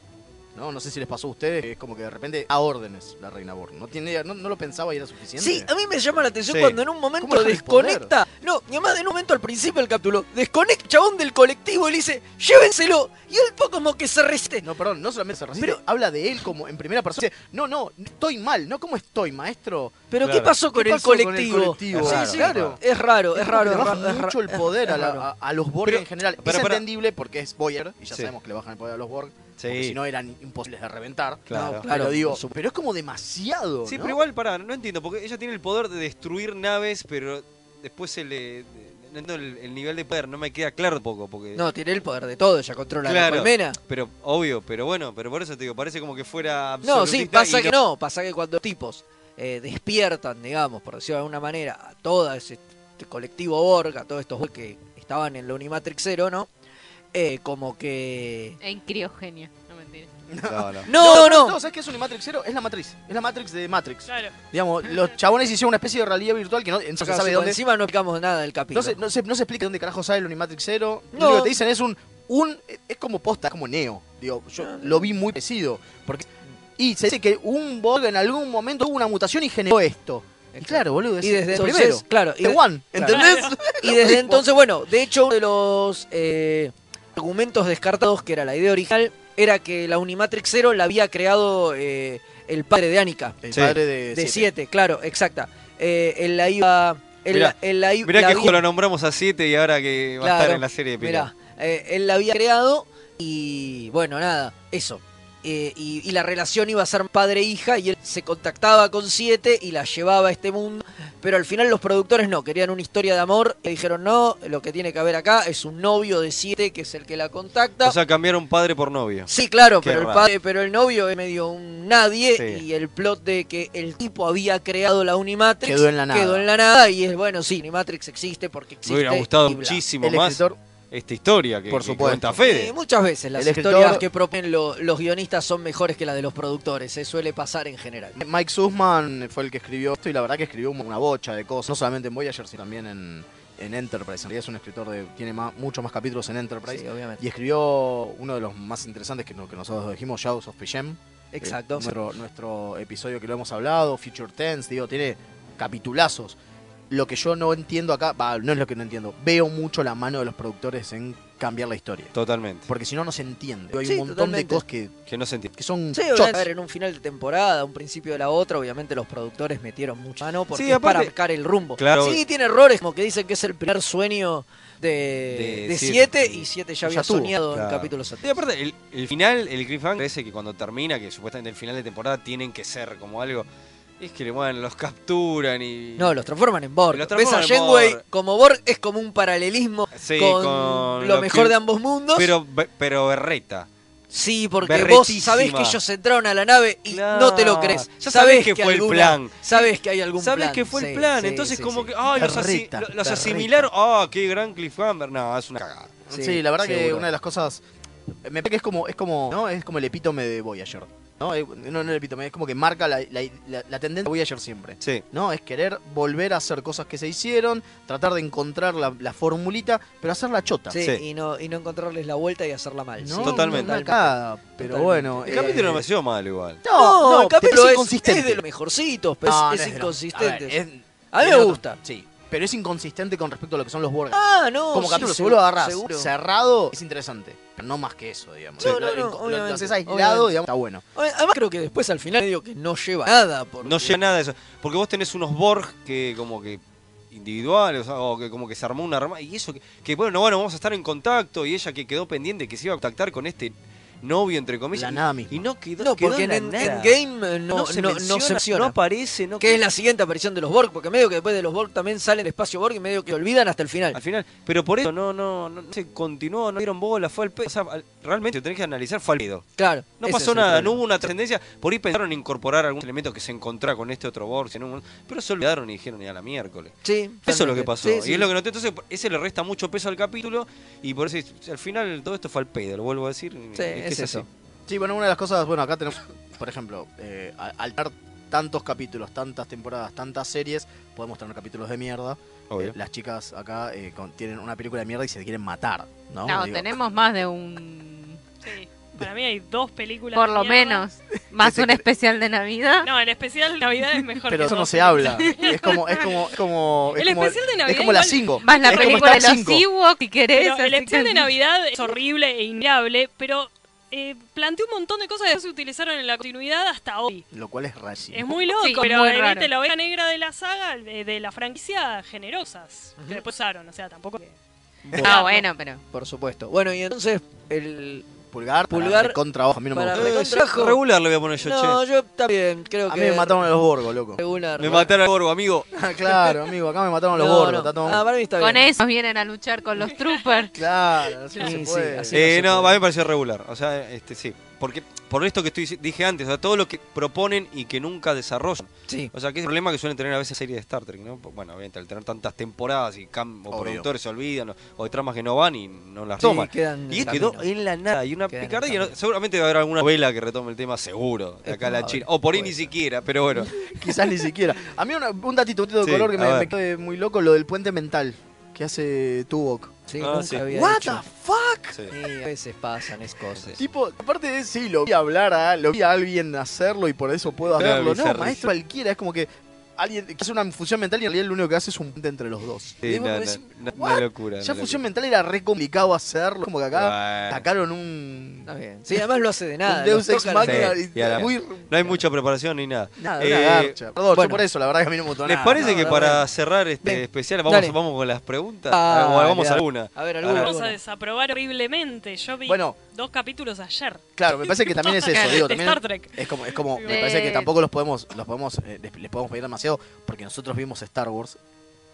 Speaker 4: No, no sé si les pasó a ustedes, que es como que de repente a órdenes la reina Borg. No, tiene, no, no lo pensaba y era suficiente.
Speaker 2: Sí, a mí me llama la atención
Speaker 4: Sí.
Speaker 2: cuando en un
Speaker 4: ¿Cómo
Speaker 2: momento
Speaker 4: no responder?
Speaker 2: desconecta. No, ni más en un momento al principio del capítulo. Desconecta chabón del colectivo y le dice, llévenselo. Y él fue como que se resiste.
Speaker 4: No, perdón, no solamente se resiste, habla de él como en primera persona. Dice, no, no, estoy mal, no como estoy, maestro.
Speaker 2: Pero ¿qué pasó con, el colectivo?
Speaker 4: colectivo?
Speaker 2: Sí,
Speaker 4: Claro,
Speaker 2: sí,
Speaker 4: claro.
Speaker 2: Es raro, es
Speaker 4: como
Speaker 2: raro.
Speaker 4: que le
Speaker 2: Es raro,
Speaker 4: bajan
Speaker 2: es ra-
Speaker 4: mucho el poder
Speaker 2: es
Speaker 4: a, la-
Speaker 2: raro.
Speaker 4: a- a los Borg
Speaker 2: Pero-
Speaker 4: en general.
Speaker 2: para,
Speaker 4: es
Speaker 2: para.
Speaker 4: entendible porque es Boyer, y ya
Speaker 2: Sí.
Speaker 4: sabemos que le bajan el poder a los Borg. porque si no eran imposibles de reventar.
Speaker 3: Claro.
Speaker 4: No,
Speaker 3: Claro,
Speaker 4: Pero digo,
Speaker 3: por supuesto.
Speaker 4: pero es como demasiado.
Speaker 3: Sí,
Speaker 4: ¿no?
Speaker 3: pero igual, pará, no entiendo, porque ella tiene el poder de destruir naves, pero después se le. No entiendo el, el nivel de poder, no me queda claro poco, porque.
Speaker 2: No, tiene el poder de todo, ella controla
Speaker 3: Claro,
Speaker 2: la colmena.
Speaker 3: Pero, obvio, pero bueno, pero por eso te digo, parece como que fuera
Speaker 2: No, sí,
Speaker 3: absolutista
Speaker 2: pasa
Speaker 3: y
Speaker 2: que no, pasa que cuando tipos eh, despiertan, digamos, por decirlo de alguna manera, a todo ese t- colectivo Borg, a todos estos Borg que estaban en la Unimatrix 0, ¿no? Eh, como que...
Speaker 6: En criogenia. No mentira.
Speaker 3: No, no.
Speaker 2: No, no.
Speaker 4: ¿Sabes qué es Unimatrix Zero? Es la matriz. Es la Matrix de Matrix.
Speaker 5: Claro.
Speaker 4: Digamos, los chabones hicieron una especie de realidad virtual que no, no se
Speaker 2: Claro,
Speaker 4: sabe
Speaker 2: sí,
Speaker 4: dónde.
Speaker 2: Encima no explicamos nada del capítulo.
Speaker 4: No se, no, se, no se explica dónde carajo sale el Unimatrix Zero.
Speaker 2: No.
Speaker 4: Lo único que te dicen es un, un. Es como posta, es como neo. Digo, yo
Speaker 2: Ah,
Speaker 4: lo vi muy parecido. Porque, y se dice que un Borg en algún momento hubo una mutación y generó esto. Y claro, boludo. Es,
Speaker 2: Y desde
Speaker 4: es
Speaker 2: entonces,
Speaker 4: primero.
Speaker 2: claro, y
Speaker 4: The
Speaker 2: de-
Speaker 4: One,
Speaker 2: claro.
Speaker 4: ¿entendés?
Speaker 2: Y desde entonces, bueno, de hecho, uno de los eh, argumentos descartados, que era la idea original, era que la Unimatrix 0 la había creado eh, el padre de Anika.
Speaker 4: El Sí. padre de
Speaker 2: De
Speaker 4: Siete.
Speaker 2: 7, claro, exacta. Eh, él la iba. Él,
Speaker 3: Mirá,
Speaker 2: la- él la i-
Speaker 3: Mirá
Speaker 2: la
Speaker 3: que
Speaker 2: había-
Speaker 3: justo lo nombramos a 7 y ahora que va a
Speaker 2: Claro,
Speaker 3: estar en la serie de
Speaker 2: mirá,
Speaker 3: Pilar.
Speaker 2: eh, él la había creado y bueno, nada, eso. Eh, y, y la relación iba a ser padre-hija y él se contactaba con siete y la llevaba a este mundo. Pero al final los productores no, querían una historia de amor. Y dijeron, no, lo que tiene que haber acá es un novio de siete que es el que la contacta.
Speaker 3: O sea, cambiaron padre por novio.
Speaker 2: Sí, claro,
Speaker 3: Qué
Speaker 2: pero el,
Speaker 3: raro.
Speaker 2: padre, pero el novio es medio un nadie
Speaker 3: Sí.
Speaker 2: y el plot de que el tipo había creado la Unimatrix
Speaker 4: Quedó en la nada.
Speaker 2: quedó en la nada y es bueno, sí, Unimatrix existe porque existe.
Speaker 3: Me hubiera gustado
Speaker 2: y bla.
Speaker 3: muchísimo
Speaker 4: El
Speaker 3: más
Speaker 4: escritor-
Speaker 3: esta historia que,
Speaker 4: Por
Speaker 3: que
Speaker 4: supuesto.
Speaker 3: cuenta Fede.
Speaker 2: Eh, muchas veces las
Speaker 4: El escritor-
Speaker 2: historias que proponen lo- los guionistas son mejores que las de los productores, eh, suele pasar en general.
Speaker 4: Mike Sussman fue el que escribió esto y la verdad que escribió una bocha de cosas, no solamente en Voyager, sino también en, en Enterprise. En realidad es un escritor de tiene más, muchos más capítulos en Enterprise.
Speaker 2: Sí, obviamente.
Speaker 4: Y escribió uno de los más interesantes que, no- que nosotros dijimos, Shadows of Eh, Pijam.
Speaker 2: Exacto.
Speaker 4: nuestro, nuestro episodio que lo hemos hablado, Future Tense, digo, tiene capitulazos. Lo que yo no entiendo acá, va, no es lo que no entiendo, veo mucho la mano de los productores en cambiar la historia.
Speaker 3: Totalmente.
Speaker 4: Porque si no, no se entiende. Hay
Speaker 2: Sí,
Speaker 4: un montón
Speaker 2: totalmente.
Speaker 4: de cosas que,
Speaker 3: que no se entiende.
Speaker 4: que son
Speaker 2: Sí,
Speaker 4: chotas.
Speaker 2: a ver, en un final de temporada, un principio de la otra, obviamente los productores metieron mucha mano porque
Speaker 3: Sí,
Speaker 2: es
Speaker 3: aparte-
Speaker 2: para marcar el rumbo.
Speaker 3: Claro.
Speaker 2: sí, tiene errores, como que dicen que es el primer sueño
Speaker 3: De
Speaker 2: de de
Speaker 3: siete.
Speaker 2: siete y siete ya
Speaker 3: Ya
Speaker 2: había
Speaker 3: tuvo.
Speaker 2: soñado en
Speaker 3: Claro.
Speaker 2: capítulos
Speaker 3: Y
Speaker 2: anteriores.
Speaker 3: aparte, el, el final, el cliffhanger ese que cuando termina, que supuestamente el final de temporada tienen que ser como algo. Es que, bueno, los capturan y.
Speaker 2: No, los transforman en Borg.
Speaker 3: Los
Speaker 2: Ves
Speaker 3: transforman
Speaker 2: a
Speaker 3: en
Speaker 2: Janeway
Speaker 3: Borg.
Speaker 2: como Borg, es como un paralelismo
Speaker 3: Sí,
Speaker 2: con, lo mejor
Speaker 3: que-
Speaker 2: de ambos mundos.
Speaker 3: Pero, be- pero berreta.
Speaker 2: Sí, porque vos sabés que ellos entraron a la nave y no te lo crees.
Speaker 3: Ya
Speaker 2: sabés
Speaker 3: sabés que fue el
Speaker 2: alguna-
Speaker 3: plan.
Speaker 2: Sabés que hay algún
Speaker 3: ¿Sabes
Speaker 2: plan.
Speaker 3: que fue el
Speaker 2: Sí,
Speaker 3: plan?
Speaker 2: sí,
Speaker 3: Entonces,
Speaker 2: sí,
Speaker 3: como
Speaker 2: sí.
Speaker 3: que. ¡Ah! los, asi-
Speaker 4: Berreta,
Speaker 3: los
Speaker 4: berreta.
Speaker 3: asimilaron. ¡Ah! ¡Qué gran cliffhanger! No, es una cagada.
Speaker 4: Sí, la verdad que una de las cosas. Me parece que es como, es como, ¿no? Es como el epítome de Voyager. ¿no? Eh, No, no el epítome, es como que marca la, la- la- la tendencia de Voyager siempre.
Speaker 3: Sí.
Speaker 4: ¿No? Es querer volver a hacer cosas que se hicieron, tratar de encontrar la, la formulita, pero hacerla chota.
Speaker 2: Sí, Y, no, y no encontrarles la vuelta y hacerla mal.
Speaker 4: No,
Speaker 2: sí.
Speaker 3: Totalmente.
Speaker 4: una cagada, pero
Speaker 2: Totalmente.
Speaker 4: bueno.
Speaker 3: El
Speaker 4: eh,
Speaker 3: capítulo no me sido mal igual.
Speaker 2: No, el
Speaker 4: te
Speaker 2: capítulo
Speaker 4: parece
Speaker 2: es,
Speaker 4: inconsistente.
Speaker 2: es de los mejorcitos, pero
Speaker 4: No, no es
Speaker 2: es,
Speaker 4: de los-
Speaker 2: inconsistente.
Speaker 4: a ver, es-
Speaker 2: a mí
Speaker 4: del
Speaker 2: me
Speaker 4: otro-
Speaker 2: gusta.
Speaker 4: Sí, pero es inconsistente con respecto a lo que son los Borg.
Speaker 2: Ah, no.
Speaker 4: como
Speaker 2: sí,
Speaker 4: capítulo,
Speaker 2: seguro,
Speaker 4: seguro lo agarrás
Speaker 2: seguro.
Speaker 4: cerrado, es interesante. Pero no más que eso, digamos. Lo-
Speaker 2: No, no,
Speaker 4: lo-
Speaker 2: no,
Speaker 4: lo- lo,
Speaker 2: obviamente,
Speaker 4: haces aislado,
Speaker 2: obviamente.
Speaker 4: digamos, está bueno.
Speaker 2: Oye, Además creo que después al final digo que no lleva nada. Porque...
Speaker 3: No lleva nada de eso. Porque vos tenés unos Borg que como que individuales, o sea, o que como que se armó una arma. Y eso, que, que, bueno, no, bueno, vamos a estar en contacto. Y ella que quedó pendiente que se iba a contactar con este novio, entre comillas.
Speaker 4: La nada
Speaker 3: y, y no quedó,
Speaker 2: No,
Speaker 3: quedó
Speaker 2: porque
Speaker 3: la
Speaker 2: en,
Speaker 3: nada.
Speaker 2: Game no, no,
Speaker 3: se
Speaker 2: no
Speaker 3: menciona,
Speaker 2: se menciona.
Speaker 3: no aparece. No
Speaker 2: que es la siguiente aparición de los Borg, porque medio que después de los Borg también sale el espacio Borg y medio que olvidan hasta el final.
Speaker 3: Al final, pero por eso no, no, no, no se continuó, no dieron bola, fue al pedo. O sea, al- realmente lo tenés que analizar, fue al pedo.
Speaker 2: Claro.
Speaker 3: No
Speaker 2: ese es
Speaker 3: pasó
Speaker 2: el
Speaker 3: nada,
Speaker 2: problema.
Speaker 3: no hubo una trascendencia. Por ahí pensaron en incorporar algunos elementos que se encontraba con este otro Borg, en un- pero se olvidaron y dijeron ya la miércoles.
Speaker 2: Sí,
Speaker 3: Eso es lo
Speaker 2: totalmente.
Speaker 3: que pasó.
Speaker 2: Sí,
Speaker 3: y
Speaker 2: sí.
Speaker 3: es lo que noté. Entonces, ese le resta mucho peso al capítulo. Y por eso, es- al final, todo esto fue al pedo, lo vuelvo a decir. es que
Speaker 2: es eso.
Speaker 3: así.
Speaker 4: Sí, bueno, una de las cosas, bueno, acá tenemos, por ejemplo, eh, al al tener tantos capítulos, tantas temporadas, tantas series, podemos tener capítulos de mierda.
Speaker 3: Obvio.
Speaker 4: Eh, las chicas acá eh, con- tienen una película de mierda y se quieren matar, ¿no?
Speaker 6: No,
Speaker 4: Digo,
Speaker 6: tenemos más de un.
Speaker 5: Sí, para mí hay dos películas.
Speaker 6: Por
Speaker 5: de
Speaker 6: lo
Speaker 5: mierda.
Speaker 6: menos. Más un especial de Navidad.
Speaker 5: No, el especial de Navidad es mejor.
Speaker 4: Pero
Speaker 5: que
Speaker 4: eso no
Speaker 5: dos
Speaker 4: se habla.
Speaker 5: películas.
Speaker 4: Es como, es como, es como. es
Speaker 5: El
Speaker 4: como-
Speaker 5: especial de Navidad
Speaker 4: Es como la
Speaker 5: igual-
Speaker 4: 5.
Speaker 6: Más la
Speaker 4: es como
Speaker 6: película de
Speaker 4: Star
Speaker 6: los
Speaker 4: 5.
Speaker 6: Ewoks, si querés.
Speaker 5: Pero
Speaker 6: así
Speaker 5: el especial
Speaker 6: que-
Speaker 5: de Navidad es horrible e inviable, pero eh, planteó un montón de cosas que no se utilizaron en la continuidad hasta hoy.
Speaker 4: Lo cual es rarísimo.
Speaker 5: Es muy loco,
Speaker 6: Sí,
Speaker 5: pero
Speaker 6: muy
Speaker 5: eh,
Speaker 6: raro.
Speaker 5: viste, la oveja negra de la saga, de, de la franquicia, generosas. Que después usaron, o sea, tampoco... que-
Speaker 6: Ah, bueno, pero.
Speaker 2: Por supuesto. Bueno, y entonces el
Speaker 4: Pulgar,
Speaker 2: Pulgar
Speaker 4: pulgar. Contra ojo, a mí no me
Speaker 2: para
Speaker 4: gusta.
Speaker 2: recontra-
Speaker 3: Sí, regular le voy a poner yo,
Speaker 2: No,
Speaker 3: che.
Speaker 2: yo también creo
Speaker 4: A
Speaker 2: que.
Speaker 4: mí me mataron a los borgos, loco.
Speaker 2: regular.
Speaker 3: Me mataron a Borgo, amigo.
Speaker 4: Ah, claro, amigo, acá me mataron a los
Speaker 2: No,
Speaker 4: borgos.
Speaker 2: no.
Speaker 4: Está todo...
Speaker 2: Ah, para mí está
Speaker 6: Con
Speaker 2: bien.
Speaker 6: esos vienen a luchar con los troopers.
Speaker 4: Claro, así Ah, no
Speaker 2: Sí,
Speaker 4: se
Speaker 2: sí,
Speaker 4: puede.
Speaker 2: así
Speaker 3: Eh,
Speaker 2: se
Speaker 3: no,
Speaker 2: puede.
Speaker 3: a mí me pareció regular. O sea, este sí. Porque, por esto que estoy, dije antes, o sea, todo lo que proponen y que nunca desarrollan.
Speaker 2: Sí.
Speaker 3: O sea, que es el problema que suelen tener a veces series de Star Trek, ¿no? Bueno, obviamente, al tener tantas temporadas y cam o
Speaker 4: Obvio.
Speaker 3: productores se olvidan o, o de tramas que no van y no las
Speaker 2: Sí,
Speaker 3: toman.
Speaker 2: quedan en
Speaker 3: y
Speaker 2: el
Speaker 3: quedó
Speaker 2: camino.
Speaker 3: en la nada. Y una
Speaker 2: Quedan en el
Speaker 3: picardía. ¿no?
Speaker 2: camino.
Speaker 3: seguramente va a haber alguna novela que retome el tema, seguro. De
Speaker 2: Es
Speaker 3: acá a la
Speaker 2: probable,
Speaker 3: China. O por ahí
Speaker 2: puede
Speaker 3: ni
Speaker 2: ser.
Speaker 3: siquiera, pero bueno.
Speaker 4: Quizás ni siquiera. A mí una- un datito, un datito de
Speaker 3: Sí,
Speaker 4: color que
Speaker 3: a
Speaker 4: me,
Speaker 3: ver.
Speaker 4: me quedó muy loco, lo del puente mental que hace Tuvok.
Speaker 2: Sí,
Speaker 3: Ah,
Speaker 2: nunca
Speaker 3: sí.
Speaker 2: había
Speaker 4: What
Speaker 2: hecho.
Speaker 4: the fuck?
Speaker 3: sí.
Speaker 2: Sí, a veces pasan es cosas.
Speaker 4: Tipo, aparte de sí, lo vi hablar a, lo vi a alguien hacerlo y por eso puedo
Speaker 3: Claro,
Speaker 4: hacerlo. No,
Speaker 3: bizarro.
Speaker 4: maestro cualquiera, es como que alguien que hace una fusión mental y en realidad lo único que hace es un puente entre los dos.
Speaker 3: Sí,
Speaker 4: Y vos
Speaker 3: no,
Speaker 4: decís,
Speaker 3: no, no,
Speaker 4: "What?".
Speaker 3: una locura.
Speaker 4: Ya
Speaker 3: una
Speaker 4: fusión
Speaker 3: locura.
Speaker 4: mental era re complicado hacerlo, como que acá
Speaker 3: Bueno.
Speaker 4: sacaron un,
Speaker 2: Está bien. Sí, además lo hace de
Speaker 4: un
Speaker 2: nada.
Speaker 4: Deus
Speaker 2: los
Speaker 4: Ex
Speaker 2: toca la-
Speaker 4: Machina
Speaker 3: Sí,
Speaker 4: y-
Speaker 3: y a la-
Speaker 4: muy...
Speaker 3: No hay mucha preparación ni nada.
Speaker 4: Nada,
Speaker 3: Eh,
Speaker 4: una garcha. Perdón,
Speaker 2: bueno.
Speaker 4: yo por eso, la verdad que a mí no me gustó
Speaker 3: ¿Les
Speaker 4: nada.
Speaker 3: parece
Speaker 2: no,
Speaker 3: que
Speaker 2: no,
Speaker 3: para
Speaker 2: bueno.
Speaker 3: cerrar este
Speaker 2: Ven.
Speaker 3: especial vamos,
Speaker 2: Dale.
Speaker 3: vamos con las preguntas?
Speaker 2: Ah,
Speaker 3: Ah, bueno, vamos
Speaker 2: dale.
Speaker 3: a alguna.
Speaker 2: A ver, alguna.
Speaker 5: Vamos a desaprobar horriblemente. Yo vi
Speaker 4: Bueno.
Speaker 5: dos capítulos ayer.
Speaker 4: Claro, me parece que también es eso,
Speaker 5: De
Speaker 4: digo, también
Speaker 5: Star Trek.
Speaker 4: es como, es como, me
Speaker 6: Eh.
Speaker 4: parece que tampoco los podemos, los podemos, eh, les, les podemos pedir demasiado porque nosotros vimos Star Wars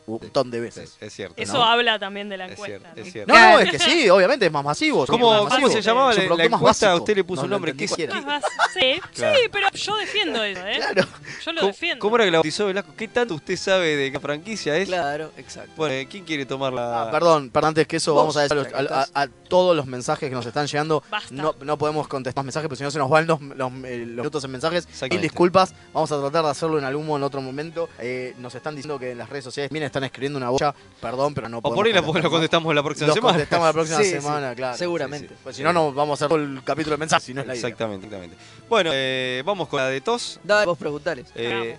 Speaker 4: un montón de veces.
Speaker 3: Es, es cierto.
Speaker 5: Eso
Speaker 3: ¿no?
Speaker 5: habla también de la
Speaker 3: Es cierto,
Speaker 5: encuesta.
Speaker 3: es
Speaker 5: ¿no?
Speaker 3: cierto.
Speaker 4: No, no, es que sí, obviamente es más masivo. es
Speaker 3: ¿Cómo,
Speaker 4: más
Speaker 3: cómo
Speaker 4: masivo.
Speaker 3: se llamaba
Speaker 4: Es un
Speaker 3: la, la
Speaker 4: producto más
Speaker 3: encuesta?
Speaker 4: básico.
Speaker 3: Usted le puso
Speaker 4: No
Speaker 3: un
Speaker 4: lo
Speaker 3: nombre.
Speaker 4: entendí
Speaker 3: ¿Qué,
Speaker 4: cualquiera.
Speaker 5: Más básico. Sí,
Speaker 3: Claro.
Speaker 5: sí, pero yo defiendo eso, ¿eh?
Speaker 4: Claro.
Speaker 5: Yo lo
Speaker 3: ¿Cómo,
Speaker 5: defiendo.
Speaker 3: cómo era que la bautizó Velasco? ¿Qué tanto usted sabe de qué franquicia es?
Speaker 2: Claro, exacto.
Speaker 3: Bueno, eh, ¿quién quiere tomar la...?
Speaker 4: Ah, perdón, perdón, antes que eso,
Speaker 2: Vos,
Speaker 4: vamos a, decir a los-
Speaker 2: ya que
Speaker 4: a,
Speaker 2: estás.
Speaker 4: a- a todos los mensajes que nos están llegando.
Speaker 5: Basta.
Speaker 4: No, no podemos contestar más mensajes, porque si no se nos van los, los, eh, los minutos en mensajes. Mil
Speaker 3: Exactamente.
Speaker 4: disculpas, vamos a tratar de hacerlo en algún o en otro momento. Eh, nos están diciendo que en las redes sociales también están escribiendo una bocha. Perdón, pero no
Speaker 3: O
Speaker 4: podemos.
Speaker 3: por ahí la,
Speaker 4: contestar,
Speaker 3: lo
Speaker 4: ¿no?
Speaker 3: contestamos la próxima
Speaker 4: Los
Speaker 3: semana.
Speaker 4: contestamos la próxima
Speaker 2: Sí, sí,
Speaker 4: semana, claro.
Speaker 2: Seguramente.
Speaker 4: Pues si no, no vamos a hacer todo el capítulo de mensajes, si no es la idea.
Speaker 3: Exactamente, exactamente. Bueno, eh, vamos con la de tos.
Speaker 2: Dale, vos preguntales.
Speaker 3: Eh,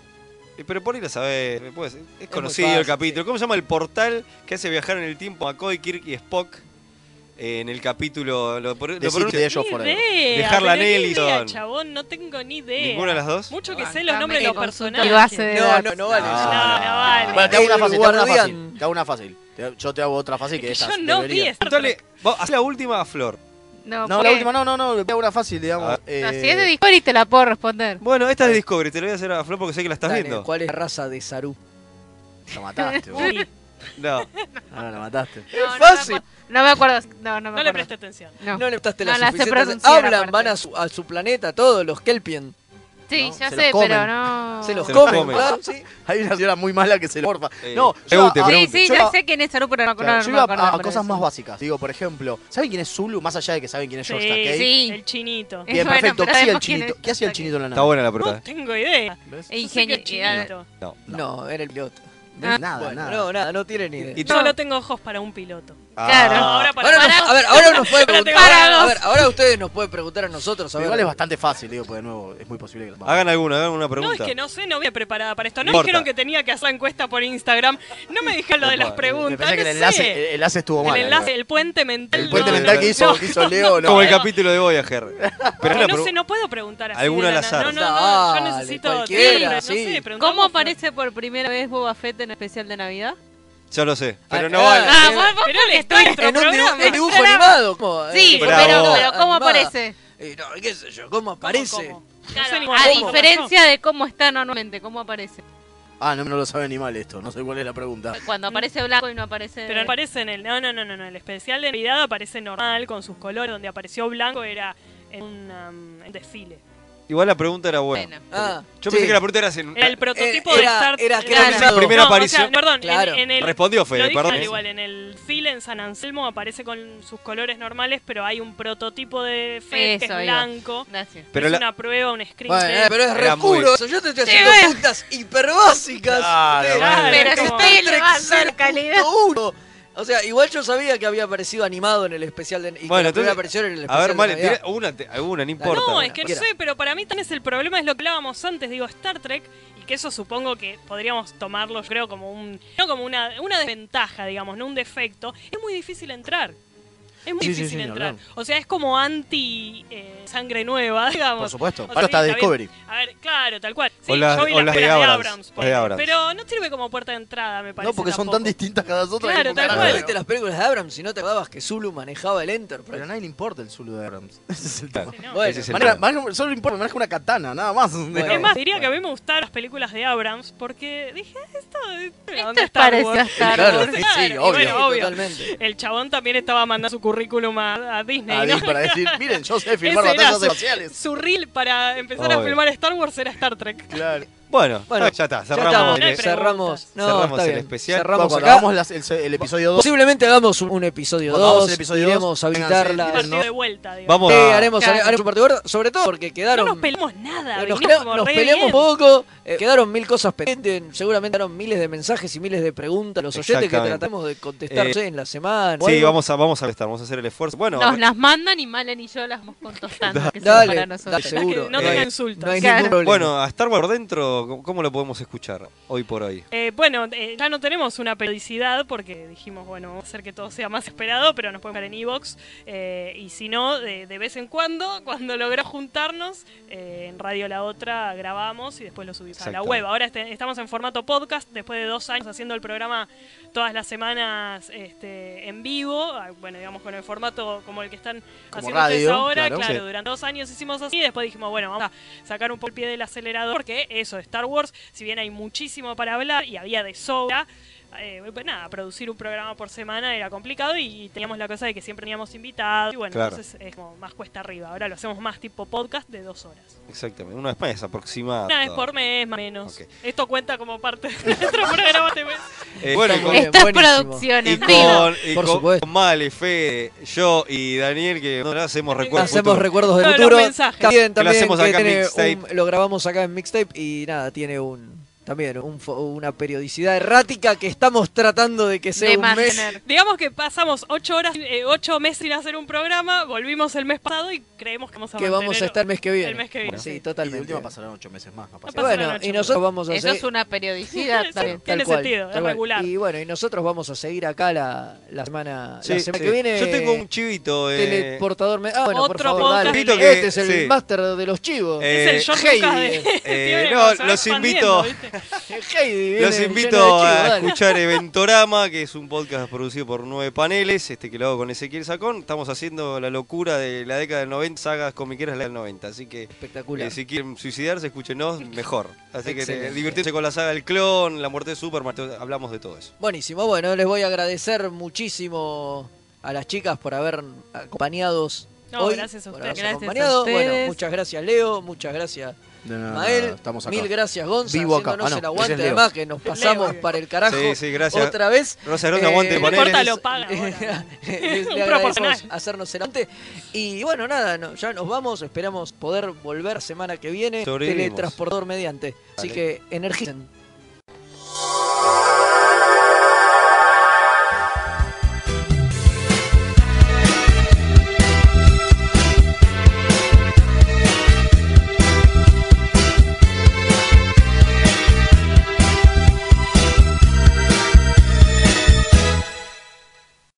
Speaker 3: Eh, Pero por ir a saber, me puedes- es
Speaker 2: muy
Speaker 3: conocido el
Speaker 2: fácil,
Speaker 3: capítulo. ¿Cómo se llama el portal que hace viajar en el tiempo a McCoy, Kirk y Spock? Eh, en el capítulo. Lo, por- lo
Speaker 4: City
Speaker 3: pronuncia-
Speaker 4: de ellos
Speaker 5: Ni idea,
Speaker 3: De Harlan
Speaker 5: pero ni idea,
Speaker 3: Ellison.
Speaker 5: chabón, no tengo ni idea.
Speaker 3: ¿Ninguna de las dos?
Speaker 5: Mucho que sé los
Speaker 6: Bancame
Speaker 5: nombres de los
Speaker 6: que consulta
Speaker 5: personajes.
Speaker 6: mi base de
Speaker 2: No, no, no vale.
Speaker 4: No,
Speaker 2: eso.
Speaker 5: no, no vale.
Speaker 4: Bueno, te hago una
Speaker 2: El
Speaker 4: fácil, te hago una
Speaker 2: guardián.
Speaker 4: fácil. Te hago una fácil. Te- Yo te hago otra fácil que
Speaker 5: Es que
Speaker 4: esa.
Speaker 5: yo no vi
Speaker 4: debería.
Speaker 5: Star
Speaker 3: Dale, vos, hacé la última a Flor.
Speaker 6: No,
Speaker 4: No,
Speaker 6: ¿por
Speaker 4: la
Speaker 6: qué?
Speaker 4: última, no, no, no, te hago una fácil, digamos. Eh,
Speaker 6: No, si es de Discovery te la puedo responder.
Speaker 3: Ah. Bueno, esta es de Discovery, te la voy a hacer a Flor porque sé que la estás
Speaker 2: Dale,
Speaker 3: viendo.
Speaker 2: ¿Cuál es la raza de Saru?
Speaker 4: Lo mataste, vos.
Speaker 5: Uy,
Speaker 3: No.
Speaker 4: Ahora lo mataste.
Speaker 6: No, no
Speaker 2: fácil.
Speaker 6: me acu- No me acuerdo. No, no me
Speaker 5: no le
Speaker 6: acuerdo.
Speaker 5: presté atención.
Speaker 6: No.
Speaker 2: No le prestaste
Speaker 6: No,
Speaker 2: la
Speaker 6: la sé
Speaker 2: suficiente
Speaker 6: pronunciar,
Speaker 2: Hablan,
Speaker 6: aparte.
Speaker 2: van a su, a su planeta todos, los Kelpien.
Speaker 6: Sí, ya
Speaker 4: se los
Speaker 6: sé,
Speaker 4: comen.
Speaker 6: pero no.
Speaker 2: Se los
Speaker 3: Se los
Speaker 2: comen,
Speaker 3: comen.
Speaker 2: claro, sí.
Speaker 5: Eh,
Speaker 4: Hay una señora muy mala que se lo morfa.
Speaker 3: Eh,
Speaker 4: No,
Speaker 3: pregunte,
Speaker 4: yo, a-
Speaker 6: Sí,
Speaker 3: pregunte.
Speaker 6: sí,
Speaker 4: Yo
Speaker 6: ya
Speaker 4: iba-
Speaker 6: sé quién es Saru, pero no,
Speaker 4: claro,
Speaker 6: no,
Speaker 4: yo
Speaker 6: no
Speaker 4: iba
Speaker 6: me
Speaker 4: a,
Speaker 6: acuerdo
Speaker 4: a
Speaker 6: el nombre
Speaker 4: cosas
Speaker 6: de
Speaker 4: más
Speaker 6: eso.
Speaker 4: básicas. Digo, por ejemplo, ¿saben quién es Zulu? Más allá de que saben quién es
Speaker 5: Eh, Sí,
Speaker 4: George Takei.
Speaker 6: sí.
Speaker 5: el chinito.
Speaker 6: Eh,
Speaker 4: Bien,
Speaker 6: bueno,
Speaker 4: perfecto.
Speaker 6: pero
Speaker 4: ¿Qué hacía el
Speaker 6: sabemos quién
Speaker 4: chinito?
Speaker 6: es
Speaker 4: ¿Qué hacía el chinito en la
Speaker 3: Está
Speaker 4: nave?
Speaker 3: buena la
Speaker 5: No
Speaker 3: pregunta.
Speaker 5: tengo idea.
Speaker 4: ¿Ves?
Speaker 5: Yo sé que es
Speaker 6: Ingeniero.
Speaker 5: chinito.
Speaker 3: No.
Speaker 2: No, era el piloto.
Speaker 6: Ah.
Speaker 4: Nada,
Speaker 2: Bueno,
Speaker 4: nada.
Speaker 2: No, nada, no tiene ni idea.
Speaker 3: Y-
Speaker 5: Solo tengo ojos para un piloto.
Speaker 6: Claro.
Speaker 5: No, ahora para,
Speaker 2: Ahora nos- a ver, ahora nos puede
Speaker 5: Ahora tengo
Speaker 2: preguntar.
Speaker 5: ganas.
Speaker 2: A ver, ahora ustedes nos pueden preguntar a nosotros. A
Speaker 4: Pero
Speaker 2: ver,
Speaker 4: igual es bastante fácil, digo, porque de nuevo es muy posible que lo
Speaker 3: Hagan alguna, hagan una
Speaker 5: No, es
Speaker 3: pregunta.
Speaker 5: que no sé, no vine preparada para esto. No
Speaker 3: Importa.
Speaker 5: me dijeron que tenía que hacer la encuesta por Instagram. No me dijeron lo de las
Speaker 3: Me
Speaker 5: preguntas.
Speaker 4: Me parece que
Speaker 5: no
Speaker 4: el enlace,
Speaker 5: sé.
Speaker 4: el enlace estuvo
Speaker 5: El
Speaker 4: mal.
Speaker 5: enlace, el puente mental.
Speaker 4: El puente
Speaker 5: no,
Speaker 4: mental
Speaker 5: no,
Speaker 4: que hizo,
Speaker 5: no,
Speaker 4: que hizo Leo, no.
Speaker 3: Como el
Speaker 5: No.
Speaker 3: capítulo de Voyager. Pero
Speaker 5: no,
Speaker 3: es la
Speaker 5: sé,
Speaker 3: pregu-
Speaker 5: no puedo preguntar así.
Speaker 3: Alguna
Speaker 5: de la
Speaker 3: al azar.
Speaker 5: nada. No, no, no,
Speaker 2: Dale,
Speaker 5: yo necesito.
Speaker 2: cualquiera,
Speaker 5: sí, no
Speaker 2: sí.
Speaker 5: sé, preguntamos
Speaker 6: ¿Cómo
Speaker 5: por-
Speaker 6: aparece por primera vez Boba Fett en el especial de Navidad?
Speaker 3: Ya lo sé. Pero
Speaker 2: Ah,
Speaker 3: no vale.
Speaker 2: ah,
Speaker 6: vos- vos
Speaker 5: Pero él
Speaker 6: porque
Speaker 5: está en
Speaker 6: estuviste-
Speaker 5: otro
Speaker 2: en un dibujo,
Speaker 5: programa.
Speaker 2: en dibujo
Speaker 6: Pará.
Speaker 2: animado. ¿cómo?
Speaker 6: Sí,
Speaker 2: Eh,
Speaker 3: Bravo.
Speaker 6: pero,
Speaker 2: animada,
Speaker 6: pero ¿cómo
Speaker 2: animada.
Speaker 6: aparece?
Speaker 2: Eh, no, qué sé yo, ¿cómo aparece?
Speaker 5: ¿Cómo?
Speaker 6: Claro,
Speaker 5: sé ni
Speaker 6: a
Speaker 5: cómo.
Speaker 6: diferencia de cómo está normalmente, ¿cómo aparece?
Speaker 4: Ah, no, no lo sabe ni mal esto. No sé cuál es la pregunta.
Speaker 6: Cuando aparece Este blanco y no aparece.
Speaker 5: Pero aparece en el. No, no, no, no, no. El especial de Navidad aparece normal, con sus colores. Donde apareció blanco era en un um, un desfile.
Speaker 3: Igual la pregunta era buena.
Speaker 6: Bueno.
Speaker 2: Ah,
Speaker 3: Yo
Speaker 2: sí.
Speaker 3: pensé que la pregunta era si...
Speaker 5: Era el prototipo
Speaker 2: Eh, era-
Speaker 5: de Star
Speaker 2: era que
Speaker 3: era
Speaker 5: Claro.
Speaker 3: pensado. Primera
Speaker 5: No, o sea,
Speaker 3: aparición.
Speaker 5: perdón, en-
Speaker 2: Claro.
Speaker 5: en, el,
Speaker 3: Respondió Fede,
Speaker 5: lo dije
Speaker 3: perdón.
Speaker 5: mal igual, en el file en San Anselmo aparece con sus colores normales, pero hay un prototipo de Fed que es
Speaker 6: Eso, ahí va.
Speaker 5: blanco.
Speaker 6: Gracias.
Speaker 3: Pero
Speaker 5: es
Speaker 3: la-
Speaker 5: una prueba, un screen.
Speaker 2: Bueno, eh, pero es re
Speaker 3: Era muy-
Speaker 2: oscuro eso. Yo te estoy
Speaker 6: Sí,
Speaker 2: haciendo
Speaker 6: bueno.
Speaker 2: puntas hiperbásicas.
Speaker 4: Claro,
Speaker 2: de-
Speaker 5: bueno.
Speaker 2: de
Speaker 5: Pero
Speaker 2: Star
Speaker 5: estoy
Speaker 2: Trek
Speaker 6: elevando la
Speaker 2: 0.1.
Speaker 6: calidad.
Speaker 2: O sea, igual yo sabía que había aparecido animado en el especial de. Y que
Speaker 3: Bueno,
Speaker 2: la primera
Speaker 3: entonces-
Speaker 2: aparición en el especial
Speaker 3: A ver,
Speaker 2: de
Speaker 3: vale,
Speaker 2: Navidad.
Speaker 3: tira una, te- alguna, no importa.
Speaker 5: no,
Speaker 2: bueno,
Speaker 5: es que no
Speaker 2: cualquiera.
Speaker 5: sé, pero para mí también es el problema, es lo que hablábamos antes, digo, Star Trek, y que eso supongo que podríamos tomarlo, yo creo, como un no como una, una desventaja, digamos, no un defecto. Es muy difícil entrar. Es muy
Speaker 4: Sí, sí,
Speaker 5: difícil
Speaker 4: sí, ni
Speaker 5: entrar.
Speaker 4: hablar.
Speaker 5: O sea, es como anti eh, sangre nueva, digamos.
Speaker 4: Por supuesto.
Speaker 5: O sea,
Speaker 4: Ahora está
Speaker 5: sí, bien.
Speaker 4: Discovery.
Speaker 5: A ver, claro, tal cual. Sí,
Speaker 3: O las-
Speaker 5: yo vi
Speaker 3: o
Speaker 5: las
Speaker 3: las de
Speaker 5: pelas de
Speaker 3: Abrams,
Speaker 5: Abrams.
Speaker 3: las
Speaker 5: por
Speaker 3: de
Speaker 5: ejemplo,
Speaker 3: Abrams.
Speaker 5: Pero no sirve como puerta de entrada, me parece.
Speaker 4: No, porque son
Speaker 5: tampoco.
Speaker 4: tan distintas cada otra. que
Speaker 5: Claro,
Speaker 4: un
Speaker 5: tal
Speaker 2: Claro,
Speaker 4: carajo.
Speaker 5: cual.
Speaker 2: viste las películas de Abrams si no te acordabas que Zulu manejaba el pues.
Speaker 4: Pero a
Speaker 2: Enterprise.
Speaker 4: nadie le importa el Zulu de Abrams. Ese es el tema.
Speaker 5: Sí, no.
Speaker 2: Bueno,
Speaker 3: Ese es el
Speaker 4: Maneja-
Speaker 3: tema.
Speaker 4: maneja- solo le importa, maneja una katana, nada más.
Speaker 5: Es
Speaker 2: Bueno.
Speaker 5: más, diría que a mí me gustaron las películas de Abrams porque dije, esto, esto,
Speaker 6: Esto
Speaker 5: ¿dónde
Speaker 6: es
Speaker 5: Star
Speaker 6: parecido
Speaker 5: Wars?
Speaker 6: a Star
Speaker 4: Claro,
Speaker 5: Wars.
Speaker 4: sí, sí,
Speaker 5: y
Speaker 4: obvio.
Speaker 5: bueno, obvio.
Speaker 2: Totalmente.
Speaker 5: El chabón también estaba mandando su currículum a, a Disney.
Speaker 4: A
Speaker 5: ¿no?
Speaker 4: Disney para decir, miren, yo sé filmar
Speaker 5: Ese era
Speaker 4: batallas
Speaker 5: su-
Speaker 4: espaciales.
Speaker 5: Su reel para empezar a
Speaker 3: Obvio.
Speaker 5: filmar Star Wars era Star Trek.
Speaker 4: Claro.
Speaker 3: Bueno,
Speaker 2: Bueno,
Speaker 3: ya está,
Speaker 2: Ya
Speaker 3: cerramos.
Speaker 2: estamos,
Speaker 5: No hay
Speaker 3: el-
Speaker 5: preguntas.
Speaker 2: cerramos, no,
Speaker 3: Cerramos
Speaker 2: está
Speaker 3: el
Speaker 2: bien.
Speaker 3: especial.
Speaker 2: Cerramos
Speaker 4: Cuando
Speaker 2: acá.
Speaker 4: hagamos las- el, el episodio 2.
Speaker 2: Posiblemente hagamos un, un episodio
Speaker 4: Cuando hagamos el
Speaker 2: 2.
Speaker 4: episodio
Speaker 2: Iremos
Speaker 4: dos,
Speaker 2: a
Speaker 4: vénganse,
Speaker 2: habitar
Speaker 4: miren,
Speaker 2: las-
Speaker 5: Partido
Speaker 4: no. Eh,
Speaker 5: de vuelta, digamos.
Speaker 3: Vamos
Speaker 2: Sí,
Speaker 3: a...
Speaker 2: haremos,
Speaker 6: Claro.
Speaker 2: haremos un partido gordo, sobre todo porque
Speaker 5: No
Speaker 2: quedaron.
Speaker 5: nos peleamos nada.
Speaker 2: nos,
Speaker 5: vinimos
Speaker 2: cre-
Speaker 5: como
Speaker 2: nos
Speaker 5: re
Speaker 2: peleamos un
Speaker 5: bien.
Speaker 2: poco, eh, quedaron mil cosas pendientes, seguramente quedaron miles de mensajes y miles de preguntas. Los oyentes que
Speaker 3: Exactamente.
Speaker 2: tratamos de contestar
Speaker 3: Eh,
Speaker 2: no sé, en la semana. o
Speaker 3: Sí,
Speaker 2: algo.
Speaker 3: vamos a, vamos a estar, vamos a hacer el esfuerzo. Bueno,
Speaker 6: Nos las mandan y Malen y yo las vamos contestando. que son
Speaker 2: Dale,
Speaker 6: para
Speaker 2: dale,
Speaker 6: nosotros.
Speaker 2: seguro.
Speaker 5: No
Speaker 2: eh,
Speaker 5: tengan insultos.
Speaker 2: no hay
Speaker 6: Claro.
Speaker 2: ningún problema.
Speaker 3: bueno, a Star Wars por dentro, ¿cómo- ¿cómo lo podemos escuchar hoy por hoy?
Speaker 5: Eh, bueno, eh, ya no tenemos una periodicidad porque dijimos, bueno, vamos a hacer que todo sea más esperado, pero nos pueden ver en Evox. y si no, de, de vez en cuando, cuando logra juntarnos, eh, en Radio La Otra grabamos y después lo subimos a la
Speaker 3: Exactamente.
Speaker 5: web. Ahora este- estamos en formato podcast, después de dos años haciendo el programa todas las semanas este, en vivo, ah, bueno, digamos con el formato como el que están
Speaker 4: Como
Speaker 5: haciendo ustedes
Speaker 4: radio,
Speaker 5: ahora,
Speaker 4: claro.
Speaker 5: claro,
Speaker 4: Sí.
Speaker 5: durante dos años hicimos así, y después dijimos, bueno, vamos a sacar un poco el pie del acelerador, que eso, Star Wars, si bien hay muchísimo para hablar y había de sobra, eh, pues nada, producir un programa por semana era complicado y, y teníamos la cosa de que siempre teníamos invitados y bueno,
Speaker 3: Claro.
Speaker 5: entonces es como más cuesta arriba. Ahora lo hacemos más tipo podcast de dos horas.
Speaker 3: Exactamente, una vez más aproximada.
Speaker 5: Una vez por mes, más o menos.
Speaker 3: Ah, Ok.
Speaker 5: Esto cuenta como parte de nuestro programa este mes.
Speaker 3: Eh, bueno, y
Speaker 2: Estamos
Speaker 3: con,
Speaker 2: bien,
Speaker 6: Esta
Speaker 2: buenísimo.
Speaker 6: producción
Speaker 3: y
Speaker 6: en vivo.
Speaker 3: con, y
Speaker 2: Por
Speaker 3: con-
Speaker 2: supuesto.
Speaker 3: con Male, Fede, yo y Daniel, que no hacemos recuerdos.
Speaker 2: Hacemos
Speaker 3: futuros.
Speaker 2: recuerdos del
Speaker 5: Todos los
Speaker 2: futuro.
Speaker 5: mensajes.
Speaker 2: También,
Speaker 3: Que lo
Speaker 2: también
Speaker 3: hacemos
Speaker 2: que
Speaker 3: acá en
Speaker 2: tiene
Speaker 3: mixtape.
Speaker 2: un- lo grabamos acá en mixtape y nada, tiene un, También un fo- una periodicidad errática que estamos tratando de que sea un mes.
Speaker 5: Digamos que pasamos ocho horas, eh, ocho meses sin hacer un programa, volvimos el mes pasado y creemos que vamos a
Speaker 2: Que
Speaker 5: mantener
Speaker 2: vamos a estar el mes que viene.
Speaker 5: El mes que viene.
Speaker 2: Sí, totalmente.
Speaker 4: Y de última pasarán ocho meses más. capaz.
Speaker 2: bueno, y nosotros vamos a
Speaker 6: Eso
Speaker 2: seguir-
Speaker 6: es una periodicidad también.
Speaker 2: Tal cual, tal cual. Y bueno, y nosotros vamos a seguir acá la, la semana, la
Speaker 3: Sí,
Speaker 2: semana
Speaker 3: sí.
Speaker 2: que viene.
Speaker 3: Yo tengo un chivito. eh,
Speaker 2: Teleportador. me- Ah, bueno, por
Speaker 3: Otro
Speaker 2: favor,
Speaker 3: podcast
Speaker 2: dale.
Speaker 3: del Chivito que-
Speaker 2: Este es el
Speaker 3: sí. Eh,
Speaker 2: máster de los chivos.
Speaker 3: Es el John
Speaker 2: Heidi.
Speaker 3: Lucas de- Eh, Tiene no, como- los se va invito-
Speaker 2: Heidi viene
Speaker 3: Los
Speaker 2: lleno de
Speaker 3: invito
Speaker 2: chivos,
Speaker 3: a
Speaker 2: dale.
Speaker 3: escuchar Eventorama, que es un podcast producido por nueve paneles, este que lo hago con Ezequiel Sacón. Estamos haciendo la locura de la década del 90, sagas comiqueras de la década del 90. Así que
Speaker 2: Espectacular.
Speaker 3: eh, si quieren suicidarse, escúchenos mejor. Así que
Speaker 2: Excelente.
Speaker 3: eh, divertirse con la saga del clon, la muerte de Superman, todo- hablamos de todo eso.
Speaker 2: Buenísimo, bueno, les voy a agradecer muchísimo a las chicas por haber acompañados.
Speaker 5: No,
Speaker 2: hoy,
Speaker 5: gracias a
Speaker 2: por
Speaker 5: ustedes.
Speaker 2: habernos
Speaker 5: Gracias a
Speaker 2: acompañado. Bueno,
Speaker 5: ustedes.
Speaker 2: muchas gracias Leo, muchas gracias
Speaker 4: De nada,
Speaker 2: Mael.
Speaker 4: estamos acá.
Speaker 2: Mil gracias Gonza,
Speaker 4: Vivo acá.
Speaker 2: haciéndonos
Speaker 4: Ah, no,
Speaker 2: el aguante
Speaker 4: gracias, Leo.
Speaker 2: además que nos
Speaker 4: Leo,
Speaker 2: pasamos
Speaker 4: Leo.
Speaker 2: para el carajo
Speaker 3: Sí, sí, gracias.
Speaker 2: otra vez.
Speaker 3: Gracias, gracias, aguante,
Speaker 2: Eh,
Speaker 3: paneles. No importa, lo
Speaker 5: paga ahora.
Speaker 2: les-
Speaker 5: Un
Speaker 2: les agradecemos
Speaker 5: proporcional.
Speaker 2: hacernos el aguante. Y bueno, nada, no, ya nos vamos, esperamos poder volver semana que viene,
Speaker 3: Sobrevivimos.
Speaker 2: teletransportador mediante. Así
Speaker 3: Dale.
Speaker 2: que energicen.